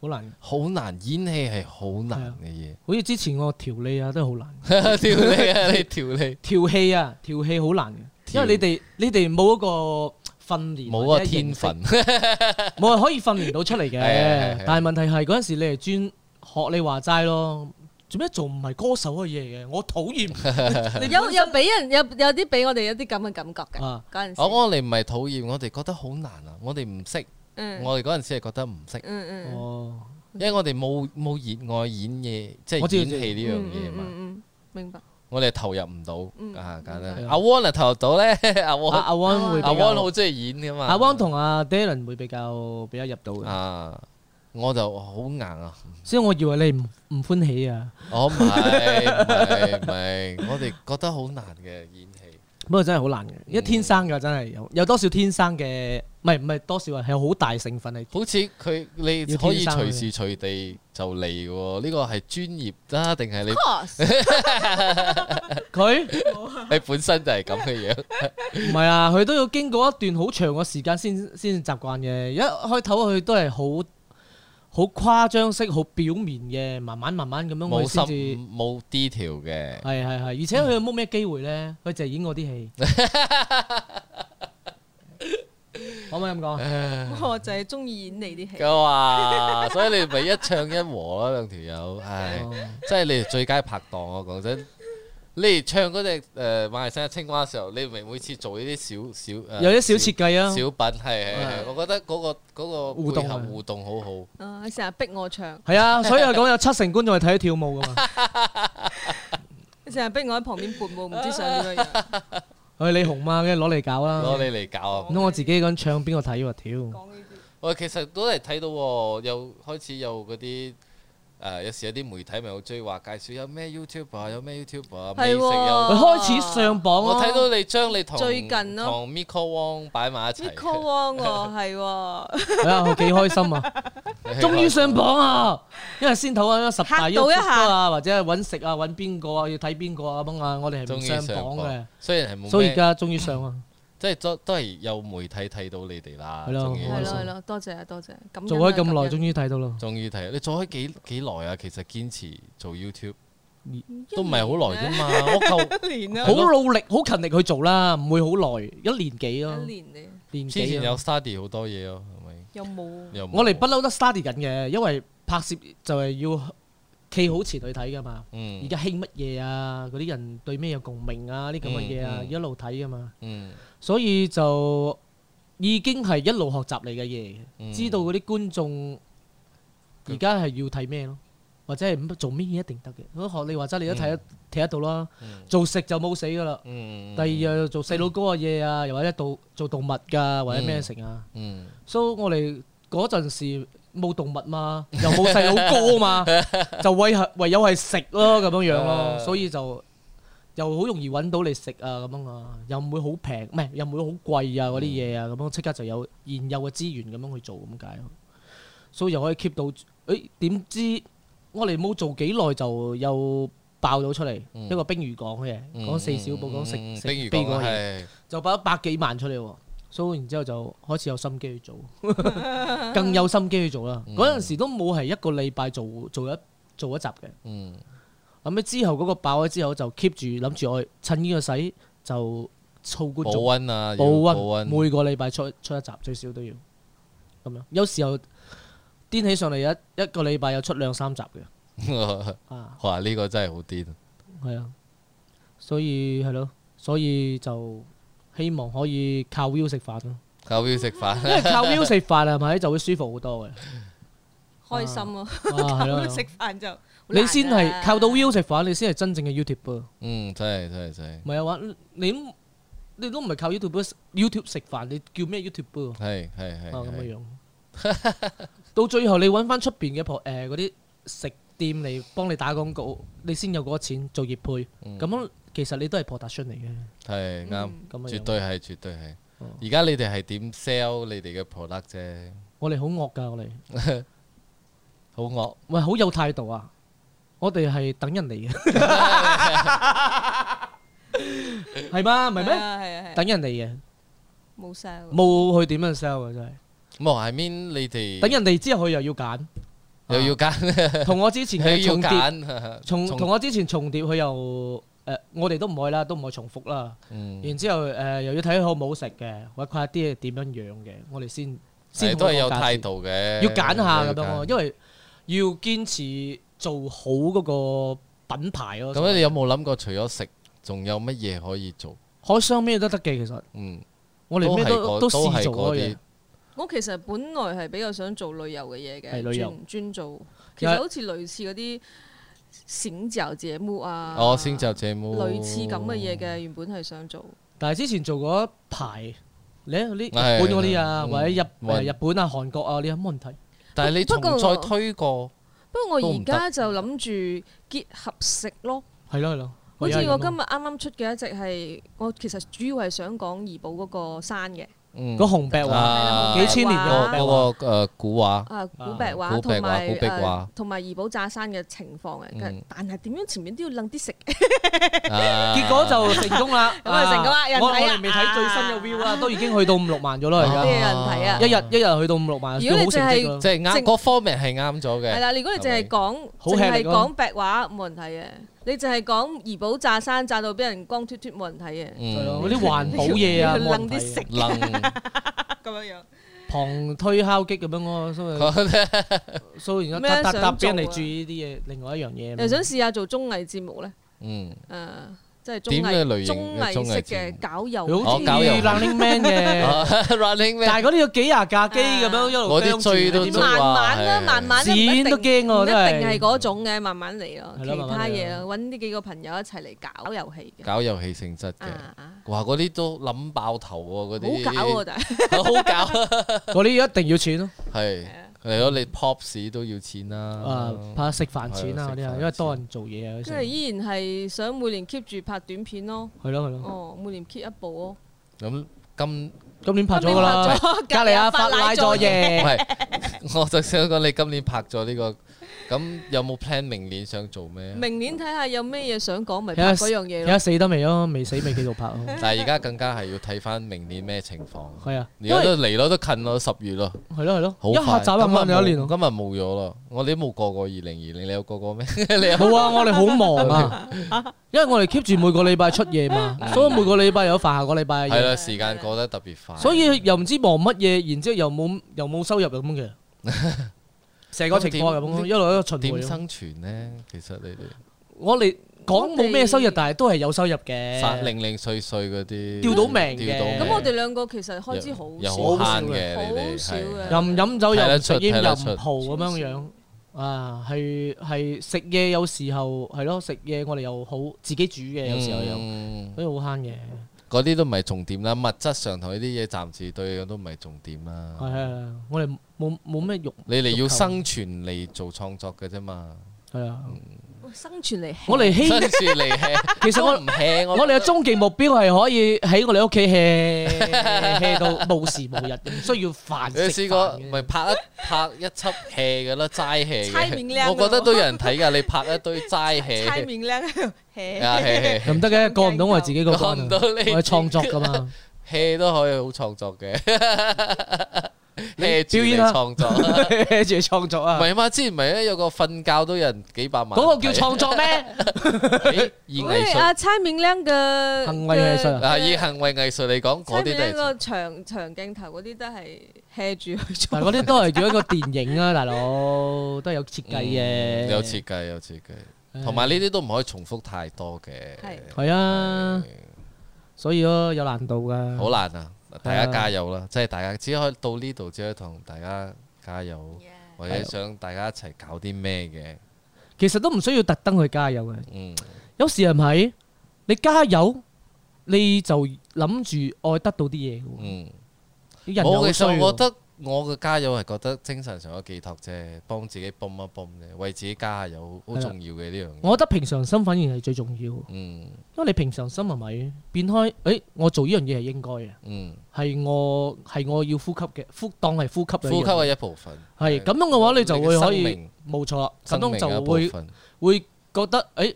Speaker 1: 好難，
Speaker 3: 好難演戲係好難嘅嘢。
Speaker 1: 好似之前我調理啊都好難，
Speaker 3: 調你啊，你調你。
Speaker 1: 調戲啊調戲好難嘅，因為你哋你哋冇一個訓練，
Speaker 3: 冇啊天，分，
Speaker 1: 冇係可以訓練到出 嚟嘅
Speaker 3: 係係係係。
Speaker 1: 但係問題係嗰陣時你係專學你話齋咯，做咩做唔係歌手嘅嘢嘅？我討 厭。
Speaker 2: 有有俾人有有啲俾我哋有啲咁嘅感覺嘅
Speaker 1: 啊
Speaker 2: 嗰陣
Speaker 3: 我
Speaker 2: 時。
Speaker 3: 我哋唔係討厭，我哋覺得好難啊！我哋唔識，
Speaker 2: 嗯
Speaker 3: 我哋嗰陣時係覺得唔識，
Speaker 2: 嗯嗯
Speaker 1: 哦。
Speaker 3: 因為我哋冇冇熱愛演嘢，即
Speaker 1: 我
Speaker 3: 係
Speaker 1: 知
Speaker 3: 演戲呢樣嘢
Speaker 2: 嗯嗯
Speaker 3: 嘛。
Speaker 2: 嗯， 明白。
Speaker 3: 我哋係投入唔到
Speaker 2: 嗯
Speaker 3: 啊，簡
Speaker 1: 係
Speaker 3: 單。
Speaker 1: 啊
Speaker 3: 阿 Won 啊投入到咧， 阿
Speaker 1: 阿
Speaker 3: Won
Speaker 1: 阿 Won 會比
Speaker 3: 阿
Speaker 1: 較，
Speaker 3: Won 好中意演噶嘛。
Speaker 1: 阿 Won 同阿 Dylan 會比較比較入到嘅，
Speaker 3: 啊，我就好硬啊！
Speaker 1: 所以我以為你唔唔歡喜啊。
Speaker 3: 我哦唔係唔係唔係，我哋覺得好難嘅演戲。
Speaker 1: 不過真係好難嘅，
Speaker 3: 嗯
Speaker 1: 因為天生㗎真係有有多少天生嘅，唔係唔係多少啊，係好大成分係。
Speaker 3: 好似佢你
Speaker 1: 要
Speaker 3: 可以
Speaker 1: 天生
Speaker 3: 隨時隨地就嚟嘅喎，呢個係專業啦，定 係你
Speaker 2: Course，
Speaker 1: 佢
Speaker 3: 你本身就係咁嘅樣？
Speaker 1: 唔係 啊，佢都要經過一段好長嘅時間先先習慣嘅。一開頭佢都係好好誇張式、好表面嘅，慢慢慢慢咁樣
Speaker 3: 冇
Speaker 1: 佢先至
Speaker 3: 心冇 detail 嘅，
Speaker 1: 係係係，而且佢冇咩機會咧，佢就係演我啲 戲。可唔可以咁講啊？
Speaker 2: 我就係中意演你啲戲。
Speaker 3: 咁啊，所以你咪一唱一和咯，兩條 友，唉，
Speaker 1: 哦
Speaker 3: 即係你哋最佳拍檔我講真，你哋唱嗰只誒馬來西亞青蛙嘅時候，你咪每次做呢啲小小
Speaker 1: 有啲小設計啊，
Speaker 3: 小品係係係
Speaker 1: 係，
Speaker 3: 我覺得嗰個嗰個
Speaker 1: 互動
Speaker 3: 配合
Speaker 1: 啊
Speaker 3: 互動好好，
Speaker 2: 啊，你成日逼我唱，
Speaker 1: 係啊，所以我講有七成觀眾係睇佢跳舞噶嘛。
Speaker 2: 你成日逼我喺旁邊伴舞，唔知想點樣。
Speaker 1: 佢你紅嘛，跟住攞嚟搞啦。
Speaker 3: 攞你嚟搞啊！
Speaker 1: 嗯
Speaker 3: 哦
Speaker 1: 唔通我自己一個人唱邊個睇喎？屌！
Speaker 2: 講呢啲
Speaker 3: 喂，其實都係睇到喎，又開始有嗰啲誒，有時有啲媒體咪好追話介紹有咩 YouTuber，有咩 YouTuber 美食
Speaker 2: 係
Speaker 3: 有。
Speaker 2: 喎
Speaker 1: 佢開始上榜
Speaker 3: 我
Speaker 1: 咯。
Speaker 3: 睇到你將你同
Speaker 2: 最近咯
Speaker 3: 同 Miko Wong 擺埋一齊
Speaker 2: Nico，Wong 喎，係喎，
Speaker 1: 係啊，我幾開心啊！
Speaker 3: 你 係
Speaker 1: 終於上榜啊！因為先頭啊，十大
Speaker 2: 嚇
Speaker 1: y
Speaker 2: 到
Speaker 1: o
Speaker 2: 一
Speaker 1: u
Speaker 2: 下
Speaker 1: 啊，或者係揾食啊，揾邊個啊，要睇邊個啊咁啊，我哋係
Speaker 3: 終
Speaker 1: 唔
Speaker 3: 於
Speaker 1: 上
Speaker 3: 上
Speaker 1: 榜嘅
Speaker 3: 榜，，雖然係冇
Speaker 1: 所以而
Speaker 3: 咩，
Speaker 1: 家終於上啊！
Speaker 3: 即係都都係有媒體睇到你哋啦。
Speaker 1: 係咯
Speaker 3: 終於
Speaker 1: 好
Speaker 2: 係
Speaker 1: 開
Speaker 2: 咯
Speaker 1: 心
Speaker 2: 係咯，多謝啊多謝，感恩啊
Speaker 1: 做咗咁
Speaker 2: 感
Speaker 1: 耐，
Speaker 2: 恩
Speaker 1: 終於睇到咯。
Speaker 3: 終於睇，你做開幾幾耐啊？其實堅持做 YouTube
Speaker 2: 一
Speaker 3: 都唔係好耐啫
Speaker 2: 年
Speaker 3: 嘛，我夠
Speaker 2: 一年
Speaker 1: 好
Speaker 2: 啊，
Speaker 1: 努力、好勤力去做啦，唔會好耐，一年幾咯
Speaker 2: 一，年嚟，
Speaker 1: 年
Speaker 3: 之
Speaker 1: 幾
Speaker 3: 前
Speaker 1: 咯
Speaker 3: 有。study 好多嘢咯，係咪？
Speaker 2: 有冇？
Speaker 3: 又冇
Speaker 1: 我哋不嬲都 study 緊嘅，因為拍攝就係要企好前去睇噶嘛。而
Speaker 3: 嗯
Speaker 1: 家興乜嘢啊？嗰啲人對咩有共鳴啊？啲咁嘅嘢啊，
Speaker 3: 嗯嗯
Speaker 1: 一路睇噶嘛。
Speaker 3: 嗯
Speaker 1: 所以就已經係一路學習你嘅嘢，
Speaker 3: 嗯
Speaker 1: 知道嗰啲觀眾而家係要睇咩咯，或者係乜做咩一定得嘅。咁學你話齋，你都睇得睇得到啦。
Speaker 3: 嗯
Speaker 1: 做食就冇死噶啦。
Speaker 3: 嗯，
Speaker 1: 第二又做細佬哥嘅嘢啊，又或者做做動物㗎，或者咩成啊。
Speaker 3: 嗯
Speaker 1: 所以我哋嗰陣時冇動物嘛，又冇細佬哥 嘛，就唯係唯有係食咯咁樣樣咯，
Speaker 3: 誒
Speaker 1: 所以就又好容易揾到你食啊咁樣啊，又唔會好平，唔係又唔會好貴啊嗰啲嘢啊咁
Speaker 3: 嗯
Speaker 1: 樣，即刻就有現有嘅資源咁樣去做咁解咯，所以又可以 keep 到，誒點知我哋冇做幾耐就又爆咗出嚟，
Speaker 3: 嗯
Speaker 1: 一個冰魚港嘅，
Speaker 3: 嗯
Speaker 1: 講四小寶講食
Speaker 3: 嗯嗯
Speaker 1: 食
Speaker 3: 冰魚
Speaker 1: 飛嗰
Speaker 3: 講
Speaker 1: 個嘢。
Speaker 3: 係
Speaker 1: 就擺咗百幾萬出嚟喎，所以然之後就開始有心機去做， 更有心機去做
Speaker 3: 嗯
Speaker 1: 啦。嗰陣時都冇係一個禮拜做做一做一集嘅，
Speaker 3: 嗯
Speaker 1: 後尾之後嗰個爆咗之後就 keep 住諗住我哎趁呢個使就湊
Speaker 3: 保
Speaker 1: 觀眾
Speaker 3: 溫啊，要
Speaker 1: 保
Speaker 3: 保
Speaker 1: 温，
Speaker 3: 溫
Speaker 1: 每個禮拜出出一集最少都要咁樣。有時候癲起上嚟一一個禮拜有出兩三集嘅， 啊
Speaker 3: 哇！呢個真係好癲，
Speaker 1: 係啊，所以係咯，所以就希望可以靠 view 食飯咯。
Speaker 3: 靠 view 食
Speaker 1: 因為
Speaker 3: 飯，
Speaker 1: 靠 view 食飯係咪就會舒服好多 嘅？
Speaker 2: 開心啊！
Speaker 1: 啊，係咯
Speaker 2: 咁食飯就好
Speaker 1: 你先
Speaker 2: 難啊
Speaker 1: 係靠到 view 食飯，你先係真正嘅 YouTube。
Speaker 3: 嗯，真係真係真
Speaker 1: 唔係啊話你都你都唔係靠 YouTube YouTube 食飯，你叫咩 YouTube 啊？
Speaker 3: 係係係係
Speaker 1: 咁嘅
Speaker 3: 係
Speaker 1: 樣。到最後你揾翻出邊嘅婆誒嗰啲食店嚟幫你打廣告，你先有嗰個錢做業配。
Speaker 3: 嗯
Speaker 1: 咁樣其實你都係 production 嚟嘅，
Speaker 3: 係啱，
Speaker 2: 嗯
Speaker 1: 咁嘅樣
Speaker 3: 絕對係絕對係
Speaker 1: 哦。
Speaker 3: 而家你哋係點 sell 你哋嘅 product 啫？
Speaker 1: 我哋好惡㗎，我哋
Speaker 3: 好惡，
Speaker 1: 喂好有態度啊！我哋係等人嚟 嘅，係嘛？唔係
Speaker 2: 係
Speaker 1: 咩？
Speaker 2: 啊係啊係啊，
Speaker 1: 等人嚟嘅，
Speaker 2: 冇晒喎。
Speaker 1: 冇佢點樣 sell 啊！真係。
Speaker 3: 冇 I mean 你哋
Speaker 1: 等人哋之後，佢又 要揀，
Speaker 3: 又要揀，
Speaker 1: 同我之前
Speaker 3: 佢
Speaker 1: 嘅
Speaker 3: 要
Speaker 1: 重疊，
Speaker 3: 揀，
Speaker 1: 重
Speaker 3: 重
Speaker 1: 同我之前重疊，佢又誒，我哋都唔可以啦，都唔可以重複啦。
Speaker 3: 嗯
Speaker 1: 然之後誒，又要睇佢好唔好食嘅，或者佢啲嘢點樣樣嘅，我哋先
Speaker 3: 係
Speaker 1: 先
Speaker 3: 都係有
Speaker 1: 好講價
Speaker 3: 態
Speaker 1: 錢，
Speaker 3: 度嘅，
Speaker 1: 要揀下咁樣
Speaker 3: 要
Speaker 1: 咯，
Speaker 3: 揀
Speaker 1: 因為要堅持做好嗰個品牌咯。
Speaker 3: 咁你有冇諗過除咗食，仲有乜嘢可以做？
Speaker 1: 海商咩都得嘅，其實
Speaker 3: 嗯，
Speaker 1: 我哋咩
Speaker 3: 都係嗰
Speaker 1: 都都
Speaker 3: 都係
Speaker 1: 試做
Speaker 3: 嗰
Speaker 1: 嗰
Speaker 3: 啲
Speaker 1: 嘢，
Speaker 2: 我其實本來係比較想做旅遊嘅嘢
Speaker 1: 係
Speaker 2: 嘅，
Speaker 1: 旅遊
Speaker 2: 專專做，其
Speaker 1: 又係
Speaker 2: 實好似類似嗰啲醒酒節目啊，
Speaker 3: 我先就這麼
Speaker 2: 類似咁嘅嘢嘅，原本係想做，
Speaker 1: 但係之前做嗰一排。你喺啲日
Speaker 3: 係
Speaker 1: 本嗰啲啊，
Speaker 3: 嗯
Speaker 1: 或者日
Speaker 3: 運
Speaker 1: 誒日本啊、韓國啊，你有冇問題？
Speaker 3: 但係你
Speaker 2: 不過
Speaker 3: 重
Speaker 2: 我
Speaker 3: 再推過，
Speaker 2: 不過
Speaker 3: 都
Speaker 2: 我
Speaker 3: 唔
Speaker 2: 而家就諗住結合食咯。
Speaker 1: 係咯係咯，
Speaker 2: 好似
Speaker 1: 啊唯有係咁
Speaker 2: 我
Speaker 1: 咯
Speaker 2: 今日啱啱出嘅一隻係，我其實主要係想講怡保嗰個山嘅，
Speaker 3: 嗯，
Speaker 1: 嗰紅白話
Speaker 3: 啊
Speaker 1: 幾千年嘅
Speaker 2: 嗰
Speaker 1: 紅
Speaker 2: 個
Speaker 1: 白話，
Speaker 3: 嗰個誒 古畫，
Speaker 2: 啊古壁畫
Speaker 3: 古壁畫
Speaker 2: 同埋
Speaker 3: 古壁畫
Speaker 2: 誒同埋怡保炸山嘅情況嘅，
Speaker 3: 嗯
Speaker 2: 但係點樣前面都要楞啲食
Speaker 1: 結
Speaker 3: 結
Speaker 1: 果就成 功啦，
Speaker 2: 咁啊成功啦
Speaker 1: 啊
Speaker 2: 人睇啊
Speaker 1: 我我哋未睇最新嘅 view 啊，都已經去到五六萬咗啦，而
Speaker 2: 啲
Speaker 1: 家
Speaker 2: 嘢人睇啊
Speaker 1: 一。日一日去到五六萬，
Speaker 2: 如
Speaker 1: 叫好
Speaker 2: 果你
Speaker 1: 成績咯
Speaker 2: 淨
Speaker 3: 即係啱
Speaker 2: 正
Speaker 3: 嗰方面係啱咗
Speaker 2: 係
Speaker 3: 嘅，
Speaker 2: 啦，如果你淨係講
Speaker 1: 好
Speaker 2: 淨
Speaker 1: 吃
Speaker 2: 係
Speaker 1: 力咯
Speaker 2: 講白話冇人睇嘅，你淨係講怡保炸山炸到俾人光脱脱冇人睇嘅，
Speaker 1: 係
Speaker 3: 嗯，
Speaker 1: 咯，嗰啲環保嘢啊，冇啊
Speaker 2: 你要
Speaker 1: 人
Speaker 2: 楞啲
Speaker 1: 睇
Speaker 2: 食
Speaker 1: 啊
Speaker 3: 能
Speaker 2: 咁樣樣。
Speaker 1: 旁推敲擊咁樣咯， 所以所以然之
Speaker 2: 咩
Speaker 1: 後搭搭
Speaker 2: 想
Speaker 1: 搭俾人哋
Speaker 2: 做啊
Speaker 1: 嗯注意呢啲嘢，另外一樣嘢
Speaker 2: 又想
Speaker 1: 嘛。
Speaker 2: 試下做綜藝節目咧，
Speaker 3: 嗯
Speaker 2: 誒，啊即係綜
Speaker 3: 點嘅類
Speaker 2: 藝
Speaker 3: 型
Speaker 2: 綜藝
Speaker 3: 綜藝
Speaker 2: 式
Speaker 3: 節
Speaker 2: 嘅
Speaker 3: 目
Speaker 2: 搞遊
Speaker 1: 佢好
Speaker 3: 哦
Speaker 1: 中意
Speaker 3: 搞遊戲
Speaker 1: Running Man 嘅，
Speaker 3: Running 咩？
Speaker 1: 但係嗰啲要幾廿架機咁樣一路
Speaker 3: 嗰啲
Speaker 1: 啄住
Speaker 3: 追都
Speaker 1: 點
Speaker 3: 追
Speaker 1: 樣
Speaker 2: 慢慢啦，
Speaker 3: 哇係
Speaker 2: 慢慢啦，唔一定
Speaker 1: 剪都驚喎
Speaker 2: 唔一
Speaker 1: 真係
Speaker 2: 定係嗰種嘅，慢慢嚟咯。
Speaker 1: 係
Speaker 2: 其
Speaker 1: 咯慢
Speaker 2: 他
Speaker 1: 慢嚟
Speaker 2: 嘢啦，揾呢幾個朋友一齊嚟搞遊戲嘅。
Speaker 3: 搞遊戲性質嘅，
Speaker 2: 啊啊，
Speaker 3: 哇！嗰啲都諗爆頭喎，嗰
Speaker 2: 好
Speaker 3: 啲
Speaker 2: 搞
Speaker 1: 啊
Speaker 2: 喎，但係
Speaker 3: 好 搞啊，
Speaker 1: 嗰啲一定要錢咯，
Speaker 3: 係嚟咗你 Pops 都要錢啦
Speaker 1: 啊，，怕食飯錢啊
Speaker 3: 係
Speaker 1: 嗰啲
Speaker 3: 啊
Speaker 1: 啊，
Speaker 3: 食飯
Speaker 1: 因為多人做嘢啊，嗰
Speaker 2: 跟住
Speaker 1: 時
Speaker 2: 依然係想每年 keep 住拍短片咯。
Speaker 1: 係咯係咯，
Speaker 2: 哦，每年 keep 一部咯。
Speaker 3: 咁 今
Speaker 1: 今年拍咗㗎啦， 隔
Speaker 2: 離
Speaker 1: 離阿法拉咗
Speaker 3: 唔
Speaker 1: 嘢，
Speaker 3: 係，我就想講你今年拍咗呢個，咁有冇 plan 明年想做咩？啊
Speaker 2: 明年睇下有咩嘢想講，咪
Speaker 1: 睇下
Speaker 2: 拍嗰樣嘢
Speaker 1: 而
Speaker 2: 咯。
Speaker 1: 家死得未咯？未死未繼續拍 咯，
Speaker 3: 但係而家更加係要睇翻明年咩情況。
Speaker 1: 係啊，
Speaker 3: 而
Speaker 1: 因
Speaker 3: 家
Speaker 1: 為
Speaker 3: 都嚟咯，都近咯，十月咯，
Speaker 1: 係咯係
Speaker 3: 好
Speaker 1: 咯，一
Speaker 3: 快。
Speaker 1: 下眨眼
Speaker 3: 今
Speaker 1: 慢
Speaker 3: 日
Speaker 1: 咗一年
Speaker 3: 冇
Speaker 1: 喎，
Speaker 3: 今日冇咗啦，我哋都冇過過二零二零，你有過過咩？
Speaker 1: 冇 啊，我哋好忙啊，因為我哋 keep 住每個禮拜出嘢嘛，所以每個禮拜有飯，下個禮拜嘅
Speaker 3: 係
Speaker 1: 嘢
Speaker 3: 啦，時間過得特別快。
Speaker 1: 啊所以又唔知忙乜嘢，然之後又冇又冇收入咁 嘅，成個情況咁
Speaker 3: 咁
Speaker 1: 樣
Speaker 3: 點
Speaker 1: 一路一路循
Speaker 3: 點
Speaker 1: 環咯。
Speaker 3: 生存呢？其實你哋
Speaker 1: 我哋講冇咩收入
Speaker 2: 我哋，
Speaker 1: 但係都係有收入嘅。
Speaker 3: 殺零零碎碎嗰啲，
Speaker 1: 吊到命嘅
Speaker 3: 吊到命
Speaker 2: 咁我哋兩個其實開支好
Speaker 3: 又
Speaker 2: 少，
Speaker 3: 好慳嘅，
Speaker 2: 好
Speaker 3: 你哋
Speaker 2: 少啊嘅
Speaker 3: 係
Speaker 1: 又唔飲酒，
Speaker 3: 睇
Speaker 1: 又
Speaker 3: 得
Speaker 1: 唔
Speaker 3: 出
Speaker 1: 食煙，
Speaker 3: 睇
Speaker 1: 又
Speaker 3: 得
Speaker 1: 唔
Speaker 3: 出
Speaker 1: 蒲咁樣樣啊，係係食嘢有時候係咯，食嘢我哋又好自己煮
Speaker 2: 啊
Speaker 1: 嘅，有時候又
Speaker 3: 嗯
Speaker 1: 所以好慳嘅。
Speaker 3: 嗰啲都唔係重點啦，物質上同呢啲嘢暫時對我都唔係重點
Speaker 1: 係係
Speaker 3: 啦。
Speaker 1: 係，我哋冇冇咩肉
Speaker 3: 你哋要生存嚟做創作嘅 啫嘛，
Speaker 1: 係啊，
Speaker 3: 嗯
Speaker 2: 哇生存嚟吃。
Speaker 1: 我哋希
Speaker 3: 生存嚟 hea，
Speaker 1: 其實我
Speaker 3: 都唔 hea，
Speaker 1: 我哋嘅終極目標係可以喺我哋屋企 hea 到無時無日，唔需要飯
Speaker 3: 你
Speaker 1: 食
Speaker 3: 試過
Speaker 1: 飯
Speaker 3: 咪
Speaker 1: 嘅。
Speaker 3: 拍一拍一輯 hea 嘅啦，齋 hea
Speaker 2: 猜面靚
Speaker 3: 嘅，
Speaker 2: 咯
Speaker 3: 我覺得都有人睇㗎。你拍一堆齋
Speaker 2: 猜
Speaker 3: hea，
Speaker 2: 面靚喺度 hea
Speaker 3: 啊 hea
Speaker 1: 又唔得嘅，過唔到我哋自己個
Speaker 3: 過
Speaker 1: 關
Speaker 3: 唔
Speaker 1: 啊
Speaker 3: 到！你
Speaker 1: 我哋創作噶 嘛，
Speaker 3: hea 都可以好創作嘅 hea 住
Speaker 1: 表
Speaker 3: 嚟
Speaker 1: 演啊
Speaker 3: 創作。
Speaker 1: 住創作
Speaker 3: 唔
Speaker 1: 啊！
Speaker 3: 係啊嘛，之前咪有個瞓覺都有人幾百萬睇，
Speaker 1: 嗰個叫創作咩？
Speaker 3: 咦以藝
Speaker 2: 喂，啊
Speaker 3: 術
Speaker 2: 阿猜面靚嘅
Speaker 1: 行為藝術啊
Speaker 3: 嗱，以行為藝術嚟講，嗰
Speaker 2: 嗰
Speaker 3: 啲都
Speaker 2: 啲
Speaker 3: 係
Speaker 2: 呢個長長鏡頭嗰啲都係 hea 住去做
Speaker 1: 嗱，。嗰啲都係叫一個電影啊，大佬都係有設計嘅，
Speaker 3: 嗯有設計有設計，
Speaker 1: 唉
Speaker 3: 同埋呢啲都唔可以重複太多嘅，
Speaker 2: 係
Speaker 1: 係
Speaker 3: Ừ.
Speaker 1: 啊，所以咯有難度噶。
Speaker 3: 好難啊！大家加油
Speaker 1: 嗯
Speaker 3: 啦！即係大家只可以到呢度，只可以同大家加油，或者想大家一齊搞啲咩嘅，
Speaker 1: 其實都唔需要特登去加油嘅，
Speaker 3: 嗯，
Speaker 1: 有時係咪？你加油，你就諗住愛得到啲嘢嘅喎。
Speaker 3: 嗯，
Speaker 1: 啲人又
Speaker 3: 我
Speaker 1: 好
Speaker 3: 其
Speaker 1: 衰
Speaker 3: 實我
Speaker 1: 喎
Speaker 3: 覺得我嘅加油係覺得精神上嘅寄託啫，幫自己泵一泵啫，為自己加油好
Speaker 1: 係啦
Speaker 3: 重要嘅呢樣嘢，
Speaker 1: 我覺得平常心反而係最重要，因
Speaker 3: 嗯
Speaker 1: 為你平常心係咪變開？誒、我做呢樣嘢係應該嘅，
Speaker 3: 嗯，
Speaker 1: 係我係我要呼吸嘅，呼當係呼吸嘅一樣。
Speaker 3: 呼吸嘅一部分，
Speaker 1: 係咁樣嘅話，你就會可
Speaker 3: 你嘅生
Speaker 1: 以
Speaker 3: 命
Speaker 1: 冇錯啦。咁
Speaker 3: 生
Speaker 1: 樣
Speaker 3: 命嘅一
Speaker 1: 就
Speaker 3: 部
Speaker 1: 會
Speaker 3: 分。
Speaker 1: 會覺得誒、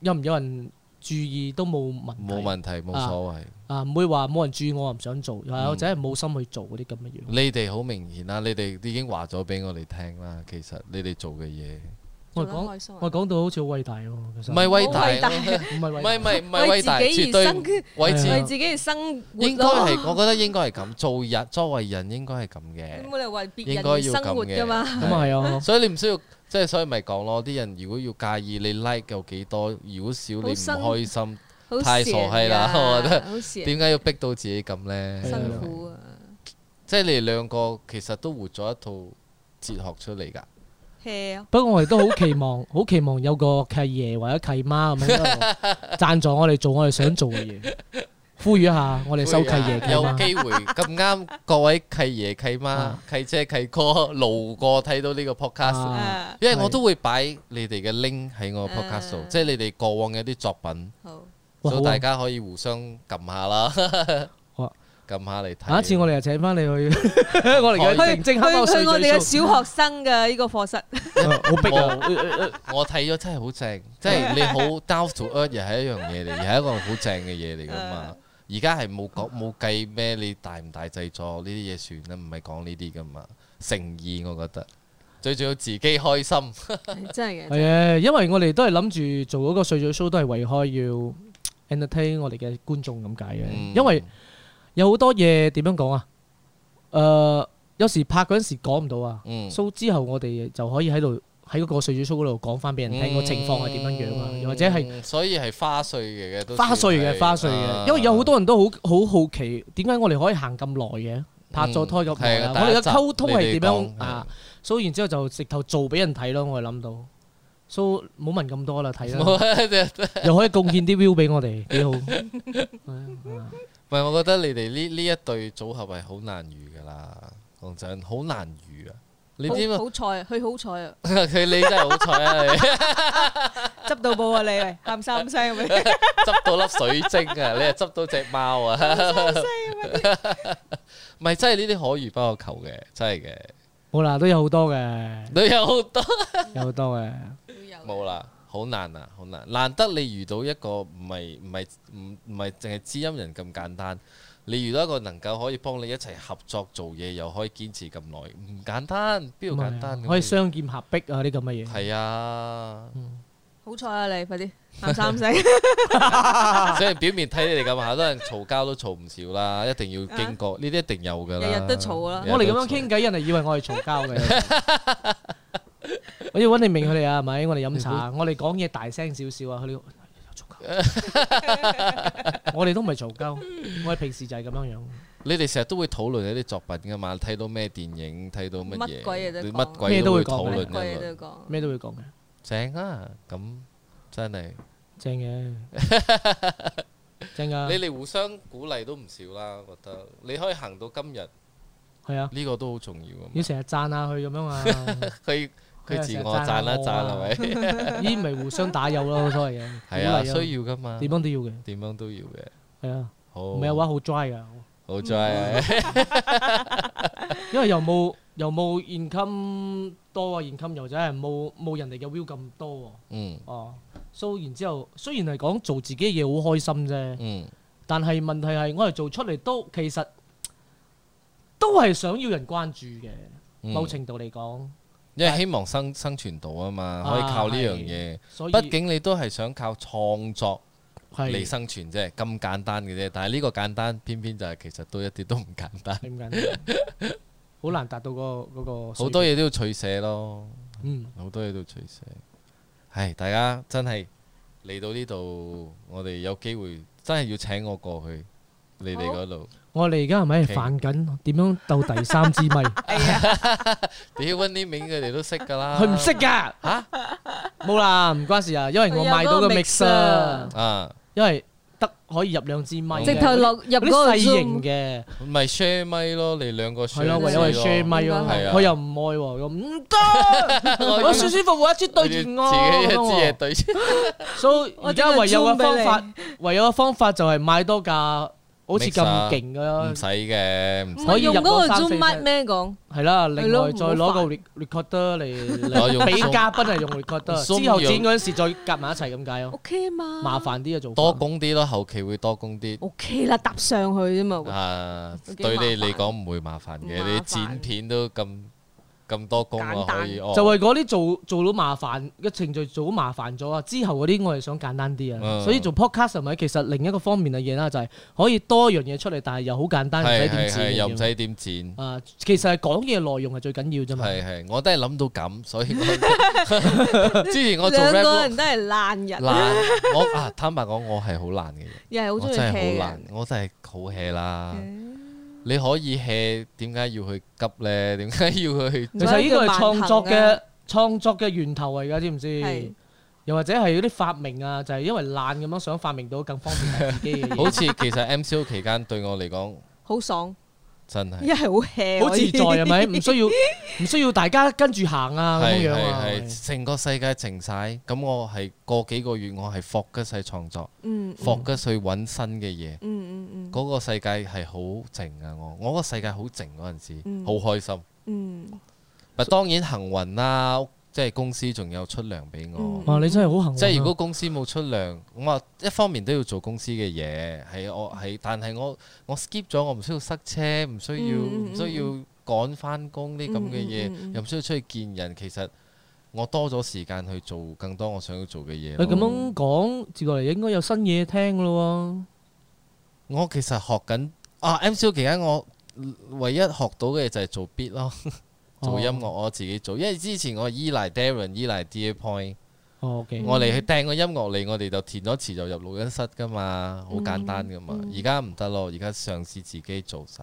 Speaker 1: 有唔有人注意都冇問題，
Speaker 3: 冇問題，冇所謂。
Speaker 1: 啊，唔會話冇人注意我我唔想做，又或者係冇心去做嗰啲咁嘅樣。
Speaker 3: 你哋好明顯啦，你哋已經話咗俾我哋聽啦。其實你哋做嘅嘢
Speaker 1: 我
Speaker 2: 做
Speaker 1: 哋
Speaker 2: 得
Speaker 1: 講
Speaker 2: 開心啊
Speaker 1: 我哋講到好似好偉大喎，其實
Speaker 3: 唔係偉
Speaker 2: 好偉
Speaker 3: 大，
Speaker 2: 大
Speaker 3: 唔
Speaker 1: 唔係偉
Speaker 3: 係
Speaker 1: 大
Speaker 3: 唔係唔係偉大，
Speaker 2: 為自
Speaker 3: 絕
Speaker 2: 己
Speaker 3: 對
Speaker 2: 而生
Speaker 3: 唔偉
Speaker 1: 係
Speaker 3: 自
Speaker 1: 啊
Speaker 2: 為自己嘅生活
Speaker 3: 應該
Speaker 2: 咯。
Speaker 3: 係，我覺得應該係咁。做人作為人應該係咁
Speaker 2: 咁
Speaker 3: 嘅，
Speaker 2: 我哋為別
Speaker 3: 應
Speaker 2: 人
Speaker 3: 該要
Speaker 2: 而生
Speaker 3: 咁
Speaker 2: 活㗎
Speaker 3: 嘅。
Speaker 2: 嘛。
Speaker 1: 咁啊
Speaker 3: 係
Speaker 1: 係啊，
Speaker 3: 所以你唔需要，即係所以咪講咯。啲人如果要介意你 like 有幾多，如果少你唔
Speaker 2: 好生
Speaker 3: 開心，
Speaker 2: 好
Speaker 3: 太傻閪啦
Speaker 2: 賤㗎
Speaker 3: 我覺得
Speaker 2: 好賤
Speaker 3: 點解要逼到自己咁呢？
Speaker 1: 係啊
Speaker 2: 辛苦啊
Speaker 3: 即係你哋兩個其實都活咗一套哲學出嚟㗎。
Speaker 2: ，hea 啊
Speaker 1: 不過我哋都好期望， 好期望有個契爺或者契媽咁樣一路贊助我哋做我哋想做嘅嘢，呼籲一下我哋收契爺契
Speaker 3: 有
Speaker 1: 媽。
Speaker 3: 機會咁啱各位契爺契媽
Speaker 1: 啊
Speaker 3: 契姐契哥路過睇到呢個 podcast，
Speaker 1: 啊
Speaker 2: 啊，
Speaker 3: 因為我都會擺你哋嘅 link 喺我 podcast 度
Speaker 2: 啊，
Speaker 3: 即係你哋過往嘅一啲作品，
Speaker 2: 好，
Speaker 1: 哇
Speaker 3: 所以
Speaker 1: 好啊
Speaker 3: 大家可以互相撳下啦，
Speaker 1: 好啊
Speaker 3: 撳下嚟睇。
Speaker 1: 下一次我哋就請翻你去， 我哋嘅正
Speaker 2: 去
Speaker 1: 正
Speaker 2: 去
Speaker 1: 黑黑碎
Speaker 2: 我哋嘅
Speaker 1: 碎
Speaker 2: 小學生嘅呢個課室， 哎
Speaker 1: 好逼啊！
Speaker 3: 我睇咗真係好正，即係你好 down to earth 又係一樣嘢嚟，又係一個好正嘅嘢嚟㗎嘛。而家係冇講冇計咩，你大唔大製作呢啲嘢算啦，唔係講呢啲㗎嘛。誠意我覺得最重要自己開心。
Speaker 2: 真係嘅。
Speaker 1: 係啊，因為我哋都係諗住做嗰個碎嘴 show，都係為開要 entertain 我哋嘅觀眾咁解嘅。
Speaker 3: 嗯
Speaker 1: 因為有好多嘢點樣講啊？誒、有時拍嗰陣時講唔到啊，
Speaker 3: 嗯
Speaker 1: so 之後我哋就可以喺度喺嗰個碎紙書嗰度講翻俾人聽個情況係點樣樣啊，又或者係
Speaker 3: 嗯所以係花絮嚟嘅，都
Speaker 1: 花絮
Speaker 3: 算
Speaker 1: 嘅
Speaker 3: 係啊
Speaker 1: 花絮嘅，因為有好多人都好好好奇點解我哋可以行咁耐嘅，拍咗拖咁耐
Speaker 3: 嗯
Speaker 1: 啊，
Speaker 3: 係啊
Speaker 1: 我哋嘅溝通係點
Speaker 3: 第一集
Speaker 1: 樣啊？所以然之後就直頭做俾人睇咯，我哋諗到。so 冇問咁多啦，睇啦，
Speaker 3: 冇
Speaker 1: 又可以貢獻啲 view 俾我 哋，幾好。係啊
Speaker 3: 唔係，我覺得你哋呢呢一對組合係好難遇噶啦，講真，好難遇啊！你知唔
Speaker 2: 好好彩啊，佢好彩啊，
Speaker 3: 知？ 佢你真係好彩啊！ 你
Speaker 2: 執到寶啊你，喂喊三聲咁樣，
Speaker 3: 執到粒水晶啊！你又執到只貓啊！ 唔係真係呢啲可遇不可求嘅，真係嘅。
Speaker 1: 冇啦，都有好 多嘅，
Speaker 3: 你有好多
Speaker 1: 有好多嘅。
Speaker 3: 冇啦，好難啊，好難。難得你遇到一個唔係唔係唔唔係淨係知音人咁簡單，你遇到一個能夠可以幫你一齊合作做嘢，又可以堅持咁耐，唔簡單，邊度簡單？
Speaker 1: 可以相劍合璧啊！啲咁嘅嘢，嗯
Speaker 3: 係啊，
Speaker 2: 好彩啊你，快啲喊 三聲，啊
Speaker 3: 雖然表面睇你哋咁，好多人嘈交都嘈唔少啦，一定要經過呢啲一定有㗎啦。
Speaker 2: 啊日日都嘈啊
Speaker 3: 日
Speaker 2: 啦
Speaker 3: 日都
Speaker 1: 我哋咁樣傾偈，人哋以為我哋嘈交 嘅。我要揾你明佢哋啊，係咪？我哋飲茶，我哋講嘢大聲少少啊，佢哋有嘈 交。我哋都唔係嘈交，我哋平時就係咁樣樣。
Speaker 3: 你哋成日都會討論一啲作品噶嘛？睇到咩電影，睇到乜嘢，
Speaker 2: 乜鬼嘢都
Speaker 3: 你乜鬼都會
Speaker 2: 講
Speaker 3: 討論一
Speaker 2: 乜鬼嘢都
Speaker 3: 輪
Speaker 2: 要講。
Speaker 1: 咩都會講嘅，
Speaker 3: 正啊！咁真係，
Speaker 1: 正嘅，正噶
Speaker 3: 你，哋互相鼓勵都唔少啦。覺得你可以行到今日，
Speaker 1: 係啊，
Speaker 3: 呢個都好重要啊嘛
Speaker 1: 要。成日讚下佢咁樣啊，
Speaker 3: 佢 佢自我
Speaker 1: 佢成日
Speaker 3: 讚一讚
Speaker 1: 讚下我啊
Speaker 3: 係咪？
Speaker 1: 依咪互相打友咯，所謂嘅，
Speaker 3: 係啊，哦
Speaker 1: 鼓勵
Speaker 3: 需要噶嘛
Speaker 1: 點，樣都要嘅，
Speaker 3: 點樣都要嘅。
Speaker 1: 係啊，
Speaker 3: 好，
Speaker 1: 唔係嘅話啊好 dry 噶。
Speaker 3: 好在
Speaker 1: 因為又冇又冇現金多啊，現金又真係冇冇人哋嘅 view 咁多喎、
Speaker 3: 嗯
Speaker 1: 哦、so 然之後雖然係講做自己嘅嘢好開心啫，
Speaker 3: 嗯
Speaker 1: 但係問題係我哋做出嚟都其實都係想要人關注嘅，
Speaker 3: 嗯
Speaker 1: 某程度嚟講，
Speaker 3: 因為希望生生存到啊嘛，
Speaker 1: 啊
Speaker 3: 可以靠呢樣嘢。
Speaker 1: 所以
Speaker 3: 畢竟你都係想靠創作。嚟
Speaker 1: 係
Speaker 3: 生存啫，咁簡單嘅啫。但係呢個簡單，偏偏就係其實都一啲都唔簡 單，
Speaker 1: 點緊？好難達到嗰、個嗰、個水
Speaker 3: 好多嘢都要取捨咯，
Speaker 1: 平嗯
Speaker 3: 好多嘢都要取捨。唉，大家真係嚟到呢度，我哋有機會真係要請我過去你哋嗰度。
Speaker 1: 我哋而家係咪
Speaker 3: 傾
Speaker 1: 犯緊點樣鬥第三支咪？
Speaker 2: 哎呀，
Speaker 3: 屌温啲名佢哋都識㗎 啦，
Speaker 1: 佢唔識㗎
Speaker 3: 嚇
Speaker 1: 冇啦，唔關事啊，因為我
Speaker 2: 佢有
Speaker 1: 買到
Speaker 2: 嗰個
Speaker 1: 個 mixer
Speaker 2: mixer。
Speaker 3: 啊，
Speaker 1: 因為得可以入兩支咪嘅，
Speaker 3: 直頭
Speaker 2: 落入嗰
Speaker 1: 嗰
Speaker 2: 個
Speaker 1: 啲細
Speaker 2: Zoom
Speaker 1: 型嘅，
Speaker 3: 咪 share 咪咯，你兩個 share
Speaker 1: 係咯，唯有係
Speaker 3: 咪咯
Speaker 1: share 咪咯，
Speaker 3: 係啊
Speaker 1: 佢又唔愛喎，咁唔得，我舒舒服服一支對住我
Speaker 3: 自己一支嘢
Speaker 1: 咁喎，
Speaker 3: 對住，
Speaker 1: 所以而家唯有嘅方法，唯有嘅方法就係買多架好似咁勁
Speaker 3: 唔
Speaker 1: 嘅，
Speaker 3: 使嘅，唔
Speaker 2: 唔
Speaker 3: 使
Speaker 1: 可
Speaker 2: 係
Speaker 1: 以入
Speaker 2: 用嗰
Speaker 1: 到
Speaker 2: 個
Speaker 1: 三四
Speaker 2: Zoom
Speaker 1: 隻
Speaker 2: mic 咩講？
Speaker 1: 係啦，另外再
Speaker 2: 係咯
Speaker 1: 攞個
Speaker 2: 唔好
Speaker 1: re- recorder 嚟
Speaker 3: 我用
Speaker 1: 嚟俾
Speaker 3: Zoom
Speaker 1: 嘉賓係用 recorder，
Speaker 3: Zoom
Speaker 1: 之後剪嗰陣時再夾埋一齊咁解咯，
Speaker 2: OK 嘛，
Speaker 1: 麻煩啲嘅啊做法
Speaker 3: 多工啲咯，後期會多工啲。
Speaker 2: OK 啦，搭上去啫嘛。
Speaker 3: 啊，
Speaker 2: 都幾
Speaker 3: 對你
Speaker 2: 麻
Speaker 3: 嚟
Speaker 2: 煩
Speaker 3: 講唔會麻煩嘅，
Speaker 2: 唔麻
Speaker 3: 你
Speaker 2: 煩
Speaker 3: 剪片都咁咁多工啊，
Speaker 2: 簡單
Speaker 3: 可以哦
Speaker 1: 就係嗰啲做做到麻煩嘅程序做到麻煩咗啊！之後嗰啲我係想簡單啲啊，
Speaker 3: 嗯
Speaker 1: 所以做 podcast 係咪其實另一個方面嘅嘢啦，就係、可以多一樣嘢出嚟，但係又好簡單，唔使
Speaker 3: 係
Speaker 1: 點
Speaker 3: 係係，
Speaker 1: 剪
Speaker 3: 又
Speaker 1: 嘅。
Speaker 3: 唔使點剪，
Speaker 1: 啊，其實係講嘢內容係最緊要啫嘛。
Speaker 3: 係係，我都係諗到咁，所以我 之前我 做
Speaker 2: 兩
Speaker 3: rap
Speaker 2: 個
Speaker 3: rock，
Speaker 2: 人都係爛人，
Speaker 3: 懶，我啊坦白講，我係好懶嘅人，
Speaker 2: 又係好
Speaker 3: 我
Speaker 2: 中意
Speaker 3: 真係
Speaker 2: hea
Speaker 3: 好懶
Speaker 2: 人，。
Speaker 3: 我真係好 hea 啦。你可以 hea，點解要去急呢？點解要去？
Speaker 1: 其實呢個係創作
Speaker 2: 唔係叫啊
Speaker 1: 嘅嗯創作嘅源頭嚟㗎，知唔知
Speaker 2: 係？
Speaker 1: 又或者係嗰啲發明啊，就係、因為懶咁樣想發明到更方便自己嘅 嘢，
Speaker 3: 好似其實 MCO 期間對我嚟講
Speaker 2: 好爽，
Speaker 3: 真係
Speaker 2: 一係好 hea，
Speaker 1: 好自在啊係咪？
Speaker 2: 可以
Speaker 1: 唔需要唔需要大家跟住行啊咁
Speaker 3: 係
Speaker 1: 樣樣啊。
Speaker 3: 係係，成個世界靜晒，咁我係過幾個月，我係 focus 喺創作
Speaker 2: 嗯
Speaker 3: ，focus 去揾新嘅嘢。
Speaker 2: 嗯嗯嗯
Speaker 3: 嗰個世界係好靜啊！我我個世界好靜嗰陣時，
Speaker 2: 嗯
Speaker 3: 好開心。
Speaker 2: 嗯，
Speaker 3: 但當然幸運啦，即係公司仲有出糧俾我
Speaker 2: 嗯。
Speaker 1: 哇！你真係好幸運啊。
Speaker 3: 即係如果公司冇出糧，我一方面都要做公司嘅嘢，係
Speaker 2: 嗯
Speaker 3: 我係，但係我我 skip 咗，我唔需要塞車，唔需要唔
Speaker 2: 嗯嗯
Speaker 3: 需要趕翻工啲咁嘅
Speaker 2: 嗯嗯嗯
Speaker 3: 嘢，
Speaker 2: 嗯
Speaker 3: 又唔需要出去見人。其實我多咗時間去做更多我想要做嘅嘢
Speaker 1: 佢咁
Speaker 3: 咯。
Speaker 1: 樣講，接落嚟應該有新嘢聽咯
Speaker 3: 我其實學緊啊 MCO 期間，我唯一學到嘅就係做 beat 咯，
Speaker 1: 喎。哦
Speaker 2: 哦
Speaker 3: 做音樂我自己做，因為之前我依賴 Darren 依賴 D A Point，
Speaker 1: 哦，OK，
Speaker 3: 我哋去掟個音樂嚟，我哋就填咗詞就入錄音室噶嘛，
Speaker 1: 嗯
Speaker 3: 好簡單噶嘛。而家唔得咯，而家嘗試自己做晒，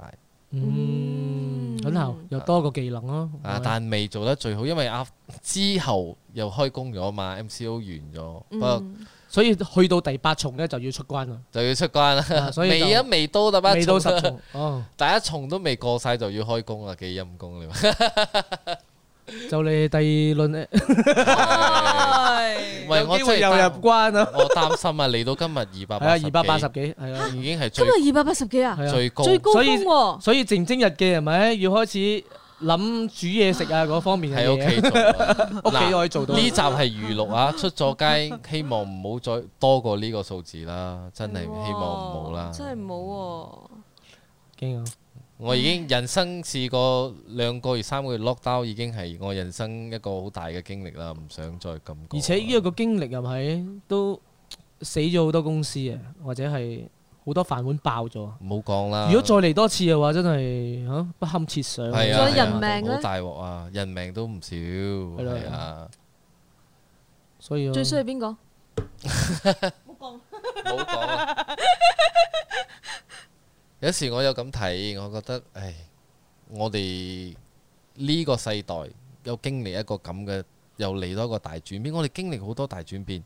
Speaker 1: 嗯，咁後又多個技能咯。
Speaker 3: 啊，但未做得最好，因為啊之後又開工咗嘛，M C O 完咗，
Speaker 2: 嗯
Speaker 1: 嗯
Speaker 3: 不過
Speaker 1: 所以去到第八重咧就要出關啦，
Speaker 3: 就要出關
Speaker 1: 啊
Speaker 3: 啦。
Speaker 1: 所以
Speaker 3: 未啊，
Speaker 1: 就
Speaker 3: 未到第
Speaker 1: 未
Speaker 3: 一
Speaker 1: 到
Speaker 3: 重，
Speaker 1: 十 重哦，
Speaker 3: 第一重都未過晒就要開工啦，幾陰功你 話？
Speaker 1: 就你第二輪咧
Speaker 2: 唉
Speaker 3: 喂，
Speaker 1: 有
Speaker 3: 我
Speaker 1: 機
Speaker 3: 真
Speaker 1: 會
Speaker 3: 係
Speaker 1: 又入
Speaker 3: 擔
Speaker 1: 關啦，
Speaker 3: 我擔心啊！嚟到今日二
Speaker 1: 係
Speaker 3: 百
Speaker 1: 啊，
Speaker 3: 八
Speaker 1: 二百八十幾係啊，
Speaker 3: 已經係
Speaker 2: 今
Speaker 3: 最
Speaker 2: 日二百八十幾啊，
Speaker 1: 係啊
Speaker 3: 最高，
Speaker 2: 最高
Speaker 1: 所
Speaker 2: 峰
Speaker 1: 以
Speaker 2: 喎。
Speaker 1: 所以靜晶日嘅係咪要開始諗煮嘢食啊嗰方面嘅
Speaker 3: 喺屋企
Speaker 1: 嘢，
Speaker 3: 做啊。
Speaker 1: 屋企可以做到
Speaker 3: 呢集係預錄啊，出咗 街希望唔好再多過呢個數字啦，真係希望唔好啦
Speaker 2: 哇。真係冇喎。
Speaker 3: 哦
Speaker 1: 驚啊！
Speaker 3: 我已經人生試過兩個月、三個月 lockdown，已經係我人生一個好大嘅經歷啦，唔想再咁講。
Speaker 1: 而且呢一個經歷又係都死咗好多公司啊，或者係好多飯碗爆咗。
Speaker 3: 唔好講啦。
Speaker 1: 如果再嚟多次嘅話，真係嚇不堪設想。
Speaker 3: 係啊，
Speaker 2: 仲有人命
Speaker 3: 係啊
Speaker 2: 呢
Speaker 3: 好大鑊啊！人命都唔少，
Speaker 1: 咯
Speaker 3: 係啊，
Speaker 1: 所以啊
Speaker 2: 最衰係邊個？
Speaker 3: 嗯唔好講啊。有時我有咁睇，我覺得，唉，我哋呢個世代有經歷一個咁嘅，又嚟多一個大轉變。我哋經歷好多大轉變，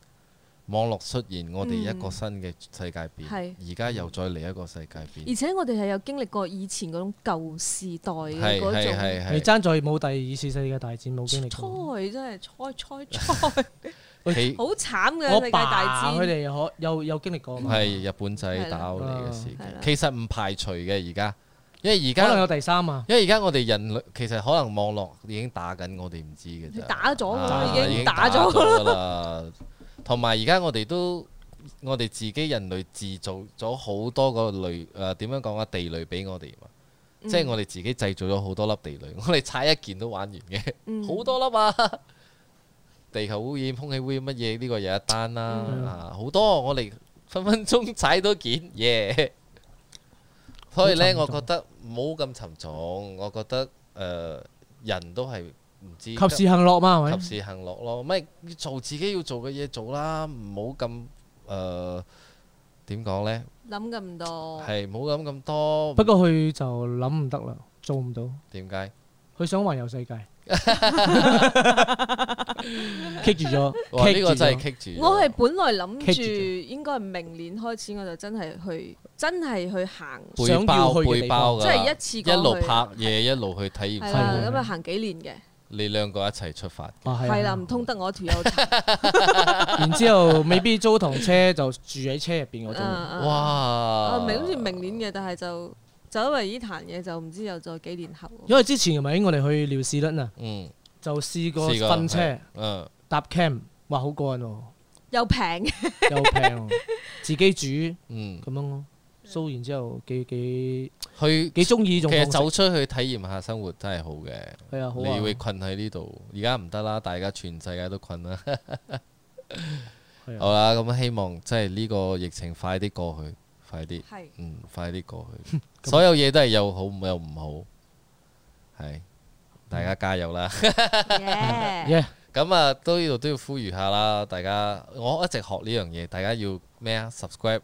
Speaker 3: 網絡出現，我哋一個新嘅世界變。
Speaker 2: 嗯係
Speaker 3: 而家又再嚟一個世界變。
Speaker 2: 而且我哋係有經歷過以前嗰種舊時代嘅
Speaker 3: 係係
Speaker 2: 嗰種。
Speaker 1: 你
Speaker 3: 係係
Speaker 1: 爭在冇第二次世界大戰冇經歷過。
Speaker 2: 菜真係菜菜 菜，
Speaker 3: 企
Speaker 2: 好慘嘅
Speaker 1: 我
Speaker 2: 世界大
Speaker 1: 爸佢
Speaker 2: 戰。
Speaker 1: 哋可有有經歷過嘛？
Speaker 3: 係日本仔打我哋嘅事
Speaker 2: 哦係啦
Speaker 3: 件，其實唔排除嘅而家，因為而
Speaker 1: 可能
Speaker 3: 家
Speaker 1: 有第三啊！
Speaker 3: 因為而家我哋人類其實可能網絡已經打緊，我哋唔知嘅啫。
Speaker 2: 打咗㗎啦
Speaker 3: 啊
Speaker 2: 已經打咗
Speaker 3: 㗎啦。同埋而家我哋都我哋自己人類自造咗好多個雷誒點樣講啊地雷俾我哋嘛，
Speaker 2: 嗯
Speaker 3: 即係我哋自己製造咗好多粒地雷， 我哋踩一件都玩完嘅，
Speaker 2: 嗯
Speaker 3: 好多粒啊！ 地球污染、空氣污染乜嘢呢個有一單啦，
Speaker 1: 嗯
Speaker 3: 啊好多我哋分分鐘踩多件耶。所以呢，
Speaker 1: 好沉重
Speaker 3: 我覺得冇咁沉重，我覺得誒、呃人都係唔
Speaker 1: 及
Speaker 3: 知
Speaker 1: 時行樂嘛，係咪？
Speaker 3: 及時行樂咯，咪做自己要做嘅嘢做啦，唔好咁誒點講呢？
Speaker 2: 諗咁唔到，
Speaker 3: 係啊唔好諗咁多。
Speaker 1: 不過佢就諗唔得啦，做唔到。
Speaker 3: 點解？
Speaker 1: 佢想環遊世 界，棘住咗，
Speaker 3: 哇！呢
Speaker 1: 棘
Speaker 3: 個
Speaker 1: 住
Speaker 3: 真
Speaker 1: 咗。
Speaker 3: 係棘住咗。
Speaker 2: 我係本來諗
Speaker 1: 棘住
Speaker 2: 住
Speaker 1: 咗
Speaker 2: 應該係明年開始，我就真係去真係去行，
Speaker 1: 想
Speaker 3: 背
Speaker 1: 要
Speaker 3: 包
Speaker 1: 去嘅
Speaker 3: 背
Speaker 1: 地
Speaker 3: 包
Speaker 1: 方
Speaker 3: 㗎
Speaker 2: 即
Speaker 3: 啦，
Speaker 2: 係一次過
Speaker 3: 一路
Speaker 2: 去
Speaker 3: 拍嘢，一路去體驗生
Speaker 2: 係啦，
Speaker 3: 活。
Speaker 2: 咁啊行幾年
Speaker 3: 你兩個一齊出發，
Speaker 1: 啊係
Speaker 2: 嘅，
Speaker 1: 啊
Speaker 2: 係啦，唔通得我一條友 殘，
Speaker 1: 然之後未必租堂車就住喺車入邊嗰種，
Speaker 2: 嗯！
Speaker 3: 哇！
Speaker 2: 我明好似明年嘅，但係就就因為呢壇嘢就唔知又再幾年後。
Speaker 1: 因為之前係咪我哋去廖士敦啊，
Speaker 3: 嗯，
Speaker 1: 就試過
Speaker 3: 試過
Speaker 1: 瞓車
Speaker 3: 嗯，
Speaker 1: 搭 cam，哇好過癮喎，
Speaker 2: 又平，
Speaker 1: 又平，自己煮
Speaker 3: 嗯，
Speaker 1: 咁樣咯。蘇然之後幾幾
Speaker 3: 去
Speaker 1: 幾中意呢
Speaker 3: 其
Speaker 1: 種
Speaker 3: 實
Speaker 1: 方式，
Speaker 3: 走出去體驗下生活真係好嘅。
Speaker 1: 係啊好
Speaker 3: 你會
Speaker 1: 啊，
Speaker 3: 困喺呢度，而家唔得啦，大家全世界都困啦。
Speaker 1: 係啊
Speaker 3: 好啦，咁希望即係呢個疫情快啲過去，快啲，
Speaker 2: 係
Speaker 3: 嗯，快啲過 去。所有嘢都係有好又唔好，係大家加油啦！
Speaker 2: 耶，
Speaker 1: 耶
Speaker 3: 咁啊，都呢度都要呼籲下啦，大家我一直學呢樣嘢，大家要咩啊？subscribe，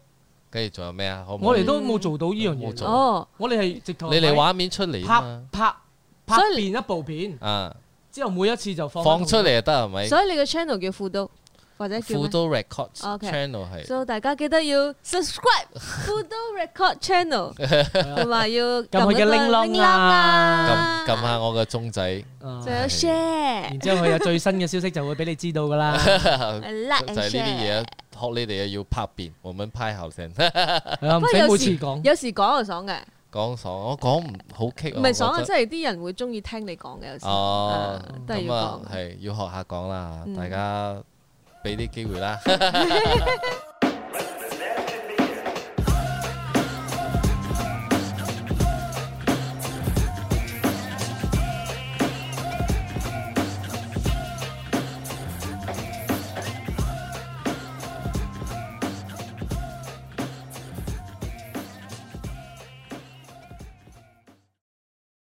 Speaker 3: 跟住仲有咩啊？可唔可以
Speaker 1: 我哋都冇做到呢樣
Speaker 3: 冇
Speaker 1: 嘢
Speaker 3: 做
Speaker 1: 㗎，
Speaker 2: 哦，
Speaker 1: 我哋係直頭
Speaker 3: 你哋
Speaker 1: 係
Speaker 3: 畫面出嚟啊
Speaker 1: 拍
Speaker 3: 嘛
Speaker 1: 拍拍
Speaker 2: 所以
Speaker 1: 變一部片，
Speaker 3: 啊，
Speaker 1: 之後每一次就放
Speaker 3: 放出嚟就得係咪
Speaker 2: 所以你個 channel 叫副都或者叫咩
Speaker 3: Photo Records
Speaker 2: OK
Speaker 3: Channel 係
Speaker 2: 所以大家記得要 subscribe Fudo Record Channel，同埋要
Speaker 1: 撳佢嘅鈴
Speaker 2: 鈴
Speaker 1: 鈴啊
Speaker 3: 撳撳下我個鐘仔，
Speaker 1: 啊
Speaker 2: 仲有 share
Speaker 1: 然之後佢有最新嘅消息就會俾你知道㗎 啦。
Speaker 2: like
Speaker 3: 就
Speaker 2: and
Speaker 3: 係呢
Speaker 2: share。
Speaker 3: 啲嘢，學你哋要拍片，我們拍後先
Speaker 1: 係啊，唔
Speaker 2: 不過
Speaker 1: 使每
Speaker 2: 有
Speaker 1: 次
Speaker 2: 時
Speaker 1: 講。
Speaker 2: 有時講就爽嘅，
Speaker 3: 講爽，我講唔好棘，
Speaker 2: 唔係爽
Speaker 3: 我
Speaker 2: 啊，
Speaker 3: 覺
Speaker 2: 即
Speaker 3: 得
Speaker 2: 係啲人會中意聽你講嘅有時，
Speaker 3: 哦
Speaker 2: 啊，都係
Speaker 3: 咁
Speaker 2: 要
Speaker 3: 啊
Speaker 2: 講。
Speaker 3: 係要學下講啦，
Speaker 2: 嗯
Speaker 3: 大家俾啲機會啦。